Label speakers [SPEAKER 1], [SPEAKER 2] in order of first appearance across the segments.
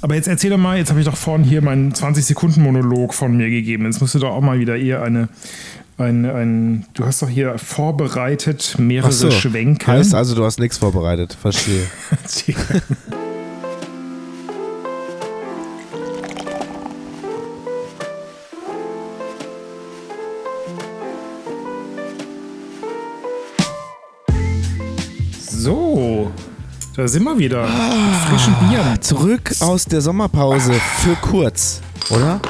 [SPEAKER 1] Aber jetzt erzähl doch mal, jetzt habe ich doch vorhin hier meinen 20-Sekunden-Monolog von mir gegeben. Jetzt musst du doch auch mal wieder eher eine. Ein, ein, du hast doch hier vorbereitet mehrere
[SPEAKER 2] Ach so.
[SPEAKER 1] Schwenke.
[SPEAKER 2] Heißt also, du hast nichts vorbereitet. Verstehe.
[SPEAKER 1] so, da sind wir wieder. Mit frischen Bieren.
[SPEAKER 2] Ah, Zurück aus der Sommerpause für kurz, oder?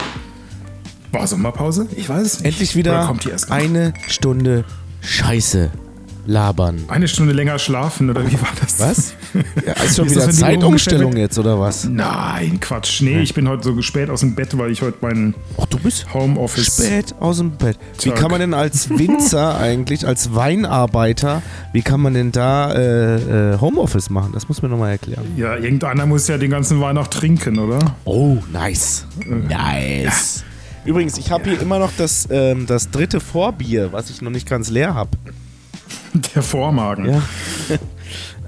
[SPEAKER 1] War Sommerpause? Ich weiß es nicht.
[SPEAKER 2] Endlich
[SPEAKER 1] Oder
[SPEAKER 2] wieder
[SPEAKER 1] kommt die erst noch?
[SPEAKER 2] eine Stunde Scheiße labern.
[SPEAKER 1] eine Stunde länger schlafen oder wie war das?
[SPEAKER 2] Was? Ja, ist schon
[SPEAKER 1] Wie ist
[SPEAKER 2] wieder
[SPEAKER 1] das, wenn die Uhr umgestellt
[SPEAKER 2] Zeitumstellung
[SPEAKER 1] wird?
[SPEAKER 2] jetzt, oder was?
[SPEAKER 1] Nein, Quatsch. Nee, ich bin heute so spät aus dem Bett, weil ich heute meinen
[SPEAKER 2] Ach, du bist
[SPEAKER 1] Homeoffice.
[SPEAKER 2] spät aus dem Bett. Wie
[SPEAKER 1] Zack.
[SPEAKER 2] kann man denn als Winzer eigentlich, als Weinarbeiter, wie kann man denn da äh, äh, Homeoffice machen? Das muss mir nochmal erklären.
[SPEAKER 1] Ja, irgendeiner muss ja den ganzen Wein auch trinken, oder?
[SPEAKER 2] Oh, nice. Nice. Übrigens, ich habe hier immer noch das, ähm, das dritte Vorbier, was ich noch nicht ganz leer habe.
[SPEAKER 1] Der Vormagen.
[SPEAKER 2] Ja.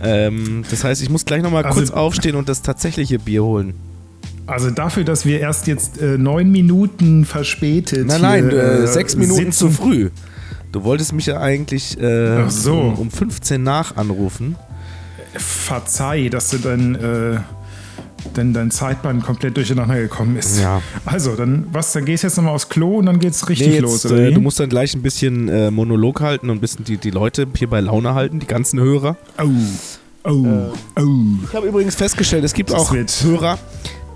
[SPEAKER 2] ähm, das heißt, ich muss gleich nochmal
[SPEAKER 1] Also-
[SPEAKER 2] kurz aufstehen und das tatsächliche Bier holen.
[SPEAKER 1] Also dafür, dass wir erst jetzt äh, neun Minuten verspätet.
[SPEAKER 2] Nein, nein,
[SPEAKER 1] hier,
[SPEAKER 2] äh, sechs Minuten
[SPEAKER 1] sitzen.
[SPEAKER 2] zu früh. Du wolltest mich ja eigentlich äh,
[SPEAKER 1] Ach so.
[SPEAKER 2] um, um 15 nach anrufen.
[SPEAKER 1] Verzeih, dass du dein, äh, dein, dein Zeitplan komplett durcheinander gekommen ist.
[SPEAKER 2] Ja.
[SPEAKER 1] Also, dann was, dann gehst du jetzt nochmal aufs Klo und dann geht's richtig
[SPEAKER 2] Nee, jetzt,
[SPEAKER 1] los, oder?
[SPEAKER 2] äh,
[SPEAKER 1] wie?
[SPEAKER 2] du musst dann gleich ein bisschen äh, Monolog halten und ein bisschen die, die Leute hier bei Laune halten, die ganzen Hörer.
[SPEAKER 1] oh, oh,
[SPEAKER 2] Äh.
[SPEAKER 1] oh.
[SPEAKER 2] Ich habe übrigens festgestellt, es gibt
[SPEAKER 1] Das
[SPEAKER 2] auch
[SPEAKER 1] wird-
[SPEAKER 2] Hörer,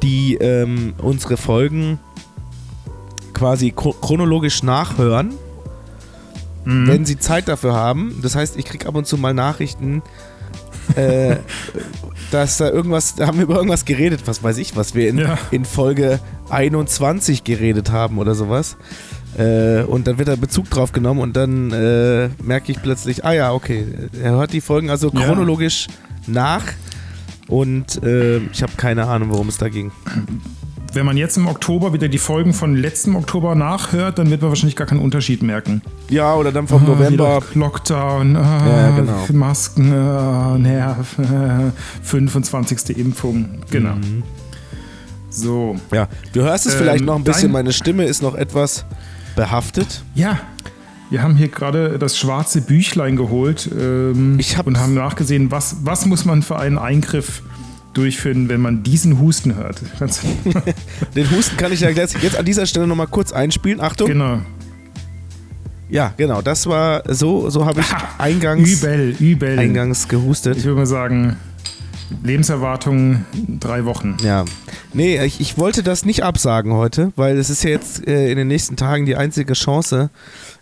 [SPEAKER 2] die ähm, unsere Folgen quasi chro- chronologisch nachhören, wenn sie Zeit dafür haben. Das heißt, ich kriege ab und zu mal Nachrichten, äh, dass da irgendwas, da haben wir über irgendwas geredet, was weiß ich, was wir in,
[SPEAKER 1] Ja.
[SPEAKER 2] in Folge 21 geredet haben oder sowas. Äh, und dann wird da Bezug drauf genommen und dann äh, merke ich plötzlich, ah ja, okay, er hört die Folgen also
[SPEAKER 1] Ja.
[SPEAKER 2] chronologisch nach und äh, ich habe keine Ahnung, worum es da ging.
[SPEAKER 1] Wenn man jetzt im Oktober wieder die Folgen von letztem Oktober nachhört, dann wird man wahrscheinlich gar keinen Unterschied merken.
[SPEAKER 2] Ja, oder dann vom November.
[SPEAKER 1] Wieder Lockdown, äh,
[SPEAKER 2] Ja, genau.
[SPEAKER 1] Masken, äh, Nerv, äh, 25. Impfung. Genau.
[SPEAKER 2] Mhm.
[SPEAKER 1] So.
[SPEAKER 2] Ja, du hörst es
[SPEAKER 1] Ähm,
[SPEAKER 2] vielleicht noch ein bisschen,
[SPEAKER 1] dein-
[SPEAKER 2] meine Stimme ist noch etwas behaftet.
[SPEAKER 1] Ja. Wir haben hier gerade das schwarze Büchlein geholt ähm,
[SPEAKER 2] Ich hab-
[SPEAKER 1] und haben nachgesehen, was, was muss man für einen Eingriff durchführen, wenn man diesen Husten hört. Ganz,
[SPEAKER 2] Den Husten kann ich ja jetzt, jetzt an dieser Stelle nochmal kurz einspielen. Achtung.
[SPEAKER 1] genau.
[SPEAKER 2] Ja, genau, das war so, so habe ich eingangs,
[SPEAKER 1] Übel, übel.
[SPEAKER 2] eingangs gehustet.
[SPEAKER 1] Ich würde mal sagen, Lebenserwartung drei Wochen.
[SPEAKER 2] Ja. Nee, ich, ich wollte das nicht absagen heute, weil es ist ja jetzt äh, in den nächsten Tagen die einzige Chance,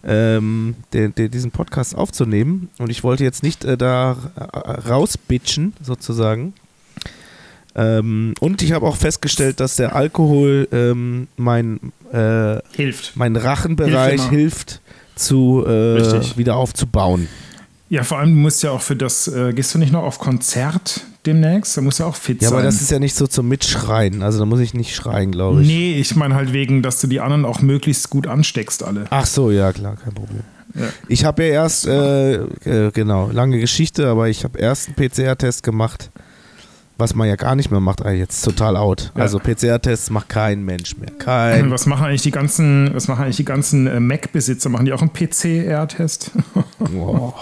[SPEAKER 2] ähm, den, den, diesen Podcast aufzunehmen. Und ich wollte jetzt nicht äh, da äh, rausbitchen, sozusagen. Ähm, und ich habe auch festgestellt, dass der Alkohol ähm, mein, äh,
[SPEAKER 1] Hilft.
[SPEAKER 2] mein Rachenbereich
[SPEAKER 1] Hilft immer.
[SPEAKER 2] hilft, zu äh,
[SPEAKER 1] Richtig.
[SPEAKER 2] wieder aufzubauen.
[SPEAKER 1] Ja, vor allem, du musst ja auch für das, äh, gehst du nicht noch auf Konzert demnächst? Da musst du auch fit
[SPEAKER 2] Ja,
[SPEAKER 1] sein.
[SPEAKER 2] aber das ist ja nicht so zum Mitschreien. Also da muss ich nicht schreien, glaube ich.
[SPEAKER 1] Nee, ich meine halt wegen, dass du die anderen auch möglichst gut ansteckst, alle.
[SPEAKER 2] Ach so, ja, klar, kein Problem.
[SPEAKER 1] Ja.
[SPEAKER 2] Ich habe ja erst, äh, äh, genau, lange Geschichte, aber ich habe erst einen PCR-Test gemacht, was man ja gar nicht mehr macht, eigentlich jetzt total out.
[SPEAKER 1] Ja. Hm.
[SPEAKER 2] Also PCR-Tests macht kein Mensch mehr. Kein.
[SPEAKER 1] Was machen eigentlich die ganzen, was machen eigentlich die ganzen äh, Mac-Besitzer? Machen die auch einen PCR-Test?
[SPEAKER 2] Wow.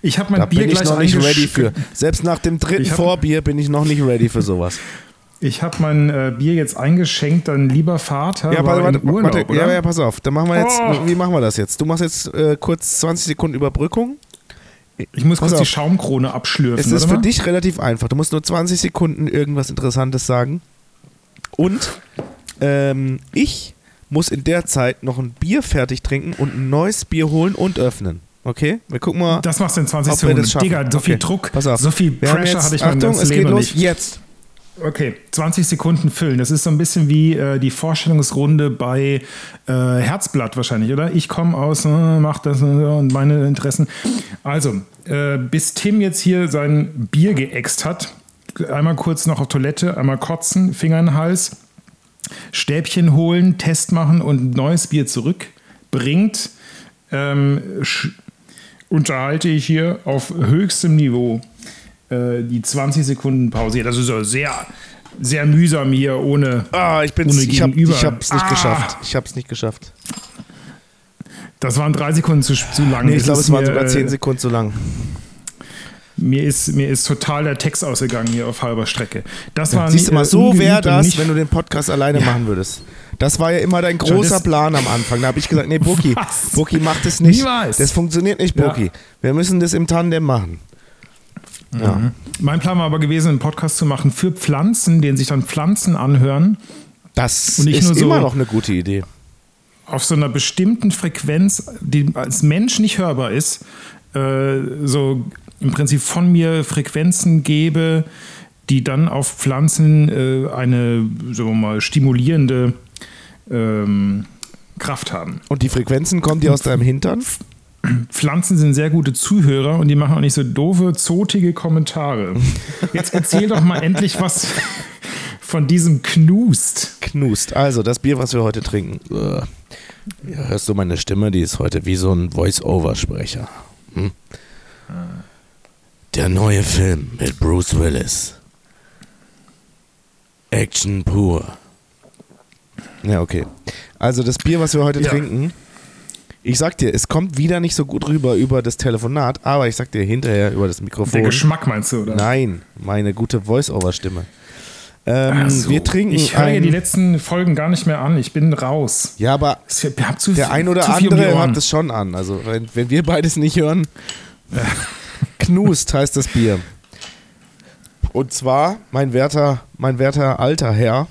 [SPEAKER 1] Ich habe mein
[SPEAKER 2] Da
[SPEAKER 1] Bier
[SPEAKER 2] bin ich
[SPEAKER 1] gleich
[SPEAKER 2] noch nicht
[SPEAKER 1] eingesch-
[SPEAKER 2] ready für. Selbst nach dem dritten
[SPEAKER 1] Ich hab-
[SPEAKER 2] Vorbier bin ich noch nicht ready für sowas.
[SPEAKER 1] Ich habe mein äh, Bier jetzt eingeschenkt, dann lieber Vater.
[SPEAKER 2] Ja,
[SPEAKER 1] war
[SPEAKER 2] warte,
[SPEAKER 1] in
[SPEAKER 2] warte,
[SPEAKER 1] Urlaub,
[SPEAKER 2] warte.
[SPEAKER 1] oder?
[SPEAKER 2] Ja, ja, pass auf. Dann machen wir jetzt,
[SPEAKER 1] Oh.
[SPEAKER 2] wie machen wir das jetzt? Du machst jetzt äh, kurz 20 Sekunden Überbrückung.
[SPEAKER 1] Ich muss
[SPEAKER 2] Pass
[SPEAKER 1] kurz die
[SPEAKER 2] auf.
[SPEAKER 1] Schaumkrone abschlürfen.
[SPEAKER 2] Es ist
[SPEAKER 1] warte
[SPEAKER 2] für
[SPEAKER 1] mal.
[SPEAKER 2] dich relativ einfach. Du musst nur 20 Sekunden irgendwas Interessantes sagen. Und ähm, ich muss in der Zeit noch ein Bier fertig trinken und ein neues Bier holen und öffnen. Okay? Wir gucken mal,
[SPEAKER 1] Das machst du in 20
[SPEAKER 2] ob wir das
[SPEAKER 1] Sekunden.
[SPEAKER 2] schaffen.
[SPEAKER 1] Digga, so viel
[SPEAKER 2] Okay.
[SPEAKER 1] Druck,
[SPEAKER 2] Pass auf.
[SPEAKER 1] so viel
[SPEAKER 2] Wir haben
[SPEAKER 1] Pressure
[SPEAKER 2] jetzt,
[SPEAKER 1] hatte ich mein
[SPEAKER 2] Achtung,
[SPEAKER 1] ganzes
[SPEAKER 2] es geht
[SPEAKER 1] Leben
[SPEAKER 2] los.
[SPEAKER 1] nicht.
[SPEAKER 2] Jetzt.
[SPEAKER 1] Okay, 20 Sekunden füllen. Das ist so ein bisschen wie äh, die Vorstellungsrunde bei äh, Herzblatt wahrscheinlich, oder? Ich komme aus, äh, mach das äh, und meine Interessen. Also, äh, bis Tim jetzt hier sein Bier geäxt hat, einmal kurz noch auf Toilette, einmal kotzen, Finger in den Hals, Stäbchen holen, Test machen und ein neues Bier zurückbringt, ähm, sch- unterhalte ich hier auf höchstem Niveau äh, die 20 Sekunden Pause. Das ist ja sehr sehr mühsam hier ohne.
[SPEAKER 2] Ah, ich bin's.
[SPEAKER 1] Ohne
[SPEAKER 2] Ich, hab,
[SPEAKER 1] Gegenüber.
[SPEAKER 2] ich hab's nicht
[SPEAKER 1] Ah.
[SPEAKER 2] geschafft. Ich hab's nicht geschafft.
[SPEAKER 1] Das waren drei Sekunden zu, zu lang.
[SPEAKER 2] Nee, ich
[SPEAKER 1] Das
[SPEAKER 2] glaube,
[SPEAKER 1] ist
[SPEAKER 2] es waren
[SPEAKER 1] mir,
[SPEAKER 2] sogar
[SPEAKER 1] äh,
[SPEAKER 2] 10 Sekunden zu lang.
[SPEAKER 1] Mir ist, mir ist total der Text ausgegangen hier auf halber Strecke. Das war
[SPEAKER 2] Siehst du mal, so wäre das, wenn
[SPEAKER 1] äh, Nicht,
[SPEAKER 2] du den Podcast alleine machen würdest. Das war ja immer dein großer
[SPEAKER 1] das-
[SPEAKER 2] Plan am Anfang. Da habe ich gesagt, nee, Burki,
[SPEAKER 1] Was?
[SPEAKER 2] Burki macht es nicht.
[SPEAKER 1] Niemals.
[SPEAKER 2] Das funktioniert nicht,
[SPEAKER 1] Ja.
[SPEAKER 2] Burki. Wir müssen das im Tandem machen. Ja.
[SPEAKER 1] mein Plan war aber gewesen, einen Podcast zu machen für Pflanzen, den sich dann Pflanzen anhören,
[SPEAKER 2] Das
[SPEAKER 1] Und nicht
[SPEAKER 2] ist
[SPEAKER 1] nur so-
[SPEAKER 2] immer noch eine gute Idee.
[SPEAKER 1] auf so einer bestimmten Frequenz, die als Mensch nicht hörbar ist, äh, so im Prinzip von mir Frequenzen gebe, die dann auf Pflanzen äh, eine, sagen wir mal, stimulierende ähm, Kraft haben.
[SPEAKER 2] Und die Frequenzen kommen die aus deinem Hintern?
[SPEAKER 1] Pflanzen sind sehr gute Zuhörer und die machen auch nicht so doofe, zotige Kommentare. Jetzt erzähl doch mal endlich was von diesem Knust.
[SPEAKER 2] Knust. Also, das Bier, was wir heute trinken. Äh, Ja, hörst du meine Stimme? Die ist heute wie so ein Voice-Over-Sprecher. Hm? Der neue Film mit Bruce Willis. Action pur. Ja, okay. Also, das Bier, was wir heute
[SPEAKER 1] Ja.
[SPEAKER 2] trinken. Ich sag dir, es kommt wieder nicht so gut rüber über das Telefonat, aber ich sag dir hinterher über das Mikrofon.
[SPEAKER 1] Der Geschmack meinst du, oder?
[SPEAKER 2] Nein, meine gute Voice-Over-Stimme. Ähm,
[SPEAKER 1] Ach so.
[SPEAKER 2] Wir trinken.
[SPEAKER 1] Ich höre ja
[SPEAKER 2] ein-
[SPEAKER 1] die letzten Folgen gar nicht mehr an. Ich bin raus.
[SPEAKER 2] ja, aber
[SPEAKER 1] Ich hab zu
[SPEAKER 2] der
[SPEAKER 1] viel-
[SPEAKER 2] ein oder
[SPEAKER 1] zu viel um die
[SPEAKER 2] andere
[SPEAKER 1] Ohren.
[SPEAKER 2] hört es schon an. Also, wenn, wenn wir beides nicht hören, knust heißt das Bier. Und zwar, mein werter, mein werter alter Herr,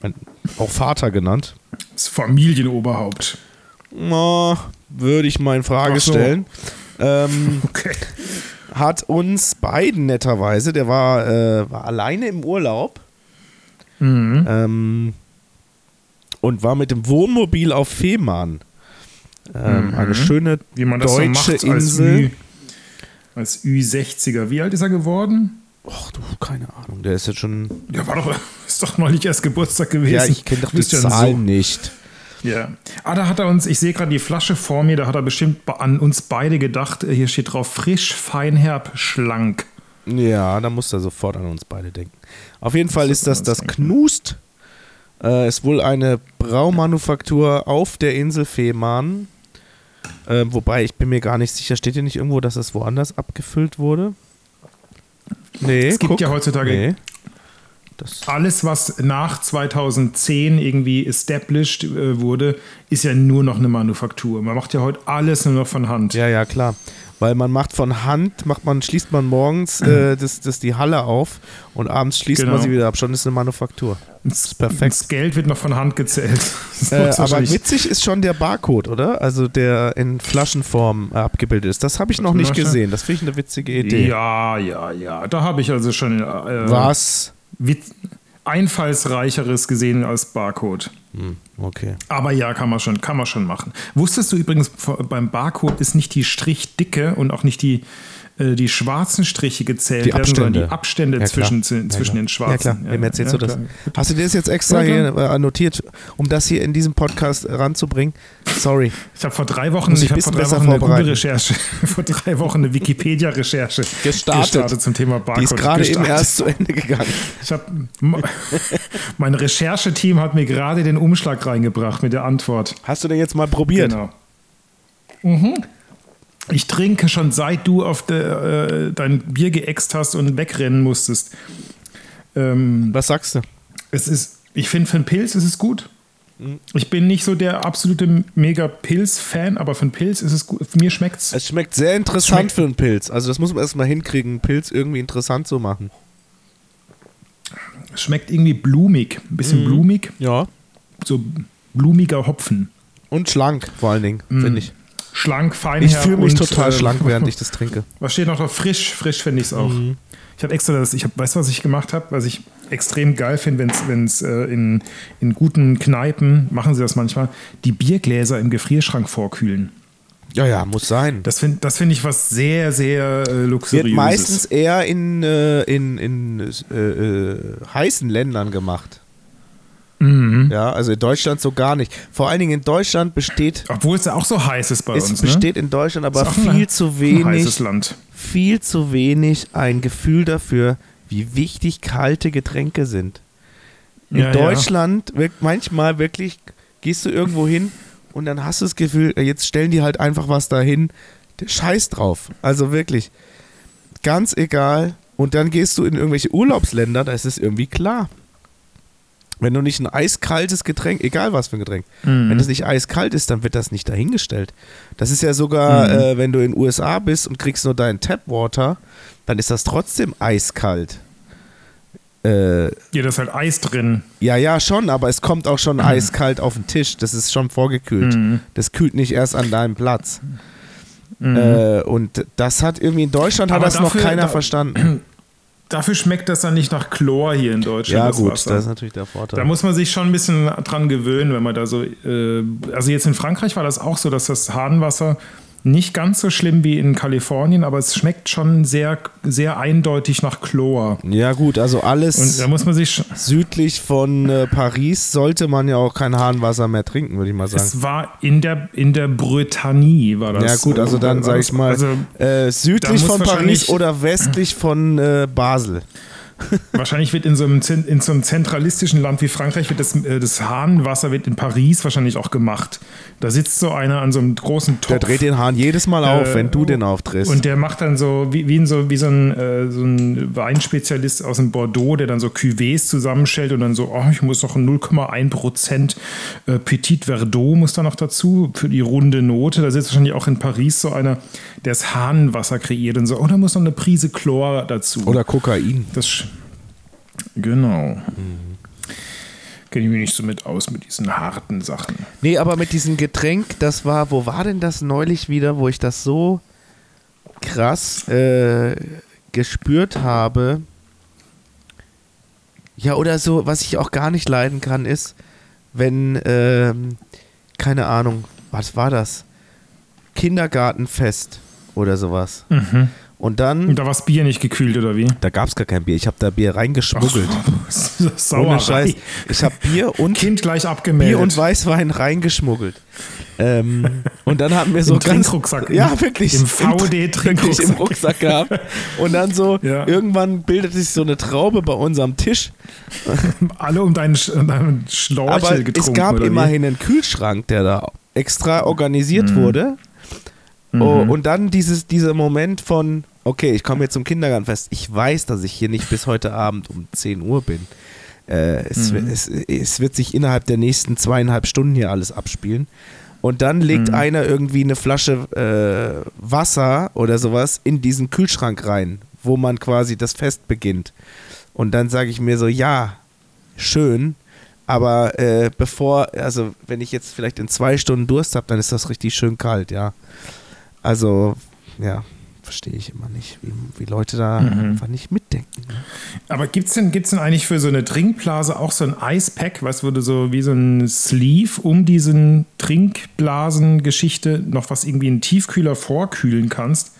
[SPEAKER 2] mein, auch Vater genannt,
[SPEAKER 1] Das Familienoberhaupt.
[SPEAKER 2] na, würde ich mal in Frage
[SPEAKER 1] Ach so.
[SPEAKER 2] stellen, ähm,
[SPEAKER 1] Okay.
[SPEAKER 2] hat uns beiden netterweise, der war, äh, war alleine im Urlaub
[SPEAKER 1] Mhm.
[SPEAKER 2] ähm, und war mit dem Wohnmobil auf Fehmarn. Ähm, Eine schöne
[SPEAKER 1] Mhm. Wie man das so
[SPEAKER 2] deutsche
[SPEAKER 1] macht als,
[SPEAKER 2] Insel.
[SPEAKER 1] Ü, als Ü60er. Wie alt ist er geworden?
[SPEAKER 2] Och, du, keine Ahnung. Der ist jetzt schon.
[SPEAKER 1] Der war doch, ist doch neulich erst Geburtstag gewesen.
[SPEAKER 2] Ja, ich kenne doch die
[SPEAKER 1] Christian Sohn.
[SPEAKER 2] Zahlen nicht.
[SPEAKER 1] Ja. Ah, da hat er uns, ich sehe gerade die Flasche vor mir, da hat er bestimmt be- an uns beide gedacht. Äh, Hier steht drauf frisch, fein, herb, schlank.
[SPEAKER 2] Ja, da muss er sofort an uns beide denken. Auf jeden Fall ist das
[SPEAKER 1] an uns
[SPEAKER 2] das Knust. Äh, ist wohl eine Braumanufaktur auf der Insel Fehmarn. Ähm, wobei, ich bin mir gar nicht sicher, steht hier nicht irgendwo, dass das woanders abgefüllt wurde? Nee,
[SPEAKER 1] Es gibt
[SPEAKER 2] guck.
[SPEAKER 1] ja heutzutage
[SPEAKER 2] Nee. Das,
[SPEAKER 1] alles, was nach 2010 irgendwie established äh, wurde, ist ja nur noch eine Manufaktur. Man macht ja heute alles nur noch von Hand.
[SPEAKER 2] Ja, ja, klar. Weil man macht von Hand, macht man, schließt man morgens äh, das, das die Halle auf und abends schließt
[SPEAKER 1] Genau.
[SPEAKER 2] man sie wieder ab. Schon ist eine Manufaktur.
[SPEAKER 1] das
[SPEAKER 2] ist perfekt.
[SPEAKER 1] Das Geld wird noch von Hand gezählt. Das
[SPEAKER 2] Äh,
[SPEAKER 1] ist
[SPEAKER 2] aber
[SPEAKER 1] wahrscheinlich-
[SPEAKER 2] witzig ist schon der Barcode, oder? Also der in Flaschenform äh, abgebildet ist. Das habe ich noch nicht
[SPEAKER 1] Flasche?
[SPEAKER 2] gesehen. Das finde ich eine witzige Idee.
[SPEAKER 1] ja, ja, ja. Da habe ich also schon äh,
[SPEAKER 2] Was?
[SPEAKER 1] witz- einfallsreicheres gesehen als Barcode.
[SPEAKER 2] Hm, okay.
[SPEAKER 1] Aber ja, kann man schon, kann man schon machen. Wusstest du übrigens, vor- beim Barcode ist nicht die Strichdicke und auch nicht die, äh, die schwarzen Striche gezählt
[SPEAKER 2] Die
[SPEAKER 1] werden,
[SPEAKER 2] Abstände.
[SPEAKER 1] sondern die Abstände
[SPEAKER 2] Ja, klar.
[SPEAKER 1] zwischen,
[SPEAKER 2] Ja,
[SPEAKER 1] zwischen
[SPEAKER 2] klar.
[SPEAKER 1] den schwarzen.
[SPEAKER 2] Ja, klar. Wem erzählst
[SPEAKER 1] ja,
[SPEAKER 2] du das?
[SPEAKER 1] klar.
[SPEAKER 2] Hast du dir das jetzt extra
[SPEAKER 1] Ja,
[SPEAKER 2] hier äh, notiert, um das hier in diesem Podcast ranzubringen? Sorry.
[SPEAKER 1] Ich habe vor drei Wochen,
[SPEAKER 2] Muss ich
[SPEAKER 1] ich hab
[SPEAKER 2] bisschen
[SPEAKER 1] vor drei
[SPEAKER 2] besser
[SPEAKER 1] Wochen eine
[SPEAKER 2] vorbereiten.
[SPEAKER 1] Google-Recherche, vor drei Wochen eine Wikipedia-Recherche
[SPEAKER 2] Gestartet.
[SPEAKER 1] zum Thema
[SPEAKER 2] Die
[SPEAKER 1] Barcode.
[SPEAKER 2] ist gerade eben
[SPEAKER 1] gestartet.
[SPEAKER 2] erst zu Ende gegangen.
[SPEAKER 1] Ich hab, mein Rechercheteam hat mir gerade den Umschlag reingebracht mit der Antwort.
[SPEAKER 2] Hast du denn jetzt mal probiert?
[SPEAKER 1] Genau. Ich trinke schon seit du auf de, äh, dein Bier geäxt hast und wegrennen musstest. Ähm,
[SPEAKER 2] Was sagst du?
[SPEAKER 1] es ist, ich finde, für einen Pilz ist es gut.
[SPEAKER 2] Mhm.
[SPEAKER 1] Ich bin nicht so der absolute Mega-Pilz-Fan, aber für einen Pilz ist es gut. Mir schmeckt es.
[SPEAKER 2] Es schmeckt sehr interessant
[SPEAKER 1] Schmeckt-
[SPEAKER 2] für einen Pilz. Also das muss man erstmal hinkriegen, einen Pilz irgendwie interessant zu machen.
[SPEAKER 1] Schmeckt irgendwie blumig. Ein
[SPEAKER 2] Mhm.
[SPEAKER 1] bisschen blumig.
[SPEAKER 2] Ja.
[SPEAKER 1] So blumiger Hopfen.
[SPEAKER 2] Und schlank vor allen Dingen, finde ich.
[SPEAKER 1] Schlank, fein.
[SPEAKER 2] Ich fühle mich
[SPEAKER 1] Mm. und,
[SPEAKER 2] total
[SPEAKER 1] äh,
[SPEAKER 2] schlank, während ich das trinke.
[SPEAKER 1] Was steht noch drauf? Frisch, frisch finde ich es auch. Ich habe extra das, ich habe, weißt du, was ich gemacht habe, was ich extrem geil finde, wenn es äh, in, in guten Kneipen, machen sie das manchmal, die Biergläser im Gefrierschrank vorkühlen.
[SPEAKER 2] Ja, ja, muss sein. Das
[SPEAKER 1] Das finde das find ich was sehr, sehr äh,
[SPEAKER 2] wird
[SPEAKER 1] luxuriöses.
[SPEAKER 2] meistens eher in, äh, in, in äh, äh, heißen Ländern gemacht.
[SPEAKER 1] Mhm.
[SPEAKER 2] Ja, also in Deutschland so gar nicht. Vor allen Dingen in Deutschland besteht,
[SPEAKER 1] Obwohl es ja auch so heiß ist bei
[SPEAKER 2] es
[SPEAKER 1] uns.
[SPEAKER 2] besteht in Deutschland
[SPEAKER 1] ne?
[SPEAKER 2] aber
[SPEAKER 1] Ist auch ein-
[SPEAKER 2] viel zu
[SPEAKER 1] Ein heißes
[SPEAKER 2] wenig,
[SPEAKER 1] Land.
[SPEAKER 2] viel zu wenig ein Gefühl dafür, wie wichtig kalte Getränke sind. In
[SPEAKER 1] Ja, ja.
[SPEAKER 2] Deutschland wirk- manchmal wirklich gehst du irgendwo hin und dann hast du das Gefühl, jetzt stellen die halt einfach was dahin. Der Scheiß drauf. Also wirklich. Ganz egal. Und dann gehst du in irgendwelche Urlaubsländer, da ist es irgendwie klar. Wenn du nicht ein eiskaltes Getränk, egal was für ein Getränk,
[SPEAKER 1] Mhm.
[SPEAKER 2] wenn es nicht eiskalt ist, dann wird das nicht dahingestellt. Das ist ja sogar,
[SPEAKER 1] Mhm.
[SPEAKER 2] äh, wenn du in den USA bist und kriegst nur dein Tapwater, dann ist das trotzdem eiskalt. Äh,
[SPEAKER 1] Ja, da ist halt Eis drin.
[SPEAKER 2] ja, ja, schon, aber es kommt auch schon
[SPEAKER 1] Mhm.
[SPEAKER 2] eiskalt auf den Tisch. Das ist schon vorgekühlt. Das kühlt nicht erst an deinem Platz. Äh, und das hat irgendwie in Deutschland hat
[SPEAKER 1] Mhm. Aber
[SPEAKER 2] das noch
[SPEAKER 1] dafür-
[SPEAKER 2] keiner
[SPEAKER 1] da-
[SPEAKER 2] verstanden.
[SPEAKER 1] Dafür schmeckt das dann nicht nach Chlor hier in Deutschland.
[SPEAKER 2] Ja,
[SPEAKER 1] das
[SPEAKER 2] gut,
[SPEAKER 1] Wasser.
[SPEAKER 2] das ist natürlich der Vorteil.
[SPEAKER 1] Da muss man sich schon ein bisschen dran gewöhnen, wenn man da so. Äh, also jetzt in Frankreich war das auch so, dass das Hahnwasser nicht ganz so schlimm wie in Kalifornien, aber es schmeckt schon sehr, sehr eindeutig nach Chlor.
[SPEAKER 2] ja, gut, also
[SPEAKER 1] Und
[SPEAKER 2] alles
[SPEAKER 1] da muss man sich. sch-
[SPEAKER 2] südlich von äh, Paris sollte man ja auch kein Hahnwasser mehr trinken, würde ich mal sagen.
[SPEAKER 1] Es war in der, in der Bretagne, war das.
[SPEAKER 2] Ja gut, also dann sage ich
[SPEAKER 1] äh,
[SPEAKER 2] mal
[SPEAKER 1] Also
[SPEAKER 2] äh, südlich
[SPEAKER 1] da muss
[SPEAKER 2] von Paris
[SPEAKER 1] wahrscheinlich-
[SPEAKER 2] oder westlich von äh, Basel.
[SPEAKER 1] wahrscheinlich wird in so, einem, Zent- in so einem zentralistischen Land wie Frankreich wird das, äh, das Hahnwasser wird in Paris wahrscheinlich auch gemacht. Da sitzt so einer an so einem großen Topf.
[SPEAKER 2] Der dreht den Hahn jedes Mal auf,
[SPEAKER 1] Äh,
[SPEAKER 2] wenn du den aufdrehst.
[SPEAKER 1] Und der macht dann so, wie, wie, in so, wie so, ein, äh, so ein Weinspezialist aus dem Bordeaux, der dann so Cuvées zusammenstellt und dann so, oh, ich muss noch 0,1% äh, Petit Verdot muss da noch dazu für die runde Note. Da sitzt wahrscheinlich auch in Paris so einer, der das Hahnenwasser kreiert und so, oh, da muss noch eine Prise Chlor dazu.
[SPEAKER 2] oder Kokain.
[SPEAKER 1] das sch- Genau. Kenne ich mich nicht so mit aus mit diesen harten Sachen.
[SPEAKER 2] Nee, aber mit diesem Getränk, das war, wo war denn das neulich wieder, wo ich das so krass äh, gespürt habe? Ja, oder so, was ich auch gar nicht leiden kann, ist, wenn, ähm, keine Ahnung, was war das? Kindergartenfest oder sowas. Und dann,
[SPEAKER 1] Und da war das Bier nicht gekühlt oder wie?
[SPEAKER 2] Mhm. da gab es gar kein Bier, ich habe da Bier reingeschmuggelt.
[SPEAKER 1] Sauerei.
[SPEAKER 2] Ohne Scheiß. Ich habe Bier und
[SPEAKER 1] Kind gleich abgemeldet.
[SPEAKER 2] Bier und Weißwein reingeschmuggelt. Ähm, und dann haben wir so
[SPEAKER 1] Im
[SPEAKER 2] ganz-
[SPEAKER 1] Trinkrucksack, im-
[SPEAKER 2] Ja, wirklich.
[SPEAKER 1] im
[SPEAKER 2] Tr- Wirklich im
[SPEAKER 1] VD-Trinkrucksack.
[SPEAKER 2] Rucksack gehabt. Und dann so,
[SPEAKER 1] Ja.
[SPEAKER 2] irgendwann bildet sich so eine Traube bei unserem Tisch.
[SPEAKER 1] Alle um deinen, Sch um deinen Schläuchel
[SPEAKER 2] Aber
[SPEAKER 1] getrunken.
[SPEAKER 2] es gab
[SPEAKER 1] oder wie?
[SPEAKER 2] immerhin einen Kühlschrank, der da extra
[SPEAKER 1] Mhm.
[SPEAKER 2] organisiert wurde. Oh, und dann dieses, dieser Moment von, okay, ich komme jetzt zum Kindergartenfest. Ich weiß, dass ich hier nicht bis heute Abend um 10 Uhr bin. Äh, es,
[SPEAKER 1] Mhm.
[SPEAKER 2] wi- es, es wird sich innerhalb der nächsten zweieinhalb Stunden hier alles abspielen. Und dann
[SPEAKER 1] Mhm.
[SPEAKER 2] legt einer irgendwie eine Flasche äh, Wasser oder sowas in diesen Kühlschrank rein, wo man quasi das Fest beginnt. Und dann sage ich mir so, ja, schön, aber äh, bevor, also wenn ich jetzt vielleicht in zwei Stunden Durst habe, dann ist das richtig schön kalt, ja. Also, ja, verstehe ich immer nicht, wie, wie Leute da
[SPEAKER 1] Mhm.
[SPEAKER 2] einfach nicht mitdenken. ne?
[SPEAKER 1] Aber gibt es denn, gibt's denn eigentlich für so eine Trinkblase auch so ein Eispack, was würde so wie so ein Sleeve um diesen Trinkblasengeschichte noch was irgendwie in den Tiefkühler vorkühlen kannst?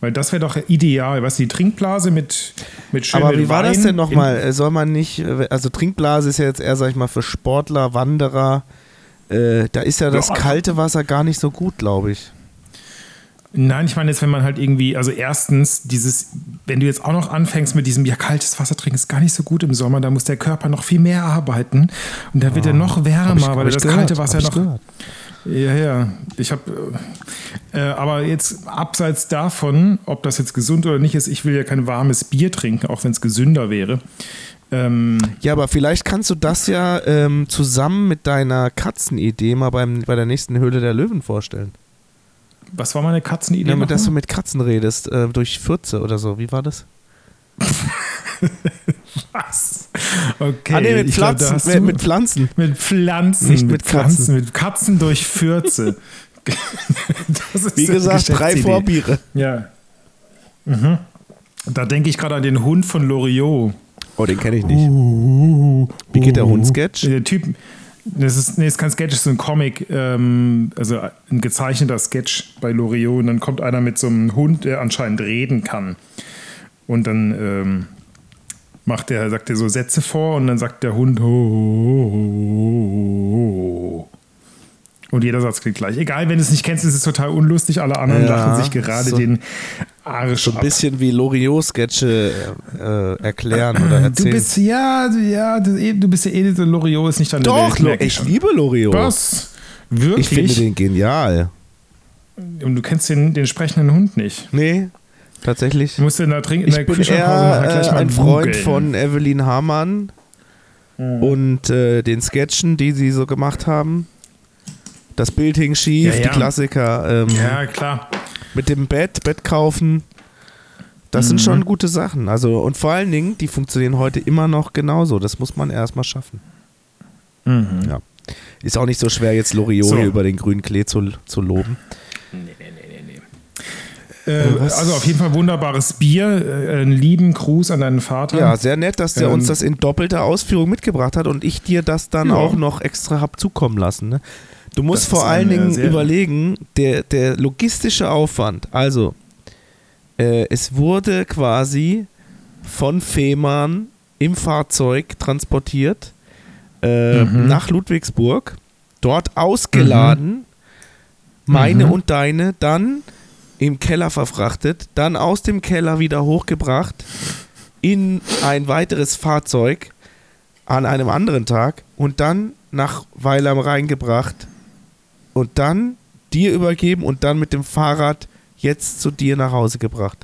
[SPEAKER 1] Weil das wäre doch ideal, was die Trinkblase mit mit schönen
[SPEAKER 2] Aber wie war das
[SPEAKER 1] Wein
[SPEAKER 2] denn
[SPEAKER 1] in-
[SPEAKER 2] nochmal? Äh, Soll man nicht, äh, also Trinkblase ist ja jetzt eher, sag ich mal, für Sportler, Wanderer. Äh, da ist ja das
[SPEAKER 1] Ja.
[SPEAKER 2] kalte Wasser gar nicht so gut, glaube ich.
[SPEAKER 1] Nein, ich meine jetzt, wenn man halt irgendwie, also erstens, dieses, wenn du jetzt auch noch anfängst mit diesem, ja, kaltes Wasser trinken ist gar nicht so gut im Sommer, da muss der Körper noch viel mehr arbeiten und da wird er noch wärmer,
[SPEAKER 2] Ah, Hab ich- hab
[SPEAKER 1] weil er
[SPEAKER 2] ich
[SPEAKER 1] das
[SPEAKER 2] gehört,
[SPEAKER 1] kalte Wasser
[SPEAKER 2] hab ich
[SPEAKER 1] noch.
[SPEAKER 2] gehört.
[SPEAKER 1] Ja, ja. Ich habe, äh, aber jetzt abseits davon, ob das jetzt gesund oder nicht ist, ich will ja kein warmes Bier trinken, auch wenn es gesünder wäre. Ähm,
[SPEAKER 2] Ja, aber vielleicht kannst du das ja ähm, zusammen mit deiner Katzenidee mal beim, bei der nächsten Höhle der Löwen vorstellen.
[SPEAKER 1] was war meine Katzenidee?
[SPEAKER 2] Ja, mit, dass du
[SPEAKER 1] nochmal?
[SPEAKER 2] mit Katzen redest, äh, durch Fürze oder so. Wie war das?
[SPEAKER 1] was? Okay.
[SPEAKER 2] ah, nee, mit
[SPEAKER 1] ich glaub, da
[SPEAKER 2] Pflanzen.
[SPEAKER 1] hast
[SPEAKER 2] mit,
[SPEAKER 1] du-
[SPEAKER 2] mit Pflanzen.
[SPEAKER 1] Mit Pflanzen,
[SPEAKER 2] Nicht Hm, mit Katzen.
[SPEAKER 1] mit Katzen durch Fürze. Das ist
[SPEAKER 2] Wie
[SPEAKER 1] eine
[SPEAKER 2] gesagt, drei
[SPEAKER 1] Geschäftsidee.
[SPEAKER 2] Vorbiere.
[SPEAKER 1] Ja. Mhm. Da denke ich gerade an den Hund von Loriot.
[SPEAKER 2] Oh, den kenne ich nicht. Wie geht der Hund-Sketch?
[SPEAKER 1] Der Typ, das ist, nee, ist kein Sketch, das ist so ein Comic, ähm, also ein gezeichneter Sketch bei Loriot. Und dann kommt einer mit so einem Hund, der anscheinend reden kann. Und dann ähm, macht der, sagt er so Sätze vor und dann sagt der Hund ho, ho, ho, ho, ho. Und jeder Satz klingt gleich. Egal, wenn du es nicht kennst, ist es total unlustig. Alle anderen
[SPEAKER 2] Ja,
[SPEAKER 1] lachen sich gerade
[SPEAKER 2] so.
[SPEAKER 1] den Arsch
[SPEAKER 2] so ein
[SPEAKER 1] ab.
[SPEAKER 2] bisschen wie Loriot-Sketche äh, erklären oder
[SPEAKER 1] Du
[SPEAKER 2] erzählen.
[SPEAKER 1] bist, ja, du- ja, du du bist der Edith und Loriot ist nicht deine
[SPEAKER 2] Doch,
[SPEAKER 1] Welt. merk
[SPEAKER 2] Lo- ich
[SPEAKER 1] schon.
[SPEAKER 2] liebe Loriot.
[SPEAKER 1] Was?
[SPEAKER 2] Ich finde
[SPEAKER 1] Wirklich?
[SPEAKER 2] den genial.
[SPEAKER 1] Und du kennst den, den sprechenden Hund nicht.
[SPEAKER 2] Nee, tatsächlich.
[SPEAKER 1] Du musst den da trinken in
[SPEAKER 2] Ich
[SPEAKER 1] der
[SPEAKER 2] bin
[SPEAKER 1] Küche
[SPEAKER 2] eher äh, ein Freund von Evelyn Hamann und äh, den Sketchen, die sie so gemacht haben. Das Bild hing schief,
[SPEAKER 1] Ja, ja.
[SPEAKER 2] die Klassiker ähm,
[SPEAKER 1] Ja, klar.
[SPEAKER 2] mit dem Bett, Bett kaufen. Das
[SPEAKER 1] Mhm.
[SPEAKER 2] sind schon gute Sachen. Also, und vor allen Dingen, die funktionieren heute immer noch genauso. Das muss man erstmal schaffen. Ja. Ist auch nicht so schwer, jetzt Loriot
[SPEAKER 1] Mhm. So.
[SPEAKER 2] hier über den grünen Klee zu, zu loben.
[SPEAKER 1] Äh,
[SPEAKER 2] was?
[SPEAKER 1] also auf jeden Fall wunderbares Bier. Äh, einen lieben Gruß an deinen Vater.
[SPEAKER 2] Ja, sehr nett, dass der
[SPEAKER 1] Ähm.
[SPEAKER 2] uns das in doppelter Ausführung mitgebracht hat und ich dir das dann
[SPEAKER 1] Ja.
[SPEAKER 2] auch noch extra hab zukommen lassen. Ne? Du musst
[SPEAKER 1] Das ist
[SPEAKER 2] vor allen
[SPEAKER 1] eine
[SPEAKER 2] Dingen
[SPEAKER 1] sehr-
[SPEAKER 2] überlegen, der, der logistische Aufwand, also äh, es wurde quasi von Fehmarn im Fahrzeug transportiert äh,
[SPEAKER 1] Mhm.
[SPEAKER 2] nach Ludwigsburg, dort ausgeladen,
[SPEAKER 1] Mhm.
[SPEAKER 2] meine und deine, dann im Keller verfrachtet, dann aus dem Keller wieder hochgebracht in ein weiteres Fahrzeug an einem anderen Tag und dann nach Weil am Rhein gebracht und dann dir übergeben und dann mit dem Fahrrad jetzt zu dir nach Hause gebracht.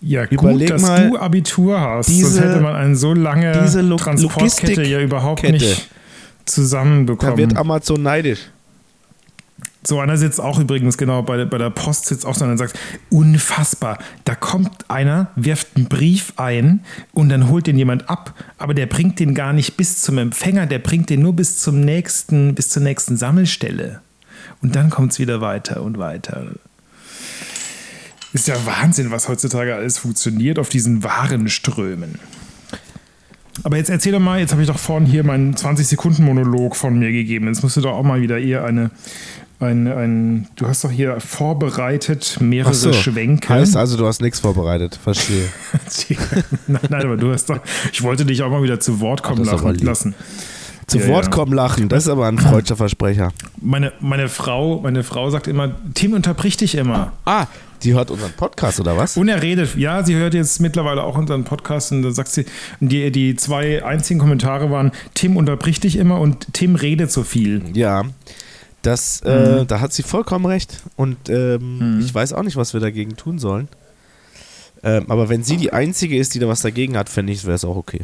[SPEAKER 1] Ja, gut,
[SPEAKER 2] Überleg
[SPEAKER 1] dass
[SPEAKER 2] mal
[SPEAKER 1] du Abitur hast.
[SPEAKER 2] diese-
[SPEAKER 1] Sonst hätte man eine so lange
[SPEAKER 2] diese Lo-
[SPEAKER 1] Transportkette ja überhaupt
[SPEAKER 2] Logistikkette.
[SPEAKER 1] nicht
[SPEAKER 2] Da wird
[SPEAKER 1] zusammenbekommen.
[SPEAKER 2] Amazon neidisch.
[SPEAKER 1] So einer sitzt auch übrigens genau bei, der- bei der Post sitzt auch so einer und sagt, unfassbar, da kommt einer, wirft einen Brief ein und dann holt den jemand ab, aber der bringt den gar nicht bis zum Empfänger, der bringt den nur bis zum nächsten, bis zur nächsten Sammelstelle. Und dann kommt es wieder weiter und weiter. Ist ja Wahnsinn, was heutzutage alles funktioniert auf diesen Warenströmen. Aber jetzt erzähl doch mal, jetzt habe ich doch vorhin hier meinen 20-Sekunden-Monolog von mir gegeben. Jetzt musst du doch auch mal wieder eher eine. Ein, ein, du hast doch hier vorbereitet mehrere Schwenke.
[SPEAKER 2] Heißt also, du hast nichts vorbereitet. Verstehe.
[SPEAKER 1] nein, nein, aber du hast doch. Ich wollte dich auch mal wieder zu Wort kommen
[SPEAKER 2] das ist aber
[SPEAKER 1] lachen,
[SPEAKER 2] lieb.
[SPEAKER 1] lassen.
[SPEAKER 2] Zu
[SPEAKER 1] Ja,
[SPEAKER 2] Wort
[SPEAKER 1] ja.
[SPEAKER 2] kommen lachen, das ist aber ein freudscher Versprecher.
[SPEAKER 1] Meine, meine, Frau, meine Frau sagt immer: Tim unterbricht dich immer.
[SPEAKER 2] Ah, die hört unseren Podcast oder was?
[SPEAKER 1] Und er redet, ja, sie hört jetzt mittlerweile auch unseren Podcast und da sagt sie, die, die zwei einzigen Kommentare waren, Tim unterbricht dich immer und Tim redet so viel.
[SPEAKER 2] Ja, das,
[SPEAKER 1] Mhm.
[SPEAKER 2] äh, da hat sie vollkommen recht. Und ähm, ich weiß auch nicht, was wir dagegen tun sollen. Ähm, aber wenn sie die Einzige ist, die da was dagegen hat, fände ich, wäre es auch okay.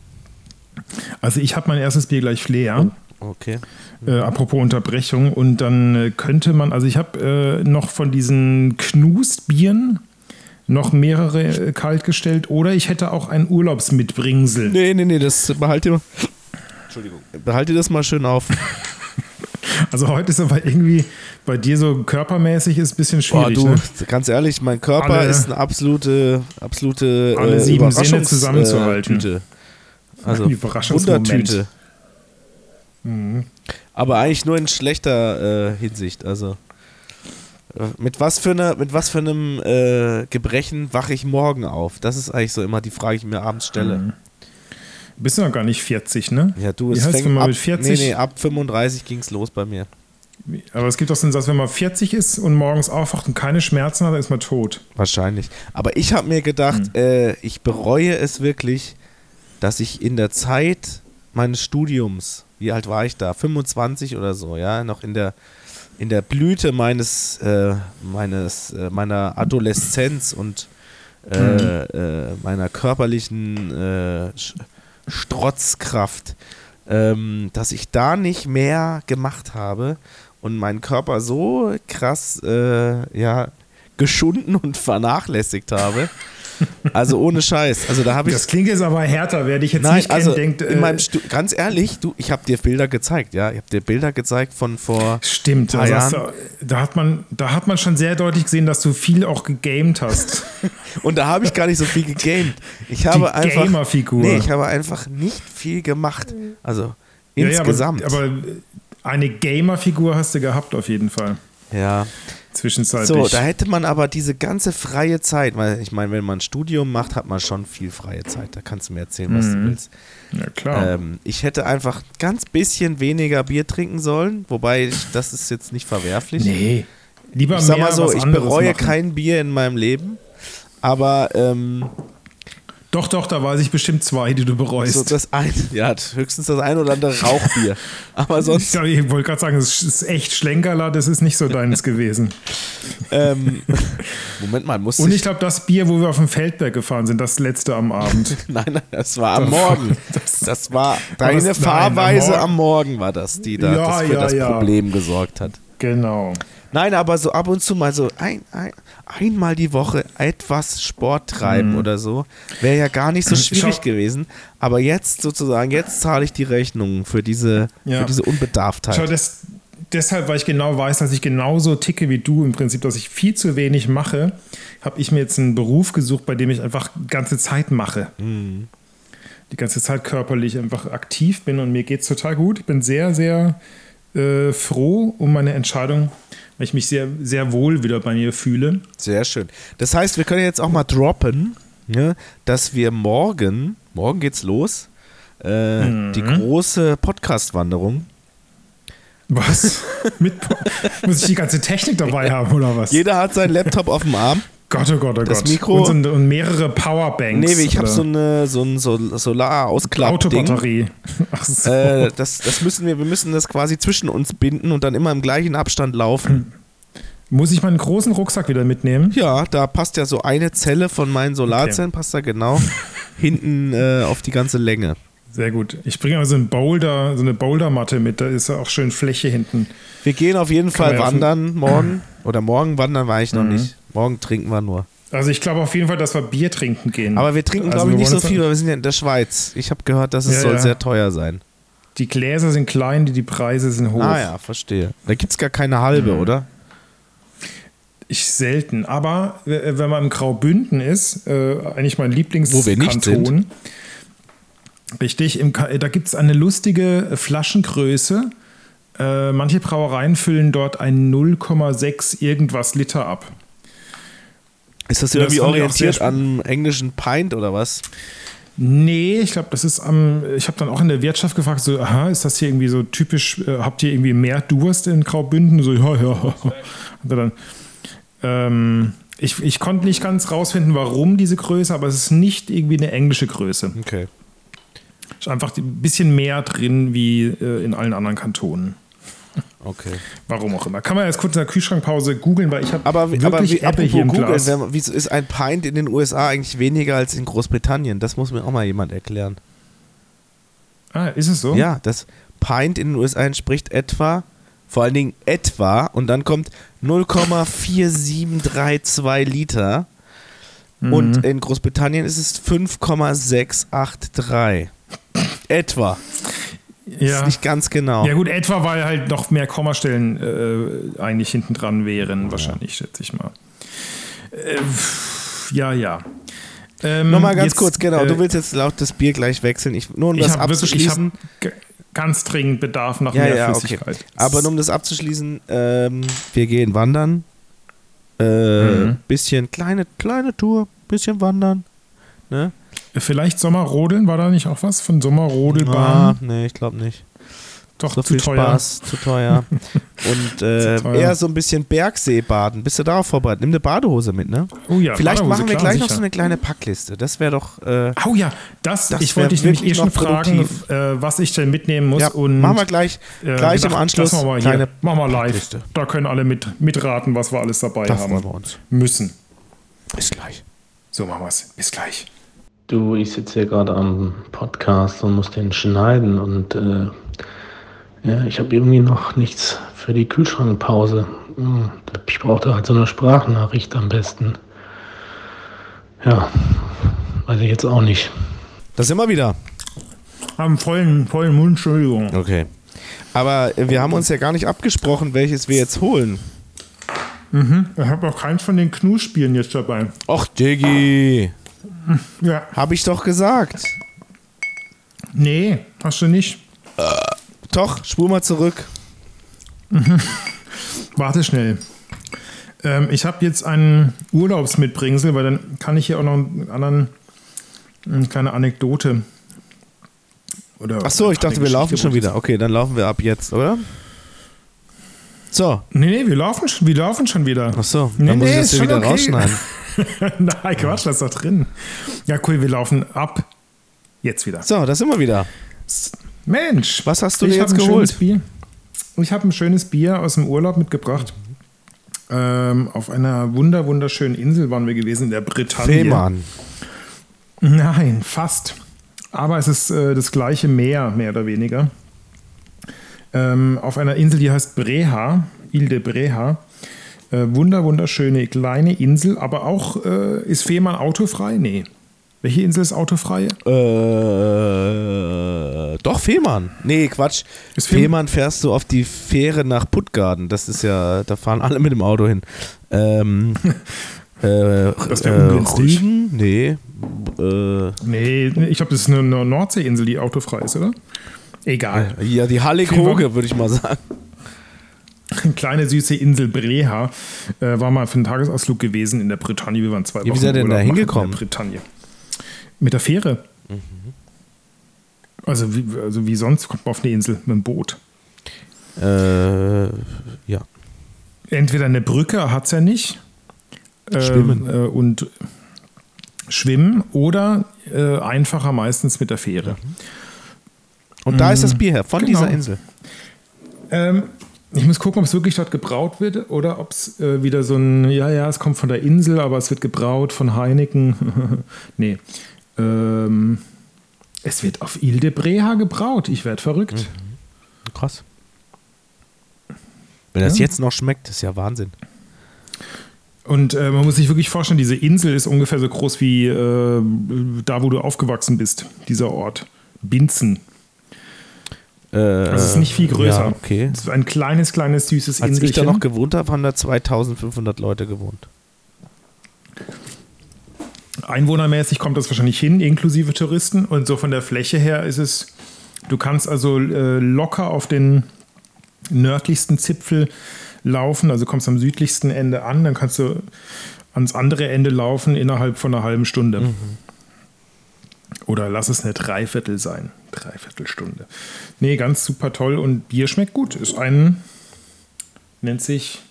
[SPEAKER 1] Also ich habe mein erstes Bier gleich leer,
[SPEAKER 2] Okay.
[SPEAKER 1] äh, apropos Unterbrechung. Und dann äh, könnte man, also ich habe äh, noch von diesen Knustbieren noch mehrere äh, kalt gestellt oder ich hätte auch ein Urlaubsmitbringsel.
[SPEAKER 2] Nee, nee, nee, das behalte mal. Entschuldigung. Behalte das mal schön auf.
[SPEAKER 1] Also heute ist aber irgendwie bei dir so körpermäßig ist ein bisschen
[SPEAKER 2] Boah,
[SPEAKER 1] schwierig.
[SPEAKER 2] du,
[SPEAKER 1] ne?
[SPEAKER 2] ganz ehrlich, mein Körper
[SPEAKER 1] Alle-
[SPEAKER 2] ist eine absolute, absolute
[SPEAKER 1] Alle
[SPEAKER 2] äh,
[SPEAKER 1] sieben Sinne
[SPEAKER 2] Überraschungs-
[SPEAKER 1] zusammenzuhalten.
[SPEAKER 2] äh, Tüte. Also
[SPEAKER 1] Ein Überraschungsmoment. Mhm.
[SPEAKER 2] Wundertüte. Aber eigentlich nur in schlechter äh, Hinsicht. Also äh, mit was für einer, mit was für einem äh, Gebrechen wache ich morgen auf? Das ist eigentlich so immer die Frage, die ich mir abends stelle.
[SPEAKER 1] Bist du noch gar nicht 40, ne?
[SPEAKER 2] Ja, du,
[SPEAKER 1] Mhm. Wie
[SPEAKER 2] es
[SPEAKER 1] heißt,
[SPEAKER 2] fängt
[SPEAKER 1] wenn man
[SPEAKER 2] ab,
[SPEAKER 1] mit 40
[SPEAKER 2] nee, nee, ab 35 ging es los bei mir.
[SPEAKER 1] Aber es gibt doch den Satz, wenn man 40 ist und morgens aufwacht und keine Schmerzen hat, dann ist man tot.
[SPEAKER 2] Wahrscheinlich. Aber ich habe mir gedacht,
[SPEAKER 1] Mhm.
[SPEAKER 2] äh, ich bereue es wirklich, dass ich in der Zeit meines Studiums, wie alt war ich da? 25 oder so, ja, noch in der in der Blüte meines äh, meines äh, meiner Adoleszenz und äh, äh, meiner körperlichen äh, Sch- Strotzkraft, ähm, dass ich da nicht mehr gemacht habe und meinen Körper so krass äh, ja, geschunden und vernachlässigt habe. Also ohne Scheiß. Also da habe ich
[SPEAKER 1] Das klingt jetzt aber härter, wer dich jetzt
[SPEAKER 2] Nein,
[SPEAKER 1] nicht
[SPEAKER 2] also
[SPEAKER 1] kennt, denkt.
[SPEAKER 2] in meinem
[SPEAKER 1] äh,
[SPEAKER 2] Stu ganz ehrlich, du, ich habe dir Bilder gezeigt, ja, ich habe dir Bilder gezeigt von vor
[SPEAKER 1] Stimmt,
[SPEAKER 2] paar
[SPEAKER 1] also hast
[SPEAKER 2] Jahren.
[SPEAKER 1] du, da, hat man, da hat man schon sehr deutlich gesehen, dass du viel auch gegamed hast.
[SPEAKER 2] und da habe ich gar nicht so viel gegamed. Ich habe einfach
[SPEAKER 1] Gamer-Figur.
[SPEAKER 2] Nee, ich habe einfach nicht viel gemacht. Also
[SPEAKER 1] Ja,
[SPEAKER 2] insgesamt.
[SPEAKER 1] Ja, aber, aber eine Gamer-Figur hast du gehabt, auf jeden Fall.
[SPEAKER 2] ja.
[SPEAKER 1] Zwischenzeitlich.
[SPEAKER 2] So, da hätte man aber diese ganze freie Zeit, weil ich meine, wenn man ein Studium macht, hat man schon viel freie Zeit. Da kannst du mir erzählen, was du willst.
[SPEAKER 1] Mhm. ja, klar.
[SPEAKER 2] Ähm, ich hätte einfach ganz bisschen weniger Bier trinken sollen, wobei ich, das ist jetzt nicht verwerflich.
[SPEAKER 1] nee. Lieber
[SPEAKER 2] Ich sag
[SPEAKER 1] mehr
[SPEAKER 2] mal so,
[SPEAKER 1] was
[SPEAKER 2] ich
[SPEAKER 1] anderes
[SPEAKER 2] bereue
[SPEAKER 1] machen.
[SPEAKER 2] kein Bier in meinem Leben, Aber ähm,
[SPEAKER 1] Doch, doch, da weiß ich bestimmt zwei, die du bereust.
[SPEAKER 2] so das ein, ja, höchstens das ein oder andere Rauchbier. Aber
[SPEAKER 1] ich
[SPEAKER 2] sonst
[SPEAKER 1] glaub, ich wollte gerade sagen, es ist echt Schlenkerler, das ist nicht so deines gewesen.
[SPEAKER 2] ähm, Moment mal, muss
[SPEAKER 1] Und ich glaube, das Bier, wo wir auf dem Feldberg gefahren sind, das letzte am Abend.
[SPEAKER 2] Nein, nein, das war am Morgen. Das, war
[SPEAKER 1] das-
[SPEAKER 2] deine
[SPEAKER 1] nein, am
[SPEAKER 2] Fahrweise
[SPEAKER 1] Morgen.
[SPEAKER 2] am Morgen war das, die da
[SPEAKER 1] Ja,
[SPEAKER 2] das für
[SPEAKER 1] ja,
[SPEAKER 2] das
[SPEAKER 1] ja.
[SPEAKER 2] Problem gesorgt hat.
[SPEAKER 1] genau.
[SPEAKER 2] Nein, aber so ab und zu mal so ein, ein, einmal die Woche etwas Sport treiben oder so, wäre ja gar nicht so schwierig
[SPEAKER 1] Mhm. Schau-
[SPEAKER 2] gewesen. Aber jetzt sozusagen, jetzt zahle ich die Rechnung für diese,
[SPEAKER 1] Ja.
[SPEAKER 2] für diese Unbedarftheit.
[SPEAKER 1] Schau, das, deshalb, weil ich genau weiß, dass ich genauso ticke wie du im Prinzip, dass ich viel zu wenig mache, habe ich mir jetzt einen Beruf gesucht, bei dem ich einfach ganze Zeit mache. Hm. Die ganze Zeit körperlich einfach aktiv bin und mir geht es total gut. Ich bin sehr, sehr äh, froh um meine Entscheidung, weil ich mich sehr, sehr wohl wieder bei mir fühle.
[SPEAKER 2] Sehr schön. Das heißt, wir können jetzt auch mal droppen, ne, dass wir morgen, morgen geht's los, äh,
[SPEAKER 1] Mhm.
[SPEAKER 2] die große Podcast-Wanderung.
[SPEAKER 1] Was? Mit, muss ich die ganze Technik dabei haben oder was?
[SPEAKER 2] Jeder hat seinen Laptop auf dem Arm.
[SPEAKER 1] Gott, oh Gott, oh
[SPEAKER 2] Das
[SPEAKER 1] Gott.
[SPEAKER 2] Mikro-
[SPEAKER 1] und, so- und mehrere Powerbanks.
[SPEAKER 2] Nee, ich habe
[SPEAKER 1] oder
[SPEAKER 2] so, eine, so ein Sol Solar-Ausklapp-Ding.
[SPEAKER 1] Autobatterie. Ach so.
[SPEAKER 2] Äh, das, das müssen wir, wir müssen das quasi zwischen uns binden und dann immer im gleichen Abstand laufen.
[SPEAKER 1] Muss ich meinen großen Rucksack wieder mitnehmen?
[SPEAKER 2] Ja, da passt ja so eine Zelle von meinen Solarzellen, passt da genau hinten äh, auf die ganze Länge.
[SPEAKER 1] Sehr gut. Ich bringe also einen Boulder, so eine Bouldermatte mit, da ist ja auch schön Fläche hinten.
[SPEAKER 2] Wir Mhm. gehen auf jeden Fall
[SPEAKER 1] man ja auf den-
[SPEAKER 2] wandern morgen. Oder morgen wandern war ich noch nicht. Morgen trinken wir nur.
[SPEAKER 1] Also ich glaube auf jeden Fall, dass wir Bier trinken gehen.
[SPEAKER 2] Aber wir trinken,
[SPEAKER 1] Also
[SPEAKER 2] glaube ich,
[SPEAKER 1] wir
[SPEAKER 2] nicht
[SPEAKER 1] wollen
[SPEAKER 2] so viel,
[SPEAKER 1] uns-
[SPEAKER 2] weil wir sind ja in der Schweiz. Ich habe gehört, dass es
[SPEAKER 1] Ja,
[SPEAKER 2] soll
[SPEAKER 1] ja.
[SPEAKER 2] sehr teuer sein.
[SPEAKER 1] Die Gläser sind klein, die, die Preise sind hoch.
[SPEAKER 2] Ah ja, verstehe. Da gibt es gar keine halbe, oder?
[SPEAKER 1] Ich selten. Aber äh, wenn man im Graubünden ist, äh, eigentlich mein Lieblingskanton.
[SPEAKER 2] Wo wir nicht sind.
[SPEAKER 1] Richtig, im, Ka- äh, da gibt es eine lustige Flaschengröße. Äh, manche Brauereien füllen dort ein 0,6 irgendwas Liter ab.
[SPEAKER 2] Ist das
[SPEAKER 1] Das
[SPEAKER 2] irgendwie
[SPEAKER 1] fand ich auch
[SPEAKER 2] orientiert
[SPEAKER 1] sehr
[SPEAKER 2] am englischen Pint oder was?
[SPEAKER 1] Nee, ich glaube, das ist am. Ich habe dann auch in der Wirtschaft gefragt, so, aha, ist das hier irgendwie so typisch? Äh, habt ihr irgendwie mehr Durst in Graubünden? So, ja, ja. Hat er dann, ähm, ich ich konnte nicht ganz rausfinden, warum diese Größe, aber es ist nicht irgendwie eine englische Größe.
[SPEAKER 2] Okay.
[SPEAKER 1] Ist einfach ein bisschen mehr drin wie äh, in allen anderen Kantonen.
[SPEAKER 2] Okay.
[SPEAKER 1] Warum auch immer. Kann man jetzt kurz in der Kühlschrankpause googeln, weil ich habe
[SPEAKER 2] Aber,
[SPEAKER 1] wirklich
[SPEAKER 2] aber wie,
[SPEAKER 1] Apple
[SPEAKER 2] apropos
[SPEAKER 1] hier im
[SPEAKER 2] Google,
[SPEAKER 1] Glas.
[SPEAKER 2] wenn, wieso ist ein Pint in den USA eigentlich weniger als in Großbritannien? Das muss mir auch mal jemand erklären.
[SPEAKER 1] Ah, ist es so?
[SPEAKER 2] Ja, das Pint in den USA entspricht etwa, vor allen Dingen etwa, und dann kommt 0,4732 Liter.
[SPEAKER 1] Mhm.
[SPEAKER 2] Und in Großbritannien ist es 5,683. Etwa.
[SPEAKER 1] ja.
[SPEAKER 2] Ist nicht ganz genau.
[SPEAKER 1] Ja, gut, etwa, weil halt noch mehr Kommastellen äh, eigentlich hinten dran wären, wahrscheinlich, schätze ich mal. Äh, pff, ja, ja. Ähm,
[SPEAKER 2] Nochmal ganz
[SPEAKER 1] jetzt,
[SPEAKER 2] kurz, genau.
[SPEAKER 1] äh,
[SPEAKER 2] du willst jetzt laut das Bier gleich wechseln. Ich, nur um
[SPEAKER 1] ich
[SPEAKER 2] das
[SPEAKER 1] hab wirklich, ich
[SPEAKER 2] abzuschließen.
[SPEAKER 1] habe ganz dringend Bedarf nach mehr Flüssigkeit.
[SPEAKER 2] Aber nur um das abzuschließen, ähm, wir gehen wandern. Äh,
[SPEAKER 1] Mhm.
[SPEAKER 2] Bisschen kleine, kleine Tour, bisschen wandern. Ne?
[SPEAKER 1] Äh, Vielleicht Sommerrodeln, war da nicht auch was von
[SPEAKER 2] Ah,
[SPEAKER 1] Sommerrodelbahn?
[SPEAKER 2] nee, ich glaube nicht.
[SPEAKER 1] Doch,
[SPEAKER 2] so
[SPEAKER 1] zu
[SPEAKER 2] viel
[SPEAKER 1] teuer.
[SPEAKER 2] Spaß, zu teuer. Und äh,
[SPEAKER 1] Zu teuer.
[SPEAKER 2] eher so ein bisschen Bergsee baden. Bist du darauf vorbereitet? Nimm eine Badehose mit, ne?
[SPEAKER 1] Oh ja,
[SPEAKER 2] Vielleicht
[SPEAKER 1] Badehose,
[SPEAKER 2] machen wir
[SPEAKER 1] klar,
[SPEAKER 2] gleich noch
[SPEAKER 1] sicher.
[SPEAKER 2] so eine kleine Packliste. Das wäre doch. Äh,
[SPEAKER 1] Oh ja, das,
[SPEAKER 2] Das
[SPEAKER 1] ich wollte
[SPEAKER 2] wär
[SPEAKER 1] dich nämlich eh
[SPEAKER 2] wirklich
[SPEAKER 1] schon
[SPEAKER 2] noch
[SPEAKER 1] fragen,
[SPEAKER 2] produktiv.
[SPEAKER 1] äh, was ich denn mitnehmen muss.
[SPEAKER 2] ja,
[SPEAKER 1] und
[SPEAKER 2] machen wir gleich,
[SPEAKER 1] Äh,
[SPEAKER 2] gleich im
[SPEAKER 1] gedacht,
[SPEAKER 2] Anschluss.
[SPEAKER 1] Das machen wir, hier.
[SPEAKER 2] kleine
[SPEAKER 1] machen wir live.
[SPEAKER 2] Packliste.
[SPEAKER 1] Da können alle mit, mitraten, was wir alles dabei
[SPEAKER 2] Das
[SPEAKER 1] haben
[SPEAKER 2] wollen wir uns.
[SPEAKER 1] müssen.
[SPEAKER 2] Bis gleich.
[SPEAKER 1] So machen wir es. Bis gleich.
[SPEAKER 3] Du, ich sitze hier gerade am Podcast und muss den schneiden und äh, ja, ich habe irgendwie noch nichts für die Kühlschrankpause. Hm, Ich brauchte halt so eine Sprachnachricht am besten. Ja, weiß ich jetzt auch nicht.
[SPEAKER 2] Da sind wir wieder.
[SPEAKER 1] Haben vollen, vollen Mund, Entschuldigung.
[SPEAKER 2] Okay. Aber äh, wir haben uns ja gar nicht abgesprochen, welches wir jetzt holen.
[SPEAKER 1] Ich habe auch keins von den Knuspielen jetzt dabei.
[SPEAKER 2] Och, Diggi.
[SPEAKER 1] Ja.
[SPEAKER 2] Hab ich doch gesagt.
[SPEAKER 1] Nee, hast du nicht.
[SPEAKER 2] Doch, spul mal zurück.
[SPEAKER 1] Warte schnell. Ähm, ich habe jetzt einen Urlaubsmitbringsel, weil dann kann ich hier auch noch einen anderen, eine kleine Anekdote. Oder
[SPEAKER 2] Achso, ich
[SPEAKER 1] einfach
[SPEAKER 2] dachte,
[SPEAKER 1] eine
[SPEAKER 2] wir laufen
[SPEAKER 1] Geschichte,
[SPEAKER 2] schon wieder. Okay, dann laufen wir ab jetzt, oder? So,
[SPEAKER 1] wo- Nee, nee, wir laufen schon, wir laufen schon wieder.
[SPEAKER 2] achso,
[SPEAKER 1] Nee,
[SPEAKER 2] dann muss
[SPEAKER 1] nee,
[SPEAKER 2] ich das
[SPEAKER 1] ist
[SPEAKER 2] hier
[SPEAKER 1] schon
[SPEAKER 2] wieder
[SPEAKER 1] okay.
[SPEAKER 2] rausschneiden.
[SPEAKER 1] Nein, Quatsch, das ist doch drin. Ja, cool, wir laufen ab. Jetzt wieder.
[SPEAKER 2] So, da sind wir wieder.
[SPEAKER 1] Mensch,
[SPEAKER 2] Was hast du
[SPEAKER 1] ich
[SPEAKER 2] dir
[SPEAKER 1] hab
[SPEAKER 2] jetzt
[SPEAKER 1] ein schönes
[SPEAKER 2] geholt?
[SPEAKER 1] Bier. Ich habe ein schönes Bier aus dem Urlaub mitgebracht. Ähm, auf einer wunder wunderschönen Insel waren wir gewesen in der Bretagne.
[SPEAKER 2] Fehmarn.
[SPEAKER 1] Nein, fast. Aber es ist äh, das gleiche Meer, mehr oder weniger. Ähm, auf einer Insel, die heißt Breha, Ile de Breha. Äh, wunder, wunderschöne kleine Insel, aber auch äh, ist Fehmarn autofrei? Nee. Welche Insel ist autofrei?
[SPEAKER 2] Äh, doch, Fehmarn. Nee, Quatsch.
[SPEAKER 1] Ist Fehm-
[SPEAKER 2] Fehmarn fährst du auf die Fähre nach Puttgarden. Das ist ja, da fahren alle mit dem Auto hin. Ähm, äh,
[SPEAKER 1] Das
[SPEAKER 2] äh,
[SPEAKER 1] wär ungünstig.
[SPEAKER 2] Rügen? Nee. Äh,
[SPEAKER 1] Nee, ich glaube, das ist eine, eine Nordseeinsel, die autofrei ist, oder? Egal.
[SPEAKER 2] ja, die Halle Kroge, würde ich mal sagen.
[SPEAKER 1] Kleine süße Insel Breha äh, war mal für einen Tagesausflug gewesen in der Bretagne. Wir waren zwei Wochen.
[SPEAKER 2] wie seid ihr denn
[SPEAKER 1] Urlaub
[SPEAKER 2] da
[SPEAKER 1] machen
[SPEAKER 2] hingekommen? Mhm.
[SPEAKER 1] In der Bretagne. Mit der Fähre. Also, wie, also wie sonst kommt man auf eine Insel mit dem Boot.
[SPEAKER 2] Äh, ja.
[SPEAKER 1] Entweder eine Brücke hat es ja nicht. Ähm,
[SPEAKER 2] Schwimmen.
[SPEAKER 1] Äh, und schwimmen oder äh, einfacher meistens mit der Fähre.
[SPEAKER 2] Und da ist das Bier her, von
[SPEAKER 1] Genau.
[SPEAKER 2] dieser Insel.
[SPEAKER 1] Ähm, ich muss gucken, ob es wirklich dort gebraut wird oder ob es äh, wieder so ein, ja, ja, es kommt von der Insel, aber es wird gebraut von Heineken. nee. Ähm, es wird auf Ile de Breha gebraut. Ich werde verrückt.
[SPEAKER 2] Krass. Wenn das
[SPEAKER 1] Ja.
[SPEAKER 2] jetzt noch schmeckt, ist ja Wahnsinn. Mhm.
[SPEAKER 1] Und äh, man muss sich wirklich vorstellen, diese Insel ist ungefähr so groß wie äh, da, wo du aufgewachsen bist, dieser Ort. Binzen.
[SPEAKER 2] Äh,
[SPEAKER 1] Also es ist nicht viel größer.
[SPEAKER 2] Ja, okay.
[SPEAKER 1] Es ist ein kleines, kleines, süßes
[SPEAKER 2] Als ich da
[SPEAKER 1] Inselchen.
[SPEAKER 2] noch gewohnt habe, haben da 2500 Leute gewohnt.
[SPEAKER 1] Einwohnermäßig kommt das wahrscheinlich hin, inklusive Touristen. Und so von der Fläche her ist es, du kannst also äh, locker auf den nördlichsten Zipfel laufen, also kommst am südlichsten Ende an, dann kannst du ans andere Ende laufen innerhalb von einer halben Stunde. Oder lass es eine Dreiviertel sein. Dreiviertelstunde. Nee, ganz super toll und Bier schmeckt gut. Ist ein, nennt sich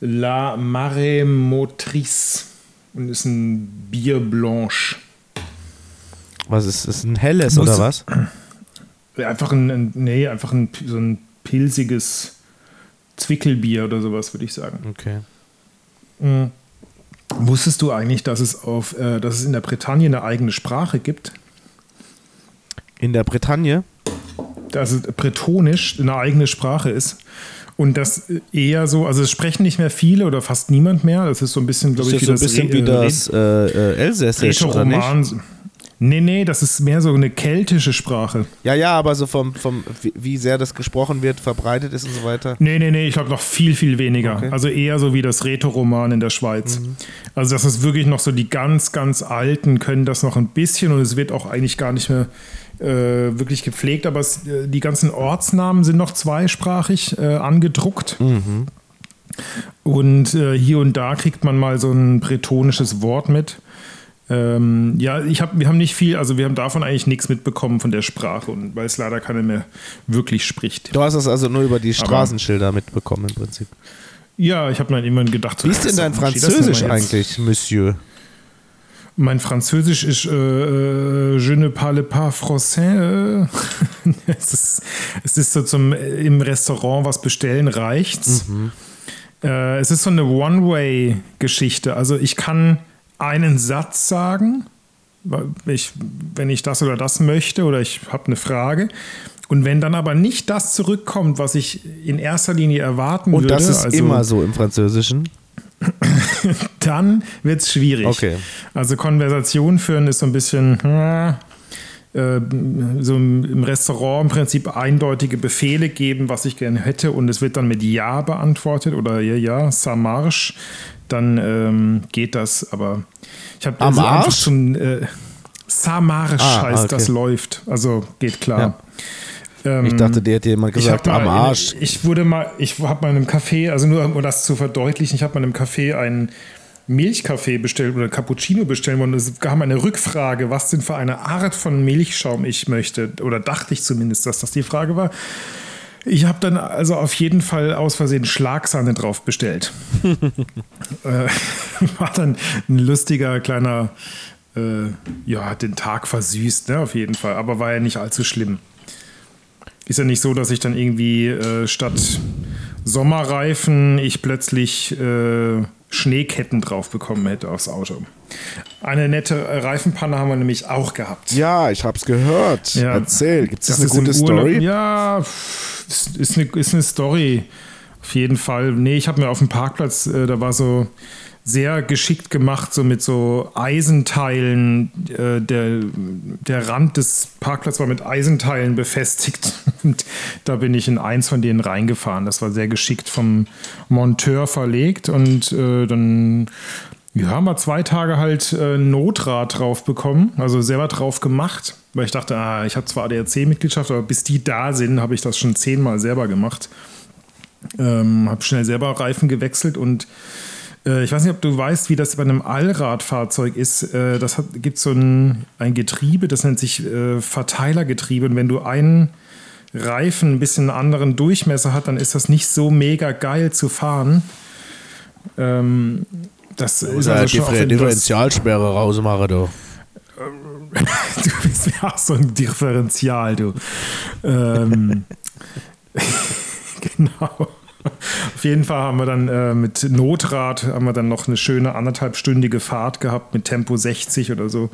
[SPEAKER 1] La Mare Motrice und ist ein Bier Blanche.
[SPEAKER 2] Was ist das? Ein helles
[SPEAKER 1] Muss-
[SPEAKER 2] oder was?
[SPEAKER 1] Äh, Einfach ein, ein nee, einfach ein, so ein pilziges Zwickelbier oder sowas, würde ich sagen.
[SPEAKER 2] Okay.
[SPEAKER 1] Wusstest du eigentlich, dass es, auf, äh, dass es in der Bretagne eine eigene Sprache gibt?
[SPEAKER 2] In der Bretagne?
[SPEAKER 1] dass es Bretonisch eine eigene Sprache ist. Und das eher so, also es sprechen nicht mehr viele oder fast niemand mehr. Das ist so ein bisschen, glaube
[SPEAKER 2] Ist
[SPEAKER 1] ich,
[SPEAKER 2] das so ein bisschen
[SPEAKER 1] Re-
[SPEAKER 2] wie
[SPEAKER 1] äh,
[SPEAKER 2] das äh, äh, Elsässisch, oder nicht?
[SPEAKER 1] Rätoroman. Nee, nee, das ist mehr so eine keltische Sprache.
[SPEAKER 2] Ja, ja, aber so vom, vom wie, wie sehr das gesprochen wird, verbreitet ist und so weiter.
[SPEAKER 1] Nee, nee, nee, ich glaube noch viel, viel weniger.
[SPEAKER 2] Okay.
[SPEAKER 1] Also eher so wie das Rätoroman in der Schweiz. Also das ist wirklich noch so, die ganz, ganz Alten können das noch ein bisschen und es wird auch eigentlich gar nicht mehr äh, wirklich gepflegt, aber es, äh, die ganzen Ortsnamen sind noch zweisprachig äh, angedruckt. Und äh, hier und da kriegt man mal so ein bretonisches Wort mit. Ähm, ja, ich hab, wir haben nicht viel, also wir haben davon eigentlich nichts mitbekommen von der Sprache, und weil es leider keiner mehr wirklich spricht.
[SPEAKER 2] Du hast das also nur über die Straßenschilder mitbekommen im Prinzip.
[SPEAKER 1] Ja, ich habe mir immer gedacht,
[SPEAKER 2] Wie ist denn
[SPEAKER 1] so,
[SPEAKER 2] dein
[SPEAKER 1] steht das denn
[SPEAKER 2] Französisch
[SPEAKER 1] mal jetzt?
[SPEAKER 2] eigentlich, Monsieur?
[SPEAKER 1] Mein Französisch ist äh, äh, Je ne parle pas français. äh. es, ist, es ist so zum äh, im Restaurant was bestellen reicht's.
[SPEAKER 2] Mhm.
[SPEAKER 1] Äh, es ist so eine One-Way-Geschichte. Also ich kann einen Satz sagen, weil ich, wenn ich das oder das möchte oder ich habe eine Frage. Und wenn dann aber nicht das zurückkommt, was ich in erster Linie erwarten
[SPEAKER 2] Und
[SPEAKER 1] würde,
[SPEAKER 2] das ist
[SPEAKER 1] also
[SPEAKER 2] immer so im Französischen.
[SPEAKER 1] dann wird es schwierig.
[SPEAKER 2] Okay.
[SPEAKER 1] Also Konversation führen ist so ein bisschen hm, äh, so im im Restaurant im Prinzip eindeutige Befehle geben, was ich gerne hätte und es wird dann mit Ja beantwortet oder ja, ja, ça marche, dann ähm, geht das, aber ich habe
[SPEAKER 2] Am
[SPEAKER 1] einfach
[SPEAKER 2] Arsch?
[SPEAKER 1] schon äh, ça marche
[SPEAKER 2] Ah,
[SPEAKER 1] heißt,
[SPEAKER 2] okay.
[SPEAKER 1] das läuft, also geht klar. Ähm,
[SPEAKER 2] Ich dachte, dir hätte jemand gesagt,
[SPEAKER 1] ich hab
[SPEAKER 2] am
[SPEAKER 1] mal in-
[SPEAKER 2] Arsch.
[SPEAKER 1] Ich wurde mal, ich habe mal in einem Café, also nur um das zu verdeutlichen, ich habe mal in einem Café einen Milchkaffee bestellt oder Cappuccino bestellt und es kam eine Rückfrage, was denn für eine Art von Milchschaum ich möchte. Oder dachte ich zumindest, dass das die Frage war. Ich habe dann also auf jeden Fall aus Versehen Schlagsahne drauf bestellt. äh, war dann ein lustiger kleiner, äh, ja, hat den Tag versüßt, ne, auf jeden Fall. Aber war ja nicht allzu schlimm. Ist ja nicht so, dass ich dann irgendwie äh, statt Sommerreifen ich plötzlich äh, Schneeketten drauf bekommen hätte aufs Auto. Eine nette äh, Reifenpanne haben wir nämlich auch gehabt.
[SPEAKER 2] Ja, ich hab's gehört.
[SPEAKER 1] Ja.
[SPEAKER 2] Erzähl, gibt es
[SPEAKER 1] Das
[SPEAKER 2] eine
[SPEAKER 1] ist im
[SPEAKER 2] gute
[SPEAKER 1] Urlaub-
[SPEAKER 2] Story?
[SPEAKER 1] Ja, pff, ist, ist, eine, ist eine Story. Auf jeden Fall. Nee, ich habe mir auf dem Parkplatz, äh, da war so sehr geschickt gemacht, so mit so Eisenteilen. Äh, der, der Rand des Parkplatzes war mit Eisenteilen befestigt. Und da bin ich in eins von denen reingefahren. Das war sehr geschickt vom Monteur verlegt. Und äh, dann ja, haben wir zwei Tage halt äh, Notrad drauf bekommen, also selber drauf gemacht, weil ich dachte, ah, ich habe zwar ADAC-Mitgliedschaft, aber bis die da sind, habe ich das schon zehnmal selber gemacht. Ähm, habe schnell selber Reifen gewechselt und äh, ich weiß nicht, ob du weißt, wie das bei einem Allradfahrzeug ist. Äh, das hat, gibt so ein, ein Getriebe, das nennt sich äh, Verteilergetriebe und wenn du einen Reifen ein bisschen anderen Durchmesser hat, dann ist das nicht so mega geil zu fahren. Ähm, das ist also schon auch wenn du das-
[SPEAKER 2] halt Differentialsperre rausmachen, du.
[SPEAKER 1] Du bist mir auch so ein Differential, du. Ähm, genau. Auf jeden Fall haben wir dann äh, mit Notrad haben wir dann noch eine schöne anderthalbstündige Fahrt gehabt mit Tempo 60 oder so.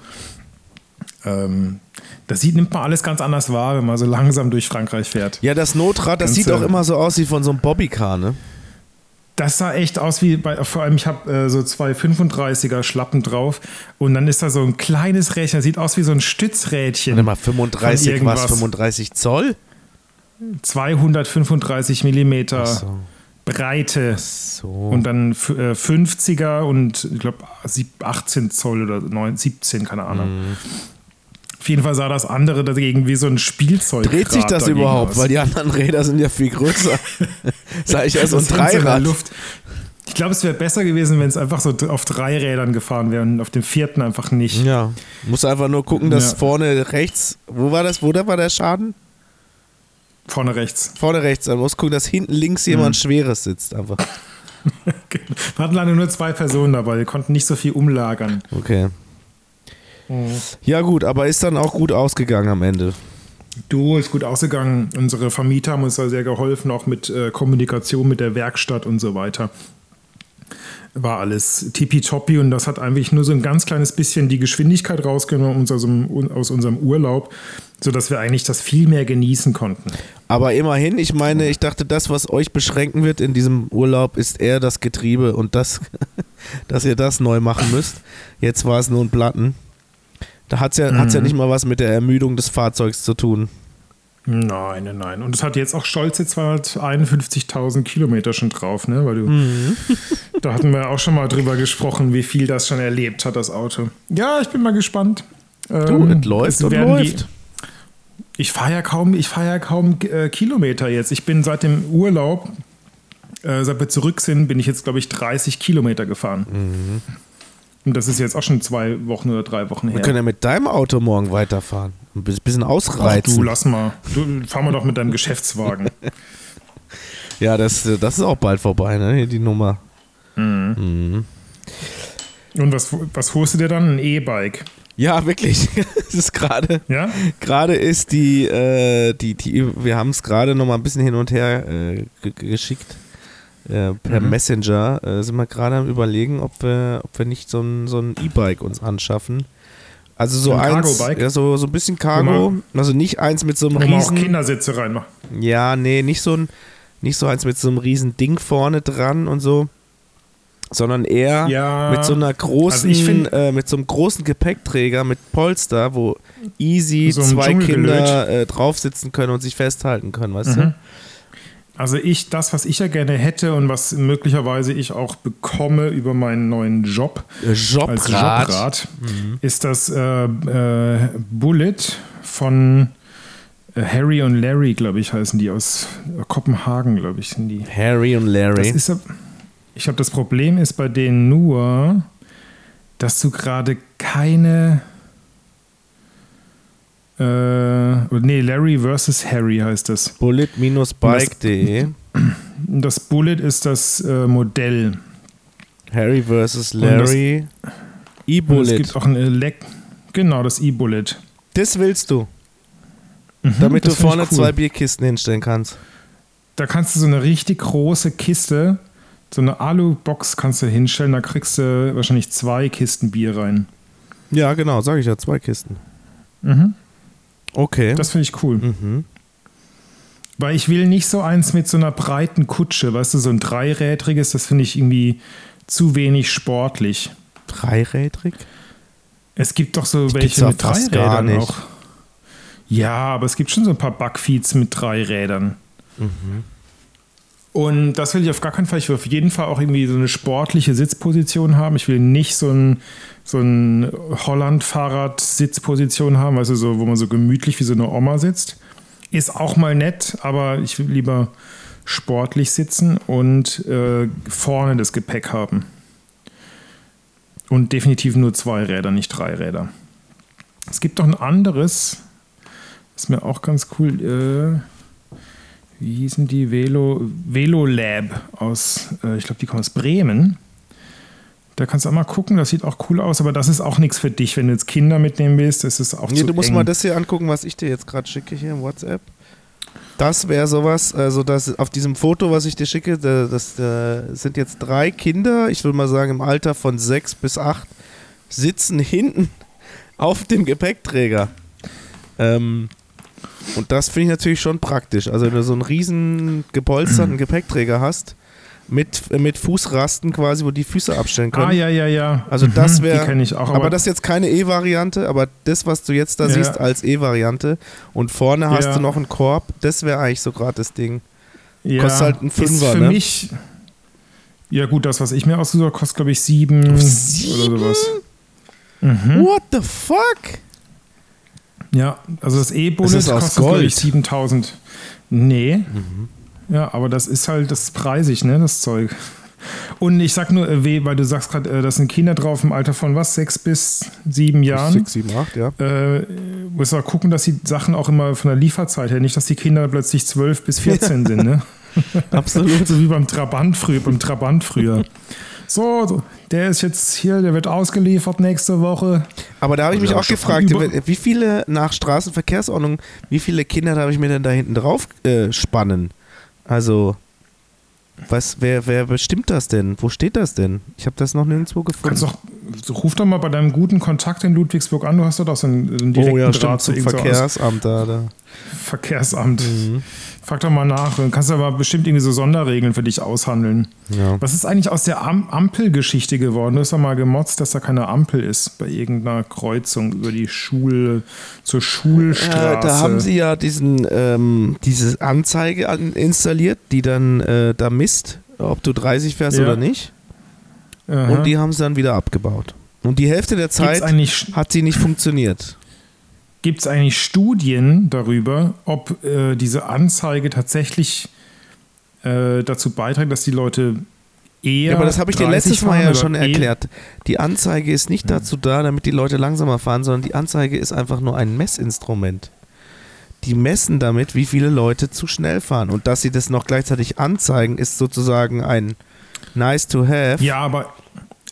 [SPEAKER 1] Ähm, das sieht, nimmt man alles ganz anders wahr, wenn man so langsam durch Frankreich fährt.
[SPEAKER 2] Ja, das Notrad, das
[SPEAKER 1] Ganz,
[SPEAKER 2] sieht auch
[SPEAKER 1] äh,
[SPEAKER 2] immer so aus wie von so einem Bobbycar, ne?
[SPEAKER 1] Das sah echt aus wie bei, vor allem ich habe äh, so zwei 35er Schlappen drauf und dann ist da so ein kleines Rädchen, das sieht aus wie so ein Stützrädchen.
[SPEAKER 2] Warte mal, 35
[SPEAKER 1] Von
[SPEAKER 2] was?
[SPEAKER 1] irgendwas.
[SPEAKER 2] 35 Zoll?
[SPEAKER 1] 235 Millimeter
[SPEAKER 2] so.
[SPEAKER 1] Breite
[SPEAKER 2] So.
[SPEAKER 1] und dann f- äh, 50er und ich glaube 18 Zoll oder 9, 17, keine Ahnung.
[SPEAKER 2] Mhm.
[SPEAKER 1] Auf jeden Fall sah das andere dagegen wie so ein Spielzeug.
[SPEAKER 2] Dreht sich das überhaupt?
[SPEAKER 1] Aus.
[SPEAKER 2] Weil die anderen Räder sind ja viel größer. Sag ich erst, um
[SPEAKER 1] Das
[SPEAKER 2] und
[SPEAKER 1] hängt so in der
[SPEAKER 2] Dreirad.
[SPEAKER 1] Luft. Ich glaube, es wäre besser gewesen, wenn es einfach so d- auf drei Rädern gefahren wäre und auf dem vierten einfach nicht.
[SPEAKER 2] Ja. Muss einfach nur gucken, dass
[SPEAKER 1] Ja.
[SPEAKER 2] vorne rechts, wo war das, wo da war der Schaden?
[SPEAKER 1] Vorne rechts.
[SPEAKER 2] Vorne rechts, dann muss gucken, dass hinten links jemand Schweres sitzt einfach.
[SPEAKER 1] Wir hatten leider nur zwei Personen dabei. Wir konnten nicht so viel umlagern.
[SPEAKER 2] Okay.
[SPEAKER 1] Mhm.
[SPEAKER 2] Ja gut, aber ist dann auch gut ausgegangen am Ende.
[SPEAKER 1] Du ist gut ausgegangen. Unsere Vermieter haben uns da sehr geholfen, auch mit äh, Kommunikation mit der Werkstatt und so weiter. War alles tippitoppi und das hat eigentlich nur so ein ganz kleines bisschen die Geschwindigkeit rausgenommen aus unserem, aus unserem Urlaub, sodass wir eigentlich das viel mehr genießen konnten.
[SPEAKER 2] Aber immerhin, ich meine, ich dachte, das, was euch beschränken wird in diesem Urlaub, ist eher das Getriebe und das, dass ihr das neu machen müsst. Jetzt war es nur ein Platten. Da hat es ja, hat's ja
[SPEAKER 1] Mhm.
[SPEAKER 2] nicht mal was mit der Ermüdung des Fahrzeugs zu tun.
[SPEAKER 1] Nein, nein, nein. Und es hat jetzt auch stolze 251.000 Kilometer schon drauf, ne? Weil du,
[SPEAKER 2] Mhm.
[SPEAKER 1] da hatten wir auch schon mal drüber gesprochen, wie viel das schon erlebt hat, das Auto. Ja, ich bin mal gespannt.
[SPEAKER 2] Du,
[SPEAKER 1] Ähm,
[SPEAKER 2] es läuft
[SPEAKER 1] es
[SPEAKER 2] und
[SPEAKER 1] werden die-
[SPEAKER 2] läuft.
[SPEAKER 1] Ich fahre ja kaum, ich fahre ja kaum äh, Kilometer jetzt. Ich bin seit dem Urlaub, äh, seit wir zurück sind, bin ich jetzt glaube ich 30 Kilometer gefahren. Und das ist jetzt auch schon zwei Wochen oder drei Wochen her.
[SPEAKER 2] Wir können ja mit deinem Auto morgen weiterfahren. Ein bi- bisschen
[SPEAKER 1] Ach, du
[SPEAKER 2] ausreizen.
[SPEAKER 1] lass mal, du fahr mal doch mit deinem Geschäftswagen.
[SPEAKER 2] ja, das, das ist auch bald vorbei, ne? Hier die Nummer.
[SPEAKER 1] Und was, was holst du dir dann? Ein E-Bike,
[SPEAKER 2] Ja, wirklich. Es ist gerade.
[SPEAKER 1] ja?
[SPEAKER 2] Gerade ist die, äh, die, die wir haben es gerade noch mal ein bisschen hin und her äh, ge- ge- geschickt. Äh, per
[SPEAKER 1] Mhm.
[SPEAKER 2] Messenger äh, sind wir gerade am überlegen, ob wir, ob wir nicht so ein, so ein E-Bike uns anschaffen. Also so
[SPEAKER 1] Ein
[SPEAKER 2] eins,
[SPEAKER 1] Cargo-Bike? Genau.
[SPEAKER 2] ja, so, so ein bisschen Cargo, also nicht eins mit so einem
[SPEAKER 1] Wo man auch
[SPEAKER 2] riesen,
[SPEAKER 1] Kindersitze reinmacht.
[SPEAKER 2] ja, nee, nicht so ein, nicht so eins mit so einem riesen Ding vorne dran und so, sondern eher
[SPEAKER 1] Ja.
[SPEAKER 2] mit so einer
[SPEAKER 1] Also
[SPEAKER 2] großen,
[SPEAKER 1] ich find-
[SPEAKER 2] äh, mit so einem großen Gepäckträger mit Polster, wo easy
[SPEAKER 1] So im
[SPEAKER 2] zwei
[SPEAKER 1] Dschungel
[SPEAKER 2] Kinder äh, drauf sitzen können und sich festhalten können, weißt
[SPEAKER 1] Mhm.
[SPEAKER 2] du?
[SPEAKER 1] Also ich, das, was ich ja gerne hätte und was möglicherweise ich auch bekomme über meinen neuen Job,
[SPEAKER 2] Äh, Jobrad.
[SPEAKER 1] als Jobrad, Also
[SPEAKER 2] Mhm.
[SPEAKER 1] ist das äh, äh, Bullet von äh, Harry und Larry, glaube ich, heißen die aus äh, Kopenhagen, glaube ich, sind die.
[SPEAKER 2] Harry und
[SPEAKER 1] Das
[SPEAKER 2] Larry.
[SPEAKER 1] ist, ab- ich glaube, das Problem ist bei denen nur, dass du gerade keine äh, Äh, nee, Larry versus Harry heißt das.
[SPEAKER 2] Bullet-bike.de.
[SPEAKER 1] Das Bullet ist das äh, Modell.
[SPEAKER 2] Harry versus Larry.
[SPEAKER 1] Und es
[SPEAKER 2] E-Bullet.
[SPEAKER 1] gibt auch ein Elekt. Genau, das E-Bullet.
[SPEAKER 2] Das willst du,
[SPEAKER 1] Mhm,
[SPEAKER 2] damit
[SPEAKER 1] das
[SPEAKER 2] du
[SPEAKER 1] find ich
[SPEAKER 2] vorne
[SPEAKER 1] cool.
[SPEAKER 2] zwei Bierkisten hinstellen kannst.
[SPEAKER 1] Da kannst du so eine richtig große Kiste, so eine Alu-Box kannst du hinstellen, da kriegst du wahrscheinlich zwei Kisten Bier rein.
[SPEAKER 2] Ja, genau, sage ich ja, zwei Kisten.
[SPEAKER 1] Mhm.
[SPEAKER 2] Okay.
[SPEAKER 1] Das finde ich cool.
[SPEAKER 2] mhm.
[SPEAKER 1] Weil ich will nicht so eins mit so einer breiten Kutsche, weißt du, so ein dreirädriges, das finde ich irgendwie zu wenig sportlich.
[SPEAKER 2] Dreirädrig?
[SPEAKER 1] Es gibt doch so
[SPEAKER 2] gibt's
[SPEAKER 1] welche
[SPEAKER 2] ja
[SPEAKER 1] mit drei
[SPEAKER 2] fast gar
[SPEAKER 1] Rädern
[SPEAKER 2] nicht.
[SPEAKER 1] auch. Ja, aber es gibt schon so ein paar Bugfeeds mit drei Rädern.
[SPEAKER 2] Mhm.
[SPEAKER 1] Und das will ich auf gar keinen Fall. Ich will auf jeden Fall auch irgendwie so eine sportliche Sitzposition haben. Ich will nicht so ein, so ein Holland-Fahrrad-Sitzposition haben, weißt du, so, wo man so gemütlich wie so eine Oma sitzt. Ist auch mal nett, aber ich will lieber sportlich sitzen und äh, vorne das Gepäck haben. Und definitiv nur zwei Räder, nicht drei Räder. Es gibt noch ein anderes, ist mir auch ganz cool. Äh, wie hießen die? Velo, Velo Lab aus, äh, ich glaube, die kommen aus Bremen. Da kannst du auch mal gucken, das sieht auch cool aus, aber das ist auch nichts für dich. Wenn du jetzt Kinder mitnehmen willst, ist es auch
[SPEAKER 2] Nee,
[SPEAKER 1] zu
[SPEAKER 2] du musst
[SPEAKER 1] eng.
[SPEAKER 2] mal das hier angucken, was ich dir jetzt gerade schicke hier im WhatsApp. Das wäre sowas, also das auf diesem Foto, was ich dir schicke, da- das, äh, sind jetzt drei Kinder, ich würde mal sagen im Alter von sechs bis acht, sitzen hinten auf dem Gepäckträger. Ähm, und das finde ich natürlich schon praktisch. Also wenn du so einen riesen gepolsterten Gepäckträger hast, mit, mit Fußrasten quasi, wo die Füße abstellen können.
[SPEAKER 1] Ah, ja, ja, ja.
[SPEAKER 2] Also
[SPEAKER 1] Mhm,
[SPEAKER 2] das wäre.
[SPEAKER 1] Die kenne ich auch.
[SPEAKER 2] Aber, das ist jetzt keine E-Variante, aber das, was du jetzt da
[SPEAKER 1] Ja.
[SPEAKER 2] siehst als E-Variante und vorne
[SPEAKER 1] Ja.
[SPEAKER 2] hast du noch einen Korb, das wäre eigentlich so gerade das Ding.
[SPEAKER 1] ja,
[SPEAKER 2] kostet halt einen
[SPEAKER 1] Ist
[SPEAKER 2] Fünfer,
[SPEAKER 1] für
[SPEAKER 2] ne?
[SPEAKER 1] mich. Ja, gut, das, was ich mir ausgesucht habe, kostet, glaube ich, sieben,
[SPEAKER 2] Sieben?
[SPEAKER 1] oder sowas. Mhm.
[SPEAKER 2] What the fuck?
[SPEAKER 1] Ja, also das
[SPEAKER 2] Es
[SPEAKER 1] E-Bullet
[SPEAKER 2] ist aus
[SPEAKER 1] kostet, glaube ich,
[SPEAKER 2] Gold. Mhm.
[SPEAKER 1] 7000. Nee. Ja, aber das ist halt, das ist preisig, ne, das Zeug. Und ich sag nur, äh, weh, weil du sagst gerade, äh, das sind Kinder drauf im Alter von was? Sechs bis sieben Jahren.
[SPEAKER 2] 6, 7, 8, ja.
[SPEAKER 1] äh, muss man gucken, dass die Sachen auch immer von der Lieferzeit her, nicht, dass die Kinder plötzlich 12 bis 14 sind, ne?
[SPEAKER 2] Absolut.
[SPEAKER 1] So wie beim Trabant früher, beim Trabant früher. So, so, der ist jetzt hier, der wird ausgeliefert nächste Woche.
[SPEAKER 2] Aber da habe ich mich
[SPEAKER 1] Ja,
[SPEAKER 2] auch
[SPEAKER 1] Also schon
[SPEAKER 2] gefragt,
[SPEAKER 1] über-
[SPEAKER 2] wie viele nach Straßenverkehrsordnung, wie viele Kinder darf ich mir denn da hinten drauf äh, spannen? Also, was, wer, wer bestimmt das denn? Wo steht das denn? Ich habe das noch nirgendwo gefunden.
[SPEAKER 1] Kannst doch, so, ruf doch mal bei deinem guten Kontakt in Ludwigsburg an, du hast doch doch so einen, so einen direkten
[SPEAKER 2] oh ja, stimmt,
[SPEAKER 1] Draht zu
[SPEAKER 2] zum
[SPEAKER 1] irgend so aus-
[SPEAKER 2] Verkehrsamt da. da.
[SPEAKER 1] Verkehrsamt.
[SPEAKER 2] Mhm.
[SPEAKER 1] Frag doch mal nach, dann kannst du aber bestimmt irgendwie so Sonderregeln für dich aushandeln.
[SPEAKER 2] Ja.
[SPEAKER 1] Was ist eigentlich aus der Am Ampelgeschichte geworden? Du hast doch mal gemotzt, dass da keine Ampel ist bei irgendeiner Kreuzung über die Schule zur
[SPEAKER 2] Äh,
[SPEAKER 1] Schulstraße.
[SPEAKER 2] Ja, da haben sie ja diesen, ähm, diese Anzeige an, installiert, die dann äh, da misst, ob du 30 fährst
[SPEAKER 1] Ja.
[SPEAKER 2] oder nicht.
[SPEAKER 1] Aha.
[SPEAKER 2] Und die haben sie dann wieder abgebaut. Und die Hälfte der
[SPEAKER 1] Gibt's
[SPEAKER 2] Zeit
[SPEAKER 1] eigentlich,
[SPEAKER 2] hat sie nicht funktioniert.
[SPEAKER 1] gibt's eigentlich Studien darüber, ob äh, diese Anzeige tatsächlich äh, dazu beiträgt, dass die Leute eher.
[SPEAKER 2] Ja, aber das habe ich dir
[SPEAKER 1] 30
[SPEAKER 2] letztes Mal
[SPEAKER 1] fahren
[SPEAKER 2] ja
[SPEAKER 1] oder
[SPEAKER 2] schon
[SPEAKER 1] eh-
[SPEAKER 2] erklärt. Die Anzeige ist nicht dazu da, damit die Leute langsamer fahren, sondern die Anzeige ist einfach nur ein Messinstrument. Die messen damit, wie viele Leute zu schnell fahren. Und dass sie das noch gleichzeitig anzeigen, ist sozusagen ein nice to have.
[SPEAKER 1] Ja, aber,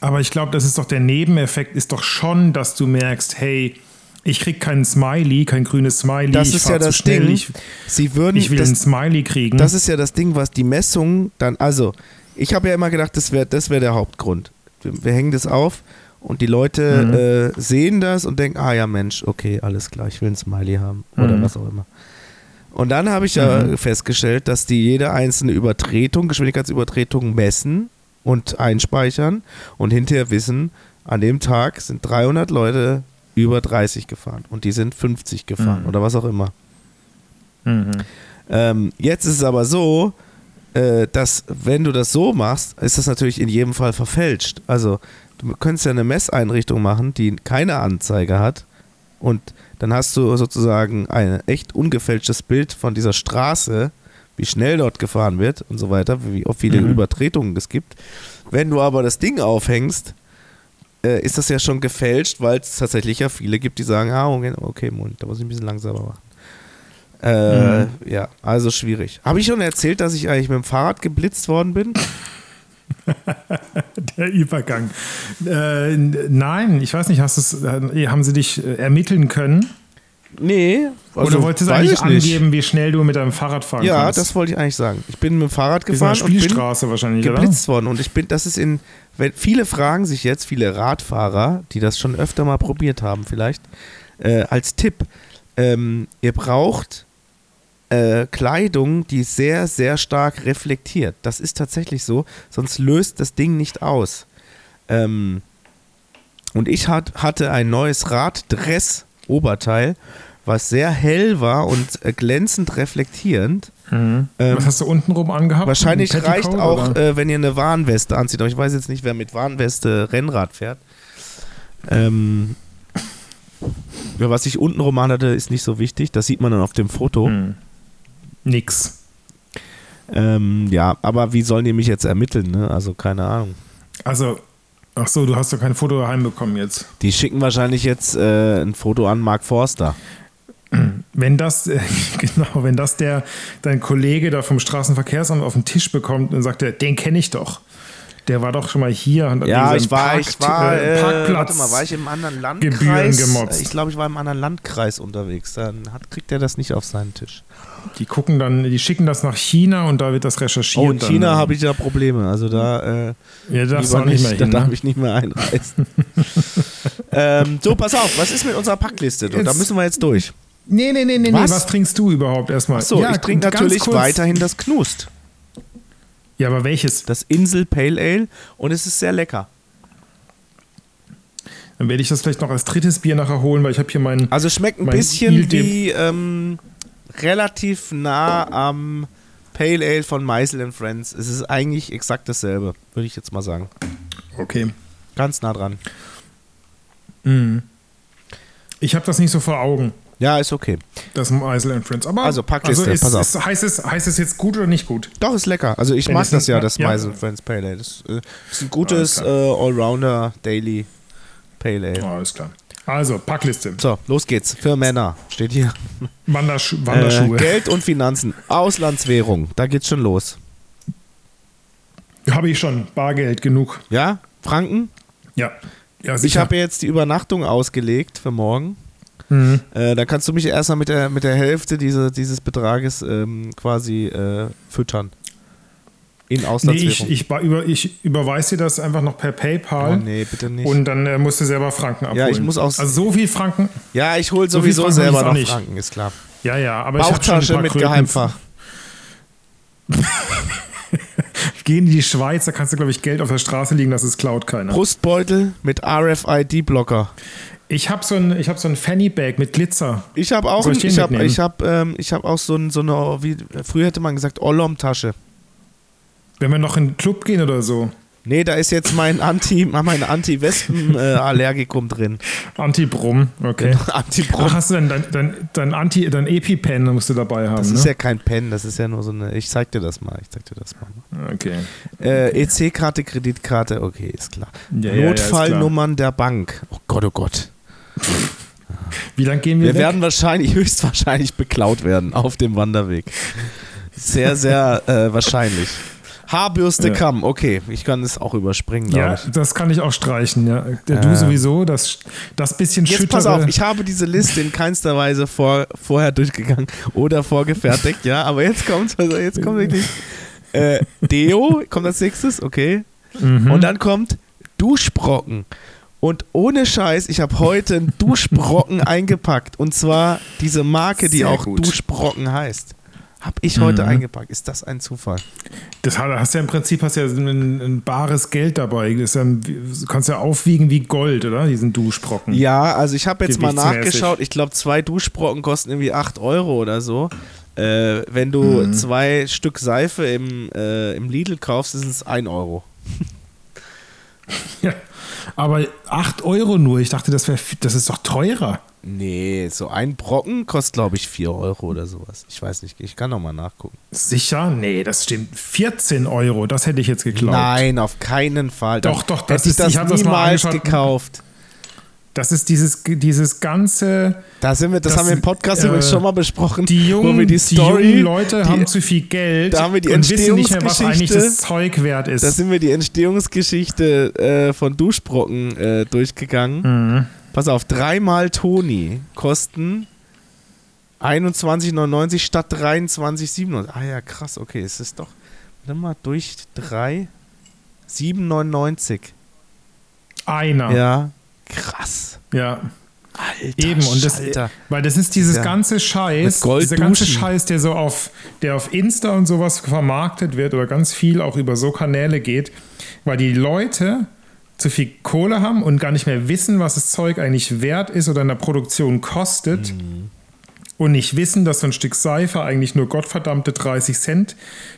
[SPEAKER 1] aber ich glaube, das ist doch der Nebeneffekt, ist doch schon, dass du merkst, hey, ich krieg keinen Smiley, kein grünes Smiley.
[SPEAKER 2] Das
[SPEAKER 1] ich
[SPEAKER 2] ist
[SPEAKER 1] fahr
[SPEAKER 2] ja
[SPEAKER 1] zu
[SPEAKER 2] das
[SPEAKER 1] schnell,
[SPEAKER 2] Ding.
[SPEAKER 1] Ich,
[SPEAKER 2] Sie würden
[SPEAKER 1] ich will
[SPEAKER 2] das,
[SPEAKER 1] einen Smiley kriegen.
[SPEAKER 2] das ist ja das Ding, was die Messung dann also ich habe ja immer gedacht, das wäre das wäre der Hauptgrund. Wir, wir hängen das auf und die
[SPEAKER 1] Mhm.
[SPEAKER 2] Leute äh, sehen das und denken, ah ja Mensch, okay, alles klar, ich will ein Smiley haben oder
[SPEAKER 1] Mhm.
[SPEAKER 2] was auch immer. Und dann habe ich ja festgestellt, dass die jede einzelne Übertretung, Geschwindigkeitsübertretung messen und einspeichern und hinterher wissen, an dem Tag sind 300 Leute über 30 gefahren und die sind 50 gefahren oder was auch immer.
[SPEAKER 1] mhm.
[SPEAKER 2] Ähm, jetzt ist es aber so, äh, dass wenn du das so machst, ist das natürlich in jedem Fall verfälscht. Also du könntest ja eine Messeinrichtung machen, die keine Anzeige hat und dann hast du sozusagen ein echt ungefälschtes Bild von dieser Straße, wie schnell dort gefahren wird und so weiter, wie oft viele Übertretungen es gibt. Wenn du aber das Ding aufhängst, äh, ist das ja schon gefälscht, weil es tatsächlich ja viele gibt, die sagen, ah, okay, Moment, da muss ich ein bisschen langsamer machen. Äh,
[SPEAKER 1] Mhm.
[SPEAKER 2] Ja, also schwierig. Habe ich schon erzählt, dass ich eigentlich mit dem Fahrrad geblitzt worden bin?
[SPEAKER 1] Der Übergang. Äh, n- nein, ich weiß nicht, hast du's, äh, haben sie dich äh, ermitteln können?
[SPEAKER 2] Nee.
[SPEAKER 1] Oder wolltest du
[SPEAKER 2] Also weiß
[SPEAKER 1] eigentlich
[SPEAKER 2] ich nicht.
[SPEAKER 1] angeben, wie schnell du mit deinem Fahrrad fahren
[SPEAKER 2] Ja,
[SPEAKER 1] kannst?
[SPEAKER 2] das wollte ich eigentlich sagen. Ich bin mit dem Fahrrad
[SPEAKER 1] ist eine
[SPEAKER 2] gefahren und bin
[SPEAKER 1] Spielstraße wahrscheinlich, oder?
[SPEAKER 2] geblitzt worden. Und ich bin, das ist in, wenn, viele fragen sich jetzt, viele Radfahrer, die das schon öfter mal probiert haben, vielleicht, äh, als Tipp: ähm, Ihr braucht äh, Kleidung, die sehr, sehr stark reflektiert. Das ist tatsächlich so, sonst löst das Ding nicht aus. Ähm, und ich hat, hatte ein neues Raddress-Oberteil, was sehr hell war und äh, glänzend reflektierend.
[SPEAKER 1] Mhm.
[SPEAKER 2] Ähm,
[SPEAKER 1] Was hast du untenrum angehabt?
[SPEAKER 2] Wahrscheinlich
[SPEAKER 1] Ein
[SPEAKER 2] reicht
[SPEAKER 1] Petticoat,
[SPEAKER 2] auch,
[SPEAKER 1] oder?
[SPEAKER 2] äh, wenn ihr eine Warnweste anzieht. Aber ich weiß jetzt nicht, wer mit Warnweste Rennrad fährt. Ähm, ja, was ich untenrum anhatte, ist nicht so wichtig. Das sieht man dann auf dem Foto.
[SPEAKER 1] Hm. Nix.
[SPEAKER 2] Ähm, ja, aber wie sollen die mich jetzt ermitteln? Ne? Also keine Ahnung.
[SPEAKER 1] Also, ach so, du hast doch kein Foto daheim bekommen jetzt.
[SPEAKER 2] Die schicken wahrscheinlich jetzt äh, ein Foto an Mark Forster.
[SPEAKER 1] Wenn das, äh, genau, wenn das der, dein Kollege da vom Straßenverkehrsamt auf den Tisch bekommt und sagt, er, den kenne ich doch. Der war doch schon mal hier. und hat
[SPEAKER 2] Ja,
[SPEAKER 1] wegen
[SPEAKER 2] ich
[SPEAKER 1] seinem
[SPEAKER 2] war,
[SPEAKER 1] Park-
[SPEAKER 2] ich war, äh,
[SPEAKER 1] Parkplatz.
[SPEAKER 2] warte mal, war ich im anderen
[SPEAKER 1] Gebühren
[SPEAKER 2] Landkreis?
[SPEAKER 1] gemobst.
[SPEAKER 2] Ich glaube, ich war im anderen Landkreis unterwegs. Dann hat, kriegt er das nicht auf seinen Tisch.
[SPEAKER 1] Die gucken dann, die schicken das nach China und äh, da wird das recherchiert.
[SPEAKER 2] Oh, in China habe ich ja Probleme. Also da, äh,
[SPEAKER 1] Ja, da darfst du
[SPEAKER 2] lieber
[SPEAKER 1] auch nicht mehr
[SPEAKER 2] nicht, da
[SPEAKER 1] hin.
[SPEAKER 2] darf
[SPEAKER 1] Ne?
[SPEAKER 2] ich nicht mehr einreisen. ähm, so, pass auf, was ist mit unserer Packliste? Du? Da
[SPEAKER 1] Jetzt-
[SPEAKER 2] müssen wir jetzt durch.
[SPEAKER 1] Nee, nee, nee, nee,
[SPEAKER 2] Was?
[SPEAKER 1] was? nee. Was trinkst du überhaupt erstmal?
[SPEAKER 2] So, ich trinke
[SPEAKER 1] ganz
[SPEAKER 2] natürlich
[SPEAKER 1] kurz.
[SPEAKER 2] weiterhin das Knust.
[SPEAKER 1] Ja, aber welches?
[SPEAKER 2] Das Insel Pale Ale und es ist sehr lecker.
[SPEAKER 1] Dann werde ich das vielleicht noch als drittes Bier nachher holen, weil ich habe hier meinen.
[SPEAKER 2] Also schmeckt ein
[SPEAKER 1] Mein Il
[SPEAKER 2] bisschen
[SPEAKER 1] dem-
[SPEAKER 2] wie ähm, relativ nah am Pale Ale von Meisel and Friends. Es ist eigentlich exakt dasselbe, würde ich jetzt mal sagen.
[SPEAKER 1] Okay.
[SPEAKER 2] Ganz nah dran.
[SPEAKER 1] Ich habe das nicht so vor Augen,
[SPEAKER 2] Ja, ist okay.
[SPEAKER 1] das Meisel and Friends. Aber
[SPEAKER 2] Also, Packliste,
[SPEAKER 1] ist,
[SPEAKER 2] pass auf.
[SPEAKER 1] Ist, heißt, es, heißt es jetzt gut oder nicht gut?
[SPEAKER 2] Doch, ist lecker. Also ich
[SPEAKER 1] Wenn
[SPEAKER 2] mag
[SPEAKER 1] es
[SPEAKER 2] das
[SPEAKER 1] nicht-
[SPEAKER 2] ja, das
[SPEAKER 1] ja.
[SPEAKER 2] Meisel Friends Pale Ale. Das äh, ist ein gutes
[SPEAKER 1] Ah,
[SPEAKER 2] äh, Allrounder Daily Pale Ale.
[SPEAKER 1] Ja, alles klar. Also, Packliste.
[SPEAKER 2] So, los geht's. Für Männer steht hier.
[SPEAKER 1] Wandersch
[SPEAKER 2] Äh,
[SPEAKER 1] Wanderschuhe.
[SPEAKER 2] Geld und Finanzen. Auslandswährung. Da geht's schon los.
[SPEAKER 1] habe ich schon. Bargeld genug.
[SPEAKER 2] Ja? Franken?
[SPEAKER 1] Ja. ja
[SPEAKER 2] Ich
[SPEAKER 1] sicher.
[SPEAKER 2] habe jetzt die Übernachtung ausgelegt für morgen.
[SPEAKER 1] Mhm.
[SPEAKER 2] Äh, da kannst du mich erstmal mit der, mit der Hälfte diese, dieses Betrages ähm, quasi äh, füttern. In
[SPEAKER 1] Nee,
[SPEAKER 2] Auslandswährung.
[SPEAKER 1] ich, ich, ba- über, ich überweise dir das einfach noch per PayPal.
[SPEAKER 2] oh, nee, bitte nicht.
[SPEAKER 1] Und dann äh, musst du selber Franken abholen.
[SPEAKER 2] Ja, ich muss auch-
[SPEAKER 1] Also so viel Franken.
[SPEAKER 2] ja, ich hole
[SPEAKER 1] So viel
[SPEAKER 2] sowieso
[SPEAKER 1] Franken hab ich
[SPEAKER 2] selber
[SPEAKER 1] jetzt auch
[SPEAKER 2] noch
[SPEAKER 1] nicht.
[SPEAKER 2] Franken, ist klar.
[SPEAKER 1] Ja, ja, aber ich habe schon ein
[SPEAKER 2] Bauchtasche
[SPEAKER 1] paar
[SPEAKER 2] mit
[SPEAKER 1] Kröten.
[SPEAKER 2] Geheimfach.
[SPEAKER 1] Geh in die Schweiz, da kannst du, glaube ich, Geld auf der Straße liegen, das ist klaut keiner.
[SPEAKER 2] Brustbeutel mit RFID-Blocker.
[SPEAKER 1] Ich habe so ein, ich hab so ein Fanny-Bag mit Glitzer.
[SPEAKER 2] Ich habe auch,
[SPEAKER 1] Soll ich
[SPEAKER 2] ich,
[SPEAKER 1] den
[SPEAKER 2] ich habe,
[SPEAKER 1] mitnehmen?
[SPEAKER 2] ich habe, ähm, ich habe auch so, ein, so eine, wie früher hätte man gesagt, Ollom-Tasche.
[SPEAKER 1] Wenn wir noch in den Club gehen oder so.
[SPEAKER 2] Nee, da ist jetzt mein Anti, mein Anti-Wespen-Allergikum drin.
[SPEAKER 1] Anti-Brumm, okay.
[SPEAKER 2] anti
[SPEAKER 1] Ach, hast du dann dein, dein, dein, Anti, dein EpiPen musst du dabei haben,
[SPEAKER 2] Das
[SPEAKER 1] ne?
[SPEAKER 2] ist ja kein Pen, das ist ja nur so eine. Ich zeig dir das mal. Ich zeig dir das mal.
[SPEAKER 1] okay.
[SPEAKER 2] Äh, EC-Karte, Kreditkarte, okay, ist klar.
[SPEAKER 1] Ja, ja, ja, ist klar.
[SPEAKER 2] Notfallnummern der Bank. Oh Gott, oh Gott.
[SPEAKER 1] Wie lange gehen wir,
[SPEAKER 2] Wir
[SPEAKER 1] weg?
[SPEAKER 2] werden wahrscheinlich, höchstwahrscheinlich beklaut werden auf dem Wanderweg. Sehr, sehr äh, wahrscheinlich. Haarbürste
[SPEAKER 1] Ja.
[SPEAKER 2] Kamm, okay. Ich kann es auch überspringen,
[SPEAKER 1] ja,
[SPEAKER 2] glaube ich.
[SPEAKER 1] das kann ich auch streichen, ja. Der Du
[SPEAKER 2] Ähm.
[SPEAKER 1] sowieso, das, das bisschen
[SPEAKER 2] Jetzt
[SPEAKER 1] schüttere.
[SPEAKER 2] pass auf, ich habe diese Liste in keinster Weise vor, vorher durchgegangen oder vorgefertigt, ja, aber jetzt kommt also jetzt kommt wirklich äh, Deo, kommt als nächstes, okay.
[SPEAKER 1] Mhm.
[SPEAKER 2] Und dann kommt Duschbrocken. Und ohne Scheiß, ich habe heute einen Duschbrocken eingepackt. Und zwar diese Marke, die
[SPEAKER 1] Sehr
[SPEAKER 2] auch
[SPEAKER 1] gut.
[SPEAKER 2] Duschbrocken heißt. Habe ich
[SPEAKER 1] Mhm.
[SPEAKER 2] heute eingepackt. Ist das ein Zufall?
[SPEAKER 1] Das hat- hast ja im Prinzip hast ja ein, ein bares Geld dabei. Das ist ja, du kannst ja aufwiegen wie Gold, oder? Diesen Duschbrocken.
[SPEAKER 2] Ja, also ich habe jetzt mal
[SPEAKER 1] Gewichtsmäßig.
[SPEAKER 2] nachgeschaut. Ich glaube, zwei Duschbrocken kosten irgendwie 8 Euro oder so. Äh, wenn du zwei Stück Seife im, äh, im Lidl kaufst, ist es 1 Euro.
[SPEAKER 1] Ja. Aber 8 Euro nur, ich dachte, das, wär, das ist doch teurer.
[SPEAKER 2] Nee, so ein Brocken kostet, glaube ich, 4 Euro oder sowas. Ich weiß nicht, ich kann nochmal nachgucken.
[SPEAKER 1] Sicher? Nee, das stimmt. 14 Euro, das hätte ich jetzt geglaubt.
[SPEAKER 2] Nein, auf keinen Fall.
[SPEAKER 1] Doch, doch, das
[SPEAKER 2] hätte
[SPEAKER 1] ist- ich
[SPEAKER 2] ich
[SPEAKER 1] hab
[SPEAKER 2] das
[SPEAKER 1] das mal
[SPEAKER 2] niemals
[SPEAKER 1] angeschaut.
[SPEAKER 2] gekauft.
[SPEAKER 1] Das ist dieses, dieses ganze.
[SPEAKER 2] Da sind wir, das,
[SPEAKER 1] Das-
[SPEAKER 2] haben wir im Podcast
[SPEAKER 1] äh,
[SPEAKER 2] übrigens schon mal besprochen,
[SPEAKER 1] Die jungen,
[SPEAKER 2] wo wir die Story,
[SPEAKER 1] jungen Leute
[SPEAKER 2] die-
[SPEAKER 1] haben zu viel Geld
[SPEAKER 2] da haben wir die
[SPEAKER 1] und wissen nicht mehr, was eigentlich
[SPEAKER 2] Entstehungsgeschichte-
[SPEAKER 1] das Zeug wert ist.
[SPEAKER 2] Da sind wir die Entstehungsgeschichte äh, von Duschbrocken äh, durchgegangen.
[SPEAKER 1] Mhm.
[SPEAKER 2] Pass auf, dreimal Toni kosten 21,99 statt 23,97. Ah ja, krass, okay, es ist doch. Warte mal, durch 3, 7,99.
[SPEAKER 1] Einer.
[SPEAKER 2] Ja, krass.
[SPEAKER 1] ja.
[SPEAKER 2] Alter,
[SPEAKER 1] Eben, und das,
[SPEAKER 2] Schalter.
[SPEAKER 1] weil das ist dieses
[SPEAKER 2] Ja.
[SPEAKER 1] ganze Scheiß,
[SPEAKER 2] Mit Gold
[SPEAKER 1] dieser ganze
[SPEAKER 2] duschen.
[SPEAKER 1] Scheiß, der so auf, der auf Insta und sowas vermarktet wird oder ganz viel auch über so Kanäle geht, weil die Leute zu viel Kohle haben und gar nicht mehr wissen, was das Zeug eigentlich wert ist oder in der Produktion kostet und nicht wissen, dass so ein Stück Seife eigentlich nur gottverdammte 30 Cent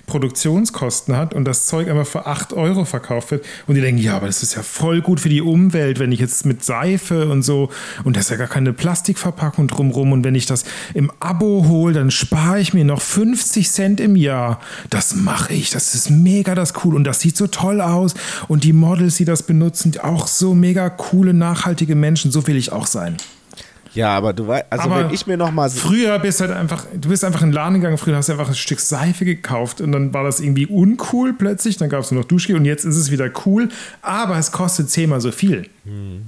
[SPEAKER 1] Produktionskosten hat und das Zeug einfach für 8 Euro verkauft wird. Und die denken, ja, aber das ist ja voll gut für die Umwelt, wenn ich jetzt mit Seife und so und da ist ja gar keine Plastikverpackung drumrum und wenn ich das im Abo hole, dann spare ich mir noch 50 Cent im Jahr. Das mache ich, das ist mega das cool und das sieht so toll aus und die Models, die das benutzen, auch so mega coole, nachhaltige Menschen, so will ich auch sein.
[SPEAKER 2] Ja, aber du weißt, also
[SPEAKER 1] Aber
[SPEAKER 2] wenn ich mir nochmal.
[SPEAKER 1] Früher bist halt einfach, du bist einfach in den Laden gegangen, früher hast du einfach ein Stück Seife gekauft und dann war das irgendwie uncool plötzlich, dann gab es nur noch Duschgel und jetzt ist es wieder cool, aber es kostet zehnmal so viel.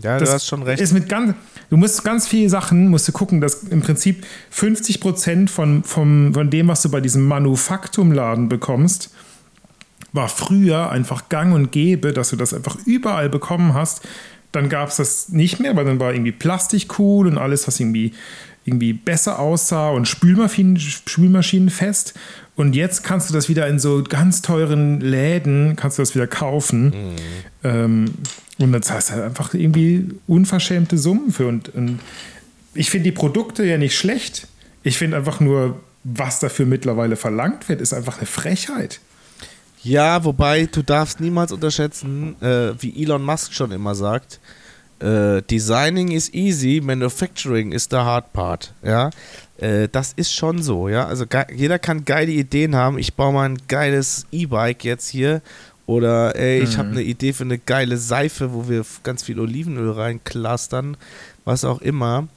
[SPEAKER 2] Ja, du hast schon recht.
[SPEAKER 1] Ist mit ganz, du musst ganz viele Sachen, musst du gucken, dass im Prinzip 50 Prozent von, vom, von dem, was du bei diesem Manufaktumladen bekommst, war früher einfach gang und gäbe, dass du das einfach überall bekommen hast. Dann gab es das nicht mehr, weil dann war irgendwie Plastik cool und alles, was irgendwie, irgendwie besser aussah und Spülmaschinen, Spülmaschinenfest. Und jetzt kannst du das wieder in so ganz teuren Läden, kannst du das wieder kaufen.
[SPEAKER 2] Mhm.
[SPEAKER 1] Ähm, und das heißt halt einfach irgendwie unverschämte Summen für. Und, und ich finde die Produkte ja nicht schlecht. Ich finde einfach nur, was dafür mittlerweile verlangt wird, ist einfach eine Frechheit.
[SPEAKER 2] Ja, wobei du darfst niemals unterschätzen, äh, wie Elon Musk schon immer sagt, äh, Designing is easy, Manufacturing is the hard part. Ja, äh, das ist schon so. Ja, also ge- jeder kann geile Ideen haben. Ich baue mal ein geiles E-Bike jetzt hier. Oder ey, ich
[SPEAKER 1] Mhm.
[SPEAKER 2] habe eine Idee für eine geile Seife, wo wir f- ganz viel Olivenöl reinklastern, was auch immer.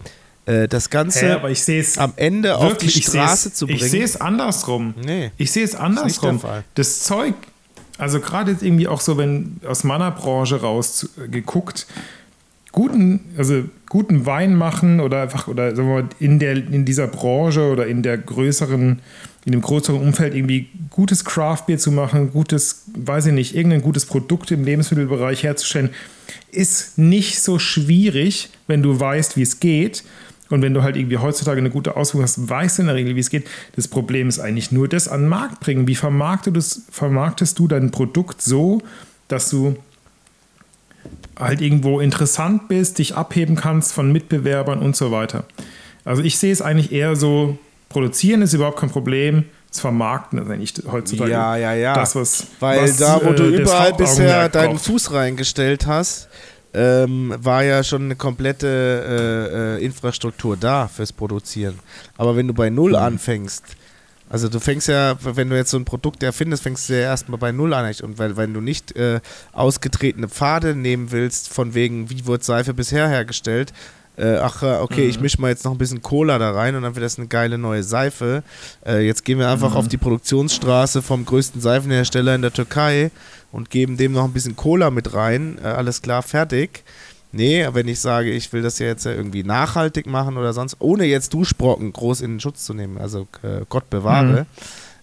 [SPEAKER 2] Äh, das Ganze
[SPEAKER 1] Hä, aber ich sehe es
[SPEAKER 2] am Ende auf die
[SPEAKER 1] wirklich, ich
[SPEAKER 2] Straße
[SPEAKER 1] seh's-
[SPEAKER 2] zu bringen.
[SPEAKER 1] Ich sehe es andersrum.
[SPEAKER 2] Nee.
[SPEAKER 1] Ich sehe es
[SPEAKER 2] nicht der
[SPEAKER 1] andersrum.
[SPEAKER 2] Fall.
[SPEAKER 1] Das Zeug, also gerade jetzt irgendwie auch so, wenn aus meiner Branche raus zu- äh, geguckt, guten, also guten Wein machen oder einfach oder sagen wir mal, in der in dieser Branche oder in der größeren in dem größeren Umfeld irgendwie gutes Craftbier zu machen, gutes, weiß ich nicht, irgendein gutes Produkt im Lebensmittelbereich herzustellen, ist nicht so schwierig, wenn du weißt, wie es geht. Und wenn du halt irgendwie heutzutage eine gute Ausführung hast, weißt du in der Regel, wie es geht. Das Problem ist eigentlich nur das an den Markt bringen. Wie vermarktest du, das- vermarktest du dein Produkt so, dass du halt irgendwo interessant bist, dich abheben kannst von Mitbewerbern und so weiter. Also ich sehe es eigentlich eher so, produzieren ist überhaupt kein Problem, das Vermarkten ist eigentlich heutzutage
[SPEAKER 2] Ja, ja, ja.
[SPEAKER 1] das, was
[SPEAKER 2] Weil
[SPEAKER 1] was,
[SPEAKER 2] da, wo
[SPEAKER 1] äh,
[SPEAKER 2] du
[SPEAKER 1] das
[SPEAKER 2] überall
[SPEAKER 1] Hauptaugenmerk
[SPEAKER 2] bisher deinen
[SPEAKER 1] braucht.
[SPEAKER 2] Fuß reingestellt hast, ähm, war ja schon eine komplette äh, äh, Infrastruktur da fürs Produzieren. Aber wenn du bei Null
[SPEAKER 1] Mhm.
[SPEAKER 2] anfängst, also du fängst ja, wenn du jetzt so ein Produkt erfindest, fängst du ja erstmal bei Null an. echt. Und weil, wenn du nicht äh, ausgetretene Pfade nehmen willst, von wegen, wie wird Seife bisher hergestellt, äh, ach, äh, okay, ich mische mal jetzt noch ein bisschen Cola da rein und dann wird das eine geile neue Seife. Äh, jetzt gehen wir einfach auf die Produktionsstraße vom größten Seifenhersteller in der Türkei und geben dem noch ein bisschen Cola mit rein. Äh, alles klar, fertig. Nee, aber wenn ich sage, ich will das ja jetzt ja irgendwie nachhaltig machen oder sonst, ohne jetzt Duschbrocken groß in den Schutz zu nehmen, also äh, Gott bewahre.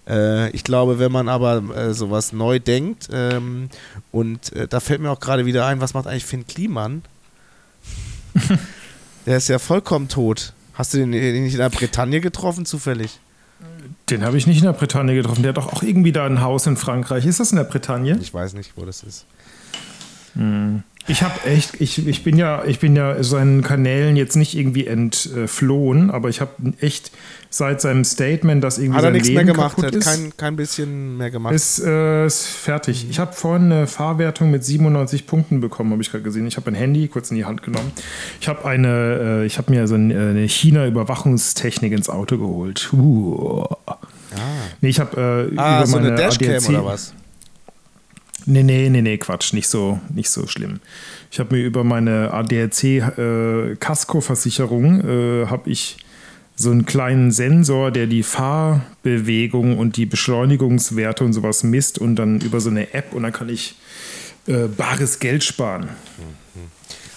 [SPEAKER 1] Mhm.
[SPEAKER 2] Äh, ich glaube, wenn man aber äh, sowas neu denkt, ähm, und äh, da fällt mir auch gerade wieder ein, was macht eigentlich Finn Kliman? Der ist ja vollkommen tot. Hast du den nicht in der Bretagne getroffen, zufällig?
[SPEAKER 1] Den habe ich nicht in der Bretagne getroffen. Der hat doch auch irgendwie da ein Haus in Frankreich. Ist das in der Bretagne?
[SPEAKER 2] Ich weiß nicht, wo das ist.
[SPEAKER 1] Ich habe echt, ich, ich bin ja, ich bin ja seinen Kanälen jetzt nicht irgendwie entflohen, aber ich habe echt seit seinem Statement, dass irgendwie
[SPEAKER 2] Hat er
[SPEAKER 1] sein
[SPEAKER 2] nichts
[SPEAKER 1] Leben
[SPEAKER 2] mehr gemacht,
[SPEAKER 1] kaputt
[SPEAKER 2] hat
[SPEAKER 1] ist,
[SPEAKER 2] kein, kein bisschen mehr gemacht. Mhm.
[SPEAKER 1] ist, äh, ist fertig. Ich habe vorhin eine Fahrwertung mit 97 Punkten bekommen, habe ich gerade gesehen. Ich habe ein Handy kurz in die Hand genommen. Ich habe eine, äh, ich habe mir so ein- äh, eine China-Überwachungstechnik ins Auto geholt. Uh. Nee, ich habe äh,
[SPEAKER 2] ah,
[SPEAKER 1] über
[SPEAKER 2] so eine
[SPEAKER 1] meine
[SPEAKER 2] Dashcam
[SPEAKER 1] ADAC
[SPEAKER 2] oder was?
[SPEAKER 1] Nee, nee, nee, nee, Quatsch, nicht so, nicht so schlimm. Ich habe mir über meine ADAC äh, Kaskoversicherung äh, habe ich so einen kleinen Sensor, der die Fahrbewegung und die Beschleunigungswerte und sowas misst und dann über so eine App und dann kann ich äh, bares Geld sparen.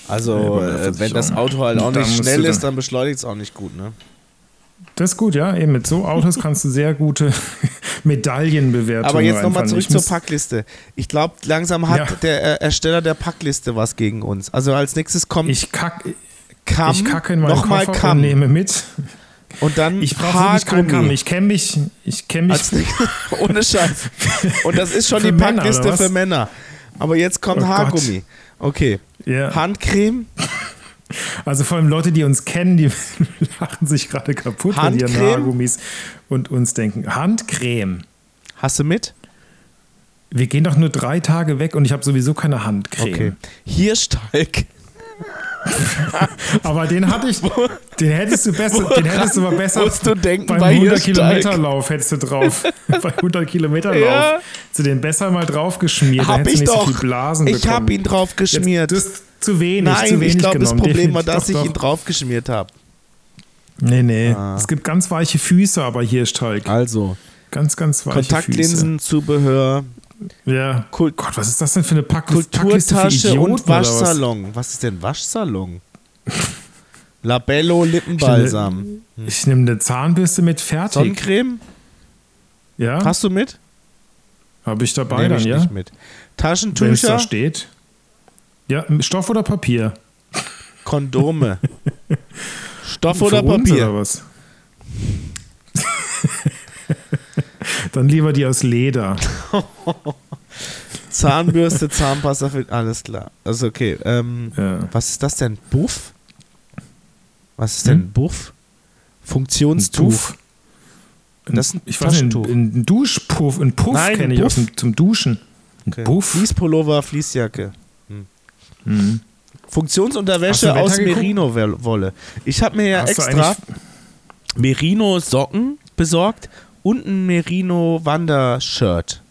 [SPEAKER 2] Also,
[SPEAKER 1] bei der
[SPEAKER 2] äh, wenn das
[SPEAKER 1] Versicherung.
[SPEAKER 2] Auto halt auch
[SPEAKER 1] Da
[SPEAKER 2] nicht
[SPEAKER 1] musst
[SPEAKER 2] schnell
[SPEAKER 1] du
[SPEAKER 2] ist,
[SPEAKER 1] dann-
[SPEAKER 2] dann beschleunigt es auch nicht gut, ne?
[SPEAKER 1] Das ist gut, ja. Eben mit so Autos kannst du sehr gute Medaillenbewertungen
[SPEAKER 2] Aber jetzt nochmal
[SPEAKER 1] einfahren.
[SPEAKER 2] zurück
[SPEAKER 1] Ich
[SPEAKER 2] zur
[SPEAKER 1] muss-
[SPEAKER 2] Packliste. Ich glaube, langsam hat
[SPEAKER 1] Ja.
[SPEAKER 2] der äh, Ersteller der Packliste was gegen uns. Also als nächstes kommt
[SPEAKER 1] Ich, kack,
[SPEAKER 2] Kamm,
[SPEAKER 1] ich kacke in meinen
[SPEAKER 2] nochmal
[SPEAKER 1] Koffer
[SPEAKER 2] Kamm
[SPEAKER 1] und nehme mit.
[SPEAKER 2] und dann
[SPEAKER 1] Ich brauche wirklich keinen
[SPEAKER 2] Haargummi.
[SPEAKER 1] Kamm. Ich kenne mich, ich kenne mich
[SPEAKER 2] Als nächstes- ohne Scheiß. Und das ist schon
[SPEAKER 1] Für
[SPEAKER 2] die
[SPEAKER 1] Männer,
[SPEAKER 2] Packliste
[SPEAKER 1] oder was?
[SPEAKER 2] für Männer. Aber jetzt kommt
[SPEAKER 1] Oh Gott.
[SPEAKER 2] Haargummi. Okay.
[SPEAKER 1] Ja.
[SPEAKER 2] Handcreme,
[SPEAKER 1] Also vor allem Leute, die uns kennen, die lachen sich gerade kaputt mit ihren
[SPEAKER 2] Handcreme?
[SPEAKER 1] Haargummis und uns denken, Handcreme.
[SPEAKER 2] hast du mit?
[SPEAKER 1] Wir gehen doch nur drei Tage weg und ich habe sowieso keine Handcreme.
[SPEAKER 2] Okay. Hirschteig.
[SPEAKER 1] Aber den hatte ich, den hättest du besser, den hättest du aber besser
[SPEAKER 2] musst du denken
[SPEAKER 1] beim
[SPEAKER 2] bei
[SPEAKER 1] 100
[SPEAKER 2] Hirschteig?
[SPEAKER 1] Kilometer Lauf hättest du drauf, bei 100 Kilometer Lauf,
[SPEAKER 2] Ja.
[SPEAKER 1] hättest du den besser mal drauf geschmiert, dann
[SPEAKER 2] Hab
[SPEAKER 1] hättest du nicht
[SPEAKER 2] ich
[SPEAKER 1] so
[SPEAKER 2] doch.
[SPEAKER 1] viel Blasen
[SPEAKER 2] ich
[SPEAKER 1] bekommen.
[SPEAKER 2] habe ihn drauf geschmiert.
[SPEAKER 1] Jetzt, das ist zu wenig, zu
[SPEAKER 2] Nein,
[SPEAKER 1] wenig
[SPEAKER 2] ich glaube, das
[SPEAKER 1] genommen.
[SPEAKER 2] Problem war,
[SPEAKER 1] Definitiv.
[SPEAKER 2] dass
[SPEAKER 1] Doch,
[SPEAKER 2] ich ihn Ah.
[SPEAKER 1] doch.
[SPEAKER 2] drauf geschmiert habe.
[SPEAKER 1] Nee, nee, es gibt ganz weiche Füße, aber Hirschteig.
[SPEAKER 2] Also,
[SPEAKER 1] Ganz, ganz weiche Füße.
[SPEAKER 2] Kontaktlinsen, Zubehör,
[SPEAKER 1] Ja.
[SPEAKER 2] Kult-
[SPEAKER 1] Gott, was ist das denn für eine Pack Packliste für
[SPEAKER 2] Kulturtasche
[SPEAKER 1] Idioten
[SPEAKER 2] und
[SPEAKER 1] oder was?
[SPEAKER 2] Waschsalon. Was? ist denn Waschsalon? Labello Lippenbalsam.
[SPEAKER 1] Ich nehme eine Zahnbürste mit fertig.
[SPEAKER 2] Sonnencreme?
[SPEAKER 1] ja,
[SPEAKER 2] Hast du mit?
[SPEAKER 1] habe ich dabei
[SPEAKER 2] Nehm
[SPEAKER 1] dann,
[SPEAKER 2] ich
[SPEAKER 1] Hm? ja.
[SPEAKER 2] nicht mit.
[SPEAKER 1] Wenn es da
[SPEAKER 2] Taschentücher,
[SPEAKER 1] steht. Ja, Stoff oder Papier?
[SPEAKER 2] Kondome. Stoff
[SPEAKER 1] Für
[SPEAKER 2] oder
[SPEAKER 1] uns
[SPEAKER 2] Papier?
[SPEAKER 1] Oder was? dann lieber die aus Leder.
[SPEAKER 2] Zahnbürste, Zahnpasta, für, alles klar. Also okay. Ähm,
[SPEAKER 1] Ja.
[SPEAKER 2] Was ist das denn? Buff? Was ist denn
[SPEAKER 1] Hm?
[SPEAKER 2] Buff? Funktionstuch.
[SPEAKER 1] Tuff. Ein,
[SPEAKER 2] Das ist ein
[SPEAKER 1] ich weiß nicht,
[SPEAKER 2] Taschentuch.
[SPEAKER 1] ein, ein Duschpuff, ein Puff
[SPEAKER 2] Nein,
[SPEAKER 1] kenne ich
[SPEAKER 2] Puff.
[SPEAKER 1] aus dem, zum Duschen. Ein
[SPEAKER 2] Okay.
[SPEAKER 1] Puff.
[SPEAKER 2] Fließpullover, Fließjacke.
[SPEAKER 1] Hm. Mhm. Hast du
[SPEAKER 2] Funktionsunterwäsche
[SPEAKER 1] Wetter
[SPEAKER 2] aus
[SPEAKER 1] geguckt?
[SPEAKER 2] Merino-Wolle. Ich habe mir ja
[SPEAKER 1] Hast du
[SPEAKER 2] extra
[SPEAKER 1] eigentlich-
[SPEAKER 2] Merino-Socken besorgt und ein Merino-Wandershirt.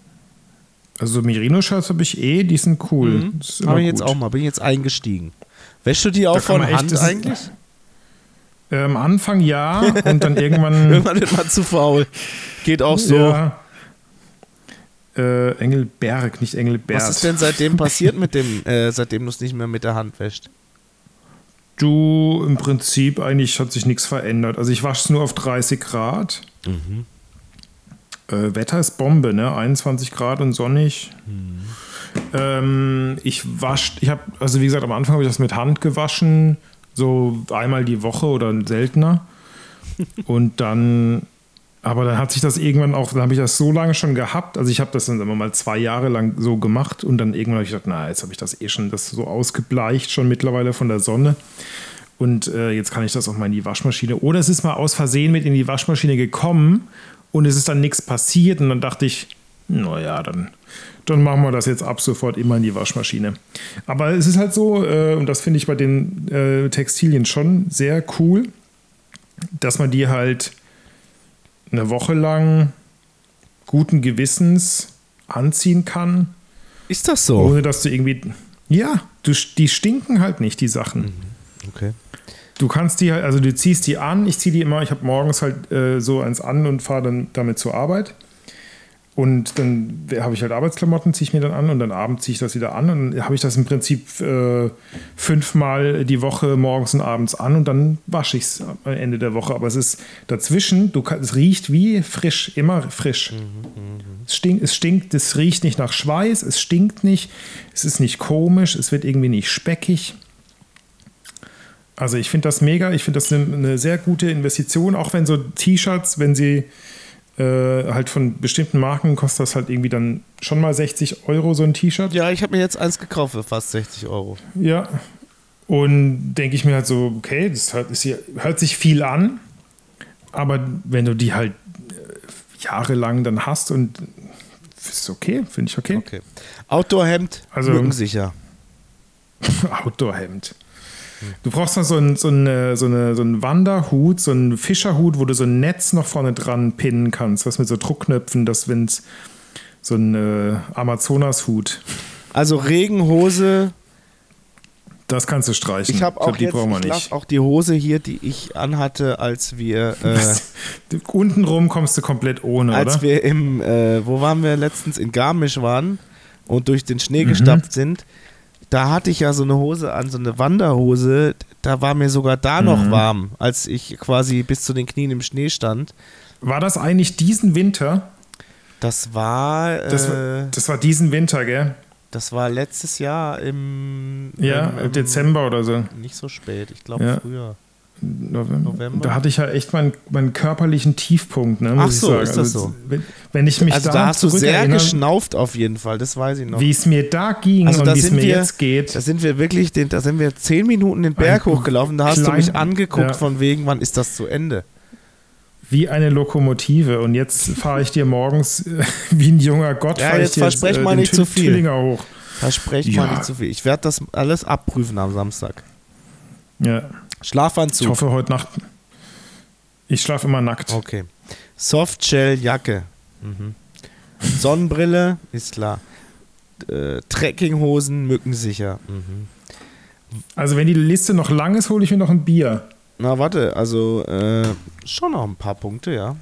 [SPEAKER 1] Also Merino-Shirts habe ich eh, die sind cool. Das ist immer
[SPEAKER 2] Habe Mhm. ich jetzt
[SPEAKER 1] gut.
[SPEAKER 2] auch mal, bin jetzt eingestiegen. Wäschst du die auch
[SPEAKER 1] Da kann
[SPEAKER 2] von
[SPEAKER 1] man echt-
[SPEAKER 2] Hand
[SPEAKER 1] das ist-
[SPEAKER 2] eigentlich?
[SPEAKER 1] Äh, Am Anfang ja und dann irgendwann.
[SPEAKER 2] Irgendwann wird man zu faul. Geht auch so.
[SPEAKER 1] Ja. Äh, Engelberg, nicht Engelbert.
[SPEAKER 2] Was ist denn seitdem passiert mit dem, äh, seitdem du es nicht mehr mit der Hand wäschst?
[SPEAKER 1] Du, im Prinzip eigentlich hat sich nichts verändert. Also ich wasche es nur auf 30 Grad. Äh, Wetter ist Bombe, ne? 21 Grad und sonnig. Ähm, ich wasche, ich habe, also wie gesagt, am Anfang habe ich das mit Hand gewaschen, so einmal die Woche oder seltener. Und dann, aber dann hat sich das irgendwann auch, dann habe ich das so lange schon gehabt. Also ich habe das dann sagen wir mal zwei Jahre lang so gemacht und dann irgendwann habe ich gedacht, na, jetzt habe ich das eh schon, das so ausgebleicht schon mittlerweile von der Sonne. Und äh, jetzt kann ich das auch mal in die Waschmaschine. Oder es ist mal aus Versehen mit in die Waschmaschine gekommen und es ist dann nichts passiert. Und dann dachte ich, naja, dann, dann machen wir das jetzt ab sofort immer in die Waschmaschine. Aber es ist halt so, äh, und das finde ich bei den äh, Textilien schon sehr cool, dass man die halt eine Woche lang guten Gewissens anziehen kann,
[SPEAKER 2] Ist das so?
[SPEAKER 1] ohne dass du irgendwie. Ja, du, die stinken halt nicht, die Sachen.
[SPEAKER 2] Okay.
[SPEAKER 1] Du kannst die halt, also du ziehst die an, ich ziehe die immer, ich habe morgens halt äh, so eins an und fahre dann damit zur Arbeit. Und dann habe ich halt Arbeitsklamotten, ziehe ich mir dann an und dann abends ziehe ich das wieder an und dann habe ich das im Prinzip äh, fünfmal die Woche morgens und abends an und dann wasche ich es am Ende der Woche. Aber es ist dazwischen, du kann, es riecht wie frisch, immer frisch. Es stinkt, es stinkt, es riecht nicht nach Schweiß, es stinkt nicht, es ist nicht komisch, es wird irgendwie nicht speckig. Also ich finde das mega, ich finde das eine, eine sehr gute Investition, auch wenn so T-Shirts, wenn sie äh, halt von bestimmten Marken kostet das halt irgendwie dann schon mal 60 Euro so ein T-Shirt.
[SPEAKER 2] Ja, ich habe mir jetzt eins gekauft für fast 60 Euro.
[SPEAKER 1] Ja. Und denke ich mir halt so, okay, das hört, ist hier, hört sich viel an, aber wenn du die halt äh, jahrelang dann hast und ist okay, finde ich okay.
[SPEAKER 2] Okay. Outdoor-Hemd,
[SPEAKER 1] Also-
[SPEAKER 2] mückensicher.
[SPEAKER 1] Outdoor-Hemd. Du brauchst noch so einen so ein, so eine, so ein Wanderhut, so einen Fischerhut, wo du so ein Netz noch vorne dran pinnen kannst, was mit so Druckknöpfen, das wenn's so ein äh, Amazonas-Hut,
[SPEAKER 2] Also Regenhose.
[SPEAKER 1] das kannst du streichen.
[SPEAKER 2] Ich habe
[SPEAKER 1] glaub,
[SPEAKER 2] auch
[SPEAKER 1] Hm, die
[SPEAKER 2] jetzt,
[SPEAKER 1] brauchen wir
[SPEAKER 2] ich lass
[SPEAKER 1] nicht.
[SPEAKER 2] auch die Hose hier, die ich anhatte, als wir, äh,
[SPEAKER 1] Untenrum kommst du komplett ohne,
[SPEAKER 2] als
[SPEAKER 1] oder?
[SPEAKER 2] wir im, äh, wo waren wir letztens in Garmisch waren und durch den
[SPEAKER 1] Mhm.
[SPEAKER 2] Schnee gestapft sind. Da hatte ich ja so eine Hose an, so eine Wanderhose. Da war mir sogar da
[SPEAKER 1] Mhm.
[SPEAKER 2] noch warm, als ich quasi bis zu den Knien im Schnee stand.
[SPEAKER 1] War das eigentlich diesen Winter?
[SPEAKER 2] Das war, äh,
[SPEAKER 1] Das, war- das war diesen Winter, gell?
[SPEAKER 2] das war letztes Jahr im,
[SPEAKER 1] Ja,
[SPEAKER 2] im, im
[SPEAKER 1] Dezember oder so.
[SPEAKER 2] Nicht so spät, ich glaube
[SPEAKER 1] Ja.
[SPEAKER 2] früher.
[SPEAKER 1] November.
[SPEAKER 2] November.
[SPEAKER 1] Da hatte ich ja echt meinen, meinen körperlichen Tiefpunkt, ne, muss
[SPEAKER 2] Ach
[SPEAKER 1] ich
[SPEAKER 2] so,
[SPEAKER 1] sagen.
[SPEAKER 2] ist das so?
[SPEAKER 1] Wenn, wenn ich mich
[SPEAKER 2] also da
[SPEAKER 1] daran
[SPEAKER 2] hast du sehr
[SPEAKER 1] zurückerinnere,
[SPEAKER 2] geschnauft auf jeden Fall, das weiß ich noch.
[SPEAKER 1] wie es mir da ging
[SPEAKER 2] Also
[SPEAKER 1] und
[SPEAKER 2] da
[SPEAKER 1] wie es
[SPEAKER 2] sind
[SPEAKER 1] mir
[SPEAKER 2] wir-
[SPEAKER 1] jetzt geht.
[SPEAKER 2] Da sind wir wirklich, den, da sind wir zehn Minuten den Berg
[SPEAKER 1] Ein
[SPEAKER 2] hochgelaufen, da hast du
[SPEAKER 1] klein-
[SPEAKER 2] mich angeguckt
[SPEAKER 1] ja.
[SPEAKER 2] von wegen, wann ist das zu Ende?
[SPEAKER 1] wie eine Lokomotive. Und jetzt fahre ich dir morgens äh, wie ein junger Gott.
[SPEAKER 2] Ja,
[SPEAKER 1] fahre
[SPEAKER 2] jetzt
[SPEAKER 1] ich dir äh,
[SPEAKER 2] versprech mal
[SPEAKER 1] den
[SPEAKER 2] nicht
[SPEAKER 1] Tü-
[SPEAKER 2] zu viel.
[SPEAKER 1] Tülinger hoch.
[SPEAKER 2] Versprecht mal
[SPEAKER 1] Ja.
[SPEAKER 2] nicht zu viel. Ich werde das alles abprüfen am Samstag.
[SPEAKER 1] Ja. Ich
[SPEAKER 2] Schlafanzug.
[SPEAKER 1] hoffe heute Nacht. Ich schlafe immer nackt.
[SPEAKER 2] Okay. Softshell-Jacke. Mhm. Sonnenbrille, ist klar. Äh, Trekkinghosen, mückensicher. Mhm.
[SPEAKER 1] Also wenn die Liste noch lang ist, hole ich mir noch ein Bier.
[SPEAKER 2] Na, warte, also äh, schon noch ein paar Punkte, ja.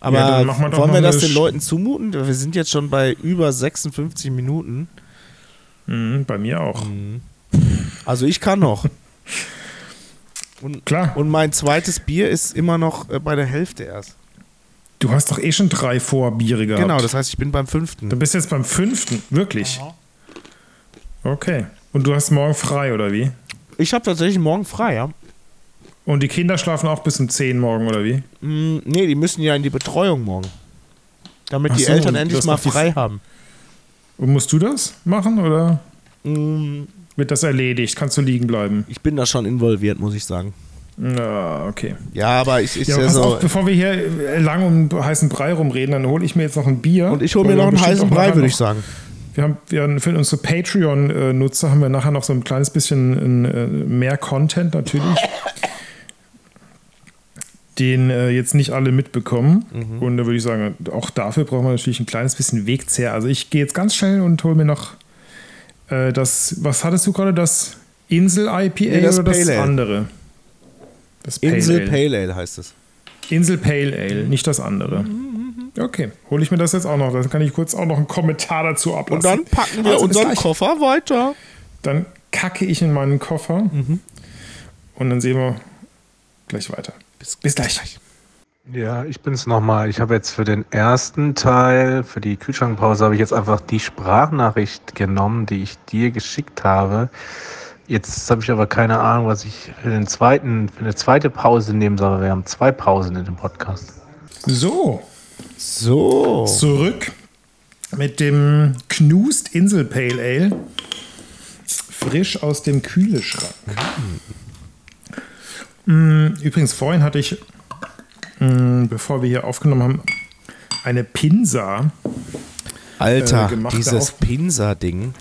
[SPEAKER 2] Aber
[SPEAKER 1] Ja, dann machen wir doch
[SPEAKER 2] wollen
[SPEAKER 1] noch
[SPEAKER 2] wir
[SPEAKER 1] eine
[SPEAKER 2] das den
[SPEAKER 1] Sch-
[SPEAKER 2] Leuten zumuten? Wir sind jetzt schon bei über 56 Minuten.
[SPEAKER 1] Mhm, bei mir auch.
[SPEAKER 2] Also ich kann noch.
[SPEAKER 1] Klar,
[SPEAKER 2] Und mein zweites Bier ist immer noch äh, bei der Hälfte erst.
[SPEAKER 1] du hast doch eh schon drei Vorbiere gehabt.
[SPEAKER 2] Genau, das heißt, ich bin beim
[SPEAKER 1] Du
[SPEAKER 2] fünften.
[SPEAKER 1] bist jetzt beim fünften, wirklich. Okay. Und du hast morgen frei, oder wie?
[SPEAKER 2] Ich habe tatsächlich morgen frei, ja.
[SPEAKER 1] Und die Kinder schlafen auch bis um 10 morgen, oder wie?
[SPEAKER 2] Mm, nee, die müssen ja in die Betreuung morgen. Damit
[SPEAKER 1] Ach
[SPEAKER 2] die
[SPEAKER 1] so,
[SPEAKER 2] Eltern
[SPEAKER 1] das
[SPEAKER 2] endlich mal
[SPEAKER 1] macht die-
[SPEAKER 2] frei haben.
[SPEAKER 1] Und musst du das machen, oder
[SPEAKER 2] Mm,
[SPEAKER 1] wird das erledigt? Kannst du liegen bleiben?
[SPEAKER 2] ich bin da schon involviert, muss ich sagen.
[SPEAKER 1] Na, okay.
[SPEAKER 2] Ja, aber ich, ich
[SPEAKER 1] Ja,
[SPEAKER 2] ja,
[SPEAKER 1] aber pass
[SPEAKER 2] so.
[SPEAKER 1] auf, bevor wir hier äh, lang um heißen Brei rumreden, dann hole ich mir jetzt noch ein Bier.
[SPEAKER 2] Und ich hole mir
[SPEAKER 1] Weil wir
[SPEAKER 2] noch einen
[SPEAKER 1] bestimmt
[SPEAKER 2] heißen
[SPEAKER 1] auch nachher
[SPEAKER 2] Brei, würde
[SPEAKER 1] noch-
[SPEAKER 2] ich sagen.
[SPEAKER 1] Wir haben, wir haben für unsere Patreon-Nutzer haben wir nachher noch so ein kleines bisschen äh, mehr Content natürlich. Den äh, jetzt nicht alle mitbekommen.
[SPEAKER 2] Mhm.
[SPEAKER 1] Und da würde ich sagen, auch dafür brauchen wir natürlich ein kleines bisschen Wegzehr. Also ich gehe jetzt ganz schnell und hole mir noch äh, das, was hattest du gerade, das Insel-IPA
[SPEAKER 2] Nee, das
[SPEAKER 1] oder das
[SPEAKER 2] Pale Ale.
[SPEAKER 1] andere? Das Pale
[SPEAKER 2] Insel
[SPEAKER 1] Ale.
[SPEAKER 2] Pale Ale heißt es.
[SPEAKER 1] Insel Pale Ale, nicht das andere. Okay, hole ich mir das jetzt auch noch. Dann kann ich kurz auch noch einen Kommentar dazu ablassen.
[SPEAKER 2] Und dann packen wir
[SPEAKER 1] Also bis
[SPEAKER 2] unseren
[SPEAKER 1] gleich.
[SPEAKER 2] Koffer weiter.
[SPEAKER 1] Dann kacke ich in meinen Koffer
[SPEAKER 2] Mhm.
[SPEAKER 1] und dann sehen wir gleich weiter. Bis, gleich.
[SPEAKER 3] Ja, ich bin's nochmal. Ich habe jetzt für den ersten Teil, für die Kühlschrankpause, habe ich jetzt einfach die Sprachnachricht genommen, die ich dir geschickt habe. Jetzt habe ich aber keine Ahnung, was ich für den zweiten, für eine zweite Pause nehmen soll. aber Wir haben zwei Pausen in dem Podcast.
[SPEAKER 1] So,
[SPEAKER 2] So.
[SPEAKER 1] zurück mit dem Knust Insel Pale Ale. Frisch aus dem Kühleschrank.
[SPEAKER 2] Hm.
[SPEAKER 1] Mm, Übrigens, vorhin hatte ich, mm, bevor wir hier aufgenommen haben, eine Pinsa. äh,
[SPEAKER 2] Alter,
[SPEAKER 1] gemachte
[SPEAKER 2] dieses
[SPEAKER 1] Auf-
[SPEAKER 2] Pinsa-Ding,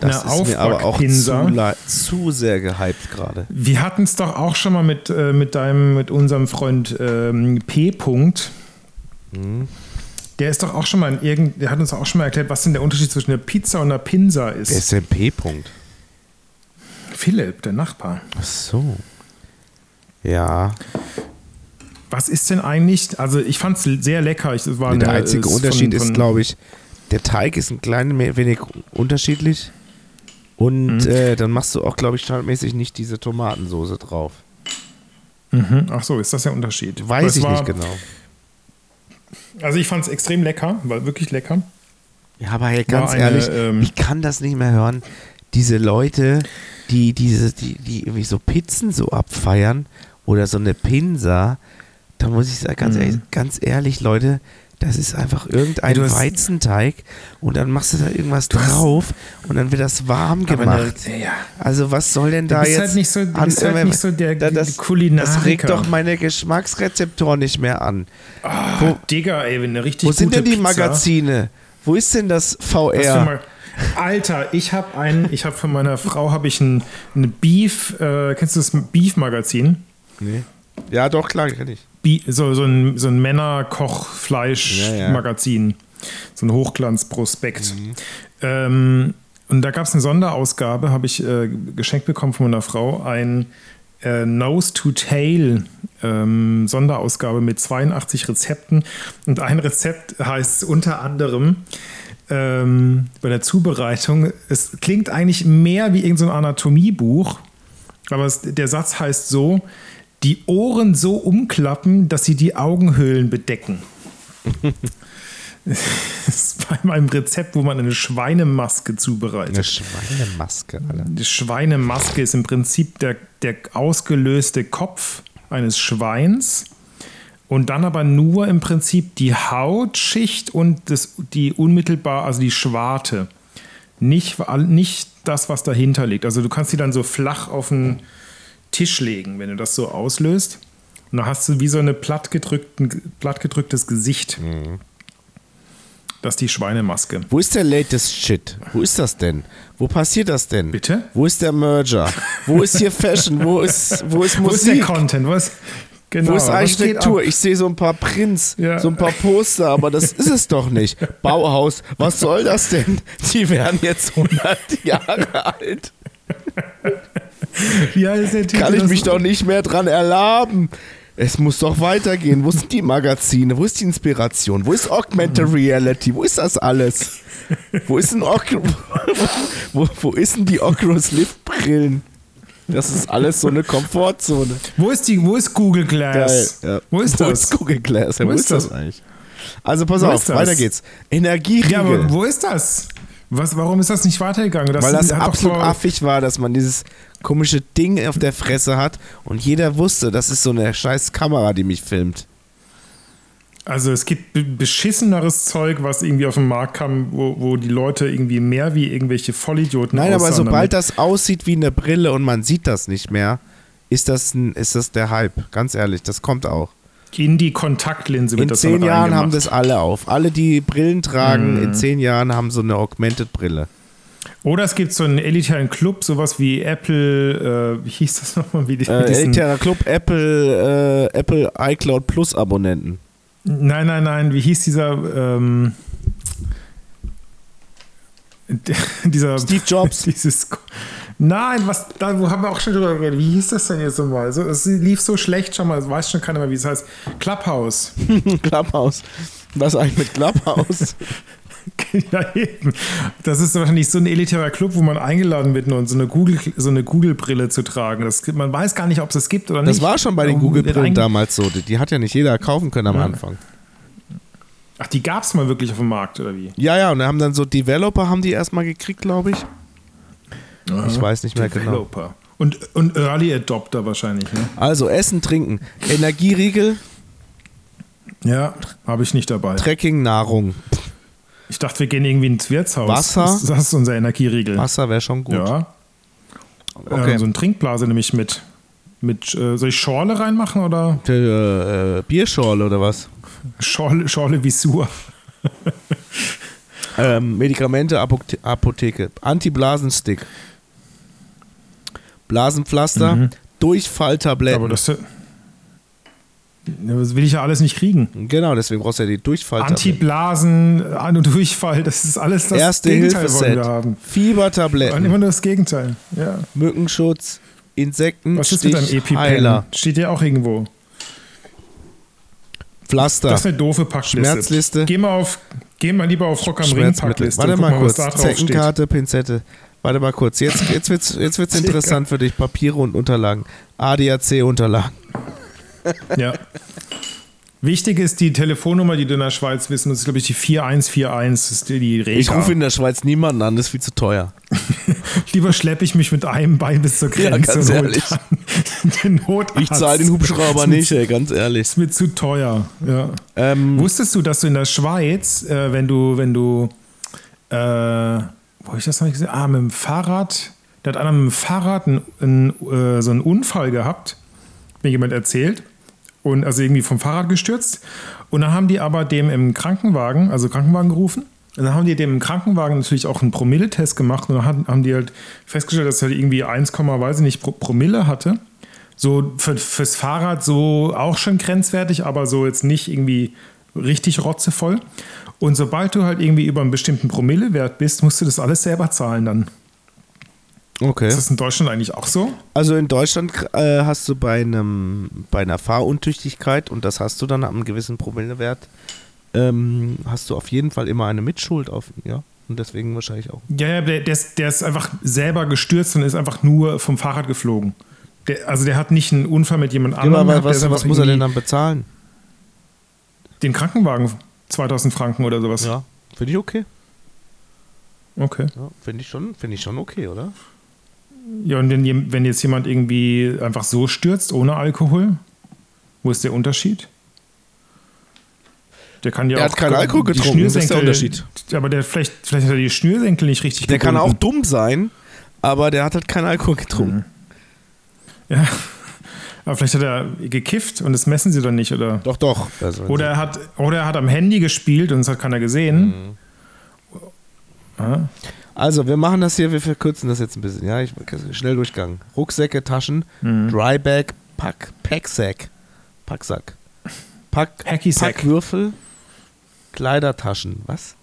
[SPEAKER 2] das
[SPEAKER 1] Eine
[SPEAKER 2] ist mir aber auch zu,
[SPEAKER 1] Aufbackpinsa.
[SPEAKER 2] le- zu sehr gehypt gerade.
[SPEAKER 1] Wir hatten es doch auch schon mal mit, äh, mit deinem, mit unserem Freund ähm, P. Punkt.
[SPEAKER 2] Hm.
[SPEAKER 1] Der ist doch auch schon mal in irgend, der hat uns auch schon mal erklärt, was denn der Unterschied zwischen einer Pizza und einer Pinsa ist.
[SPEAKER 2] Der ist ein P-Punkt.
[SPEAKER 1] Philipp, der Nachbar.
[SPEAKER 2] Ach so. Ja,
[SPEAKER 1] Was ist denn eigentlich? Also ich fand es sehr lecker. Ich, es war
[SPEAKER 2] der
[SPEAKER 1] eine-
[SPEAKER 2] einzige
[SPEAKER 1] es von-
[SPEAKER 2] Unterschied ist,
[SPEAKER 1] von-
[SPEAKER 2] glaube ich, der Teig ist ein klein me- wenig unterschiedlich.
[SPEAKER 1] Mhm.
[SPEAKER 2] Und äh, dann machst du auch, glaube ich, standardmäßig nicht diese Tomatensoße drauf.
[SPEAKER 1] Mhm. Ach so, ist das der Unterschied? Aber
[SPEAKER 2] Weiß
[SPEAKER 1] es
[SPEAKER 2] ich
[SPEAKER 1] war-
[SPEAKER 2] nicht genau.
[SPEAKER 1] Also ich fand es extrem lecker, war wirklich lecker.
[SPEAKER 2] Ja, aber hey, ganz
[SPEAKER 1] War eine,
[SPEAKER 2] ehrlich,
[SPEAKER 1] ähm,
[SPEAKER 2] ich kann das nicht mehr hören. Diese Leute, die diese, die, die irgendwie so Pizzen so abfeiern oder so eine Pinsa, Da muss ich sagen,
[SPEAKER 1] Mhm.
[SPEAKER 2] ganz, ehrlich, ganz ehrlich, Leute, das ist einfach irgendein
[SPEAKER 1] Du hast-
[SPEAKER 2] Weizenteig und dann machst du da irgendwas drauf und dann wird das warm
[SPEAKER 1] Aber
[SPEAKER 2] gemacht.
[SPEAKER 1] ne- ja.
[SPEAKER 2] Also was soll denn
[SPEAKER 1] Du
[SPEAKER 2] da
[SPEAKER 1] bist
[SPEAKER 2] jetzt?
[SPEAKER 1] halt nicht so- du
[SPEAKER 2] an-
[SPEAKER 1] bist halt
[SPEAKER 2] äh,
[SPEAKER 1] nicht so der
[SPEAKER 2] da- das,
[SPEAKER 1] Kulinariker.
[SPEAKER 2] Das regt doch meine Geschmacksrezeptoren nicht mehr an.
[SPEAKER 1] Ah, Digga, ey, wenn eine richtig
[SPEAKER 2] Wo sind
[SPEAKER 1] gute
[SPEAKER 2] denn die
[SPEAKER 1] Pizza-
[SPEAKER 2] Magazine? Wo ist denn das
[SPEAKER 1] Hast du
[SPEAKER 2] VR?
[SPEAKER 1] mal- Alter, ich habe einen, ich habe von meiner Frau habe ich ein, ein Beef, äh, kennst du das Beef-Magazin?
[SPEAKER 2] Nee. Ja, doch, klar, kenne ich.
[SPEAKER 1] Bi- so, so ein, so ein Männer-Koch-Fleisch-Magazin. So ein Hochglanzprospekt. Ähm, und da gab es eine Sonderausgabe, habe ich äh, geschenkt bekommen von meiner Frau, ein äh, Nose-to-Tail ähm, Sonderausgabe mit 82 Rezepten. Und ein Rezept heißt unter anderem ähm, bei der Zubereitung, es klingt eigentlich mehr wie irgendein so ein Anatomiebuch, aber es, der Satz heißt so, die Ohren so umklappen, dass sie die Augenhöhlen bedecken. das ist bei meinem Rezept, wo man eine Schweinemaske zubereitet.
[SPEAKER 2] Eine Schweinemaske, Alter.
[SPEAKER 1] Die Schweinemaske ist im Prinzip der, der ausgelöste Kopf eines Schweins und dann aber nur im Prinzip die Hautschicht und das, die unmittelbar, also die Schwarte. Nicht, nicht das, was dahinter liegt. Also du kannst die dann so flach auf den Tisch legen, wenn du das so auslöst. Und dann hast du wie so eine plattgedrückten, plattgedrücktes Gesicht.
[SPEAKER 2] Mhm.
[SPEAKER 1] Das ist die Schweinemaske.
[SPEAKER 2] Wo ist der latest Shit? Wo ist das denn? Wo passiert das denn?
[SPEAKER 1] Bitte?
[SPEAKER 2] Wo ist der Merger? Wo ist hier Fashion? Wo ist, wo ist
[SPEAKER 1] Wo ist der
[SPEAKER 2] Musik?
[SPEAKER 1] Content? Was? Genau,
[SPEAKER 2] Wo ist
[SPEAKER 1] was geht
[SPEAKER 2] Architektur?
[SPEAKER 1] ab?
[SPEAKER 2] Ich sehe so ein paar Prints,
[SPEAKER 1] Ja.
[SPEAKER 2] so ein paar Poster, aber das ist es doch nicht. Bauhaus, was soll das denn? Die werden jetzt 100 Jahre alt.
[SPEAKER 1] Ja, ist der Titel,
[SPEAKER 2] Kann ich
[SPEAKER 1] das-
[SPEAKER 2] mich doch nicht mehr dran erlaben. Es muss doch weitergehen. Wo sind die Magazine? Wo ist die Inspiration? Wo ist Augmented Reality? Wo ist das alles? Wo ist denn, Ocu wo, wo ist denn die Oculus Lift Brillen? Das ist alles so eine Komfortzone.
[SPEAKER 1] Wo ist die? Wo ist Google Glass?
[SPEAKER 2] Geil, ja.
[SPEAKER 1] Wo ist das?
[SPEAKER 2] Wo ist Google Glass? Ja, wo, ist das, eigentlich? Also pass
[SPEAKER 1] Wo
[SPEAKER 2] auf,
[SPEAKER 1] ist das?
[SPEAKER 2] weiter geht's. Energieriegel.
[SPEAKER 1] ja, aber wo ist das? Was, warum ist das nicht weitergegangen?
[SPEAKER 2] weil das
[SPEAKER 1] hat doch
[SPEAKER 2] absolut
[SPEAKER 1] vor-
[SPEAKER 2] affig war, dass man dieses komische Ding auf der Fresse hat und jeder wusste, das ist so eine scheiß Kamera, die mich filmt.
[SPEAKER 1] Also es gibt be- beschisseneres Zeug, was irgendwie auf den Markt kam, wo, wo die Leute irgendwie mehr wie irgendwelche Vollidioten
[SPEAKER 2] Nein, aber
[SPEAKER 1] aussahen
[SPEAKER 2] sobald
[SPEAKER 1] damit.
[SPEAKER 2] das aussieht wie eine Brille und man sieht das nicht mehr, ist das, ein, ist das der Hype. Ganz ehrlich, das kommt auch.
[SPEAKER 1] in die Kontaktlinse
[SPEAKER 2] In
[SPEAKER 1] wird das
[SPEAKER 2] zehn
[SPEAKER 1] damit
[SPEAKER 2] Jahren haben
[SPEAKER 1] reingemacht.
[SPEAKER 2] das alle auf. Alle, die Brillen tragen, in zehn Jahren haben so eine Augmented-Brille.
[SPEAKER 1] Oder es gibt so einen elitären Club, sowas wie Apple, äh, wie hieß das nochmal? Wie die,
[SPEAKER 2] Äh,
[SPEAKER 1] diesen-
[SPEAKER 2] Elitärer Club, Apple, äh, Apple iCloud Plus Abonnenten.
[SPEAKER 1] Nein, nein, nein. Wie hieß dieser? Ähm, d- dieser
[SPEAKER 2] Steve Jobs.
[SPEAKER 1] Dieses. Nein, was? Da wo haben wir auch schon drüber geredet. Wie hieß das denn jetzt nochmal? So, es lief so schlecht schon mal. Das weiß schon keiner mehr, wie es heißt. Clubhouse.
[SPEAKER 2] Clubhouse. Was eigentlich mit Clubhouse?
[SPEAKER 1] ja, eben. Das ist wahrscheinlich so ein elitärer Club, wo man eingeladen wird, nur um so eine Google, so eine Google-Brille zu tragen. Das, gibt- man weiß gar nicht, ob es das gibt oder nicht.
[SPEAKER 2] Das war schon bei den
[SPEAKER 1] Man wird
[SPEAKER 2] Google-Brillen
[SPEAKER 1] einge-
[SPEAKER 2] damals so. Die, die hat ja nicht jeder kaufen können am Anfang.
[SPEAKER 1] Ach, die gab es mal wirklich auf dem Markt oder wie?
[SPEAKER 2] Ja, ja, und dann haben dann so Developer haben die erstmal gekriegt, glaube ich. Ich weiß nicht mehr genau.
[SPEAKER 1] Developer. Und, und Early Adopter wahrscheinlich. Ne?
[SPEAKER 2] Also Essen, Trinken, Energieriegel,
[SPEAKER 1] Ja, habe ich nicht dabei.
[SPEAKER 2] Trekking, Nahrung.
[SPEAKER 1] Ich dachte, wir gehen irgendwie ins Wirtshaus.
[SPEAKER 2] Wasser?
[SPEAKER 1] Das, das ist unser Energieriegel.
[SPEAKER 2] Wasser wäre schon gut.
[SPEAKER 1] Ja.
[SPEAKER 2] Okay.
[SPEAKER 1] Ähm, so eine Trinkblase nämlich mit. mit äh, soll ich Schorle reinmachen oder
[SPEAKER 2] Äh, äh, Bierschorle oder was?
[SPEAKER 1] Schorle, Schorle Visur?
[SPEAKER 2] Äh. Ähm, Medikamente, Apothe Apotheke. Antiblasenstick. Blasenpflaster. Durchfalltabletten.
[SPEAKER 1] Mhm. Aber das, ja, das will ich ja alles nicht kriegen.
[SPEAKER 2] genau, deswegen brauchst du ja die Durchfalltabletten.
[SPEAKER 1] Antiblasen, An- und Durchfall, das ist alles das
[SPEAKER 2] Erste
[SPEAKER 1] Gegenteil, wollen
[SPEAKER 2] Hilfe-Set.
[SPEAKER 1] wir haben. Und
[SPEAKER 2] Fiebertabletten.
[SPEAKER 1] immer nur das Gegenteil. Ja.
[SPEAKER 2] Mückenschutz. Insekten.
[SPEAKER 1] Was ist mit deinem EpiPen?
[SPEAKER 2] Heiler.
[SPEAKER 1] Steht ja auch irgendwo.
[SPEAKER 2] Pflaster.
[SPEAKER 1] Das ist eine doofe Packliste.
[SPEAKER 2] Schmerzliste.
[SPEAKER 1] Geh mal, auf, geh mal lieber auf Rock am Ring
[SPEAKER 2] Schmerzmittel.
[SPEAKER 1] Packliste.
[SPEAKER 2] Warte
[SPEAKER 1] und
[SPEAKER 2] mal
[SPEAKER 1] guck was
[SPEAKER 2] kurz.
[SPEAKER 1] da drauf steht.
[SPEAKER 2] Zeckenkarte, Pinzette. Warte mal kurz. Jetzt, jetzt wird es jetzt wird's interessant für dich. Papiere und Unterlagen. ADAC-Unterlagen.
[SPEAKER 1] Ja. Wichtig ist die Telefonnummer, die du in der Schweiz wissen musst. Das ist, glaube ich, die 4141. Das ist die, die Rega.
[SPEAKER 2] Ich rufe in der Schweiz niemanden an, das ist viel zu teuer.
[SPEAKER 1] Lieber schleppe ich mich mit einem Bein bis zur
[SPEAKER 2] Ja,
[SPEAKER 1] Grenze.
[SPEAKER 2] ganz
[SPEAKER 1] und hol
[SPEAKER 2] ehrlich.
[SPEAKER 1] dann- den Notarzt.
[SPEAKER 2] Ich zahle den Hubschrauber
[SPEAKER 1] Ist mir-
[SPEAKER 2] nicht, ey, ganz ehrlich.
[SPEAKER 1] Ist mir zu teuer. Ja.
[SPEAKER 2] Ähm,
[SPEAKER 1] Wusstest du, dass du in der Schweiz, äh, wenn du, wenn du, äh, wo hab ich das noch nicht gesehen? Ah, mit dem Fahrrad, da hat einer mit dem Fahrrad einen, einen, äh, so einen Unfall gehabt, hat mir jemand erzählt. Und also irgendwie vom Fahrrad gestürzt. Und dann haben die aber dem im Krankenwagen, also Krankenwagen gerufen. Und dann haben die dem im Krankenwagen natürlich auch einen Promilletest gemacht. Und dann hat- haben die halt festgestellt, dass er halt irgendwie 1, weiß ich nicht, Pro Promille hatte so für, fürs Fahrrad so auch schon grenzwertig, aber so jetzt nicht irgendwie richtig rotzevoll. Und sobald du halt irgendwie über einen bestimmten Promillewert bist, musst du das alles selber zahlen dann.
[SPEAKER 2] okay.
[SPEAKER 1] Ist das in Deutschland eigentlich auch so?
[SPEAKER 2] Also in Deutschland äh, hast du bei einem bei einer Fahruntüchtigkeit und das hast du dann am gewissen Promillewert ähm, hast du auf jeden Fall immer eine Mitschuld auf ja und deswegen wahrscheinlich auch.
[SPEAKER 1] Ja, ja, der, der, ist, der ist einfach selber gestürzt und ist einfach nur vom Fahrrad geflogen. Der, also der hat nicht einen Unfall mit jemand anderem.
[SPEAKER 2] aber
[SPEAKER 1] gehabt, der ist
[SPEAKER 2] was, was
[SPEAKER 1] einfach
[SPEAKER 2] muss er denn
[SPEAKER 1] irgendwie
[SPEAKER 2] dann bezahlen?
[SPEAKER 1] Den Krankenwagen 2000 Franken oder sowas.
[SPEAKER 2] Ja, finde ich okay.
[SPEAKER 1] Okay.
[SPEAKER 2] Ja, finde ich schon, finde ich schon okay, oder?
[SPEAKER 1] Ja, und wenn, jem- wenn jetzt jemand irgendwie einfach so stürzt, ohne Alkohol, wo ist der Unterschied? Der kann ja
[SPEAKER 2] Der
[SPEAKER 1] auch
[SPEAKER 2] hat keinen Alkohol
[SPEAKER 1] die
[SPEAKER 2] getrunken, das ist der
[SPEAKER 1] Schnürsenkel-
[SPEAKER 2] Unterschied.
[SPEAKER 1] Aber der, vielleicht, vielleicht hat er die Schnürsenkel nicht richtig
[SPEAKER 2] Der kann auch
[SPEAKER 1] gebunden.
[SPEAKER 2] dumm sein, aber der hat halt keinen Alkohol getrunken.
[SPEAKER 1] Ja. Aber vielleicht hat er gekifft und das messen sie dann nicht. Oder,
[SPEAKER 2] Doch, doch. Also,
[SPEAKER 1] oder, er, hat, oder er hat am Handy gespielt und es hat keiner
[SPEAKER 2] Mhm.
[SPEAKER 1] gesehen. Ja.
[SPEAKER 2] also, wir machen das hier, wir verkürzen das jetzt ein bisschen. Ja, ich schnell Durchgang. Rucksäcke, Taschen, Drybag, Pack, Packsack, Packsack, Pack,
[SPEAKER 1] Packysack.
[SPEAKER 2] Packwürfel, Kleidertaschen, was?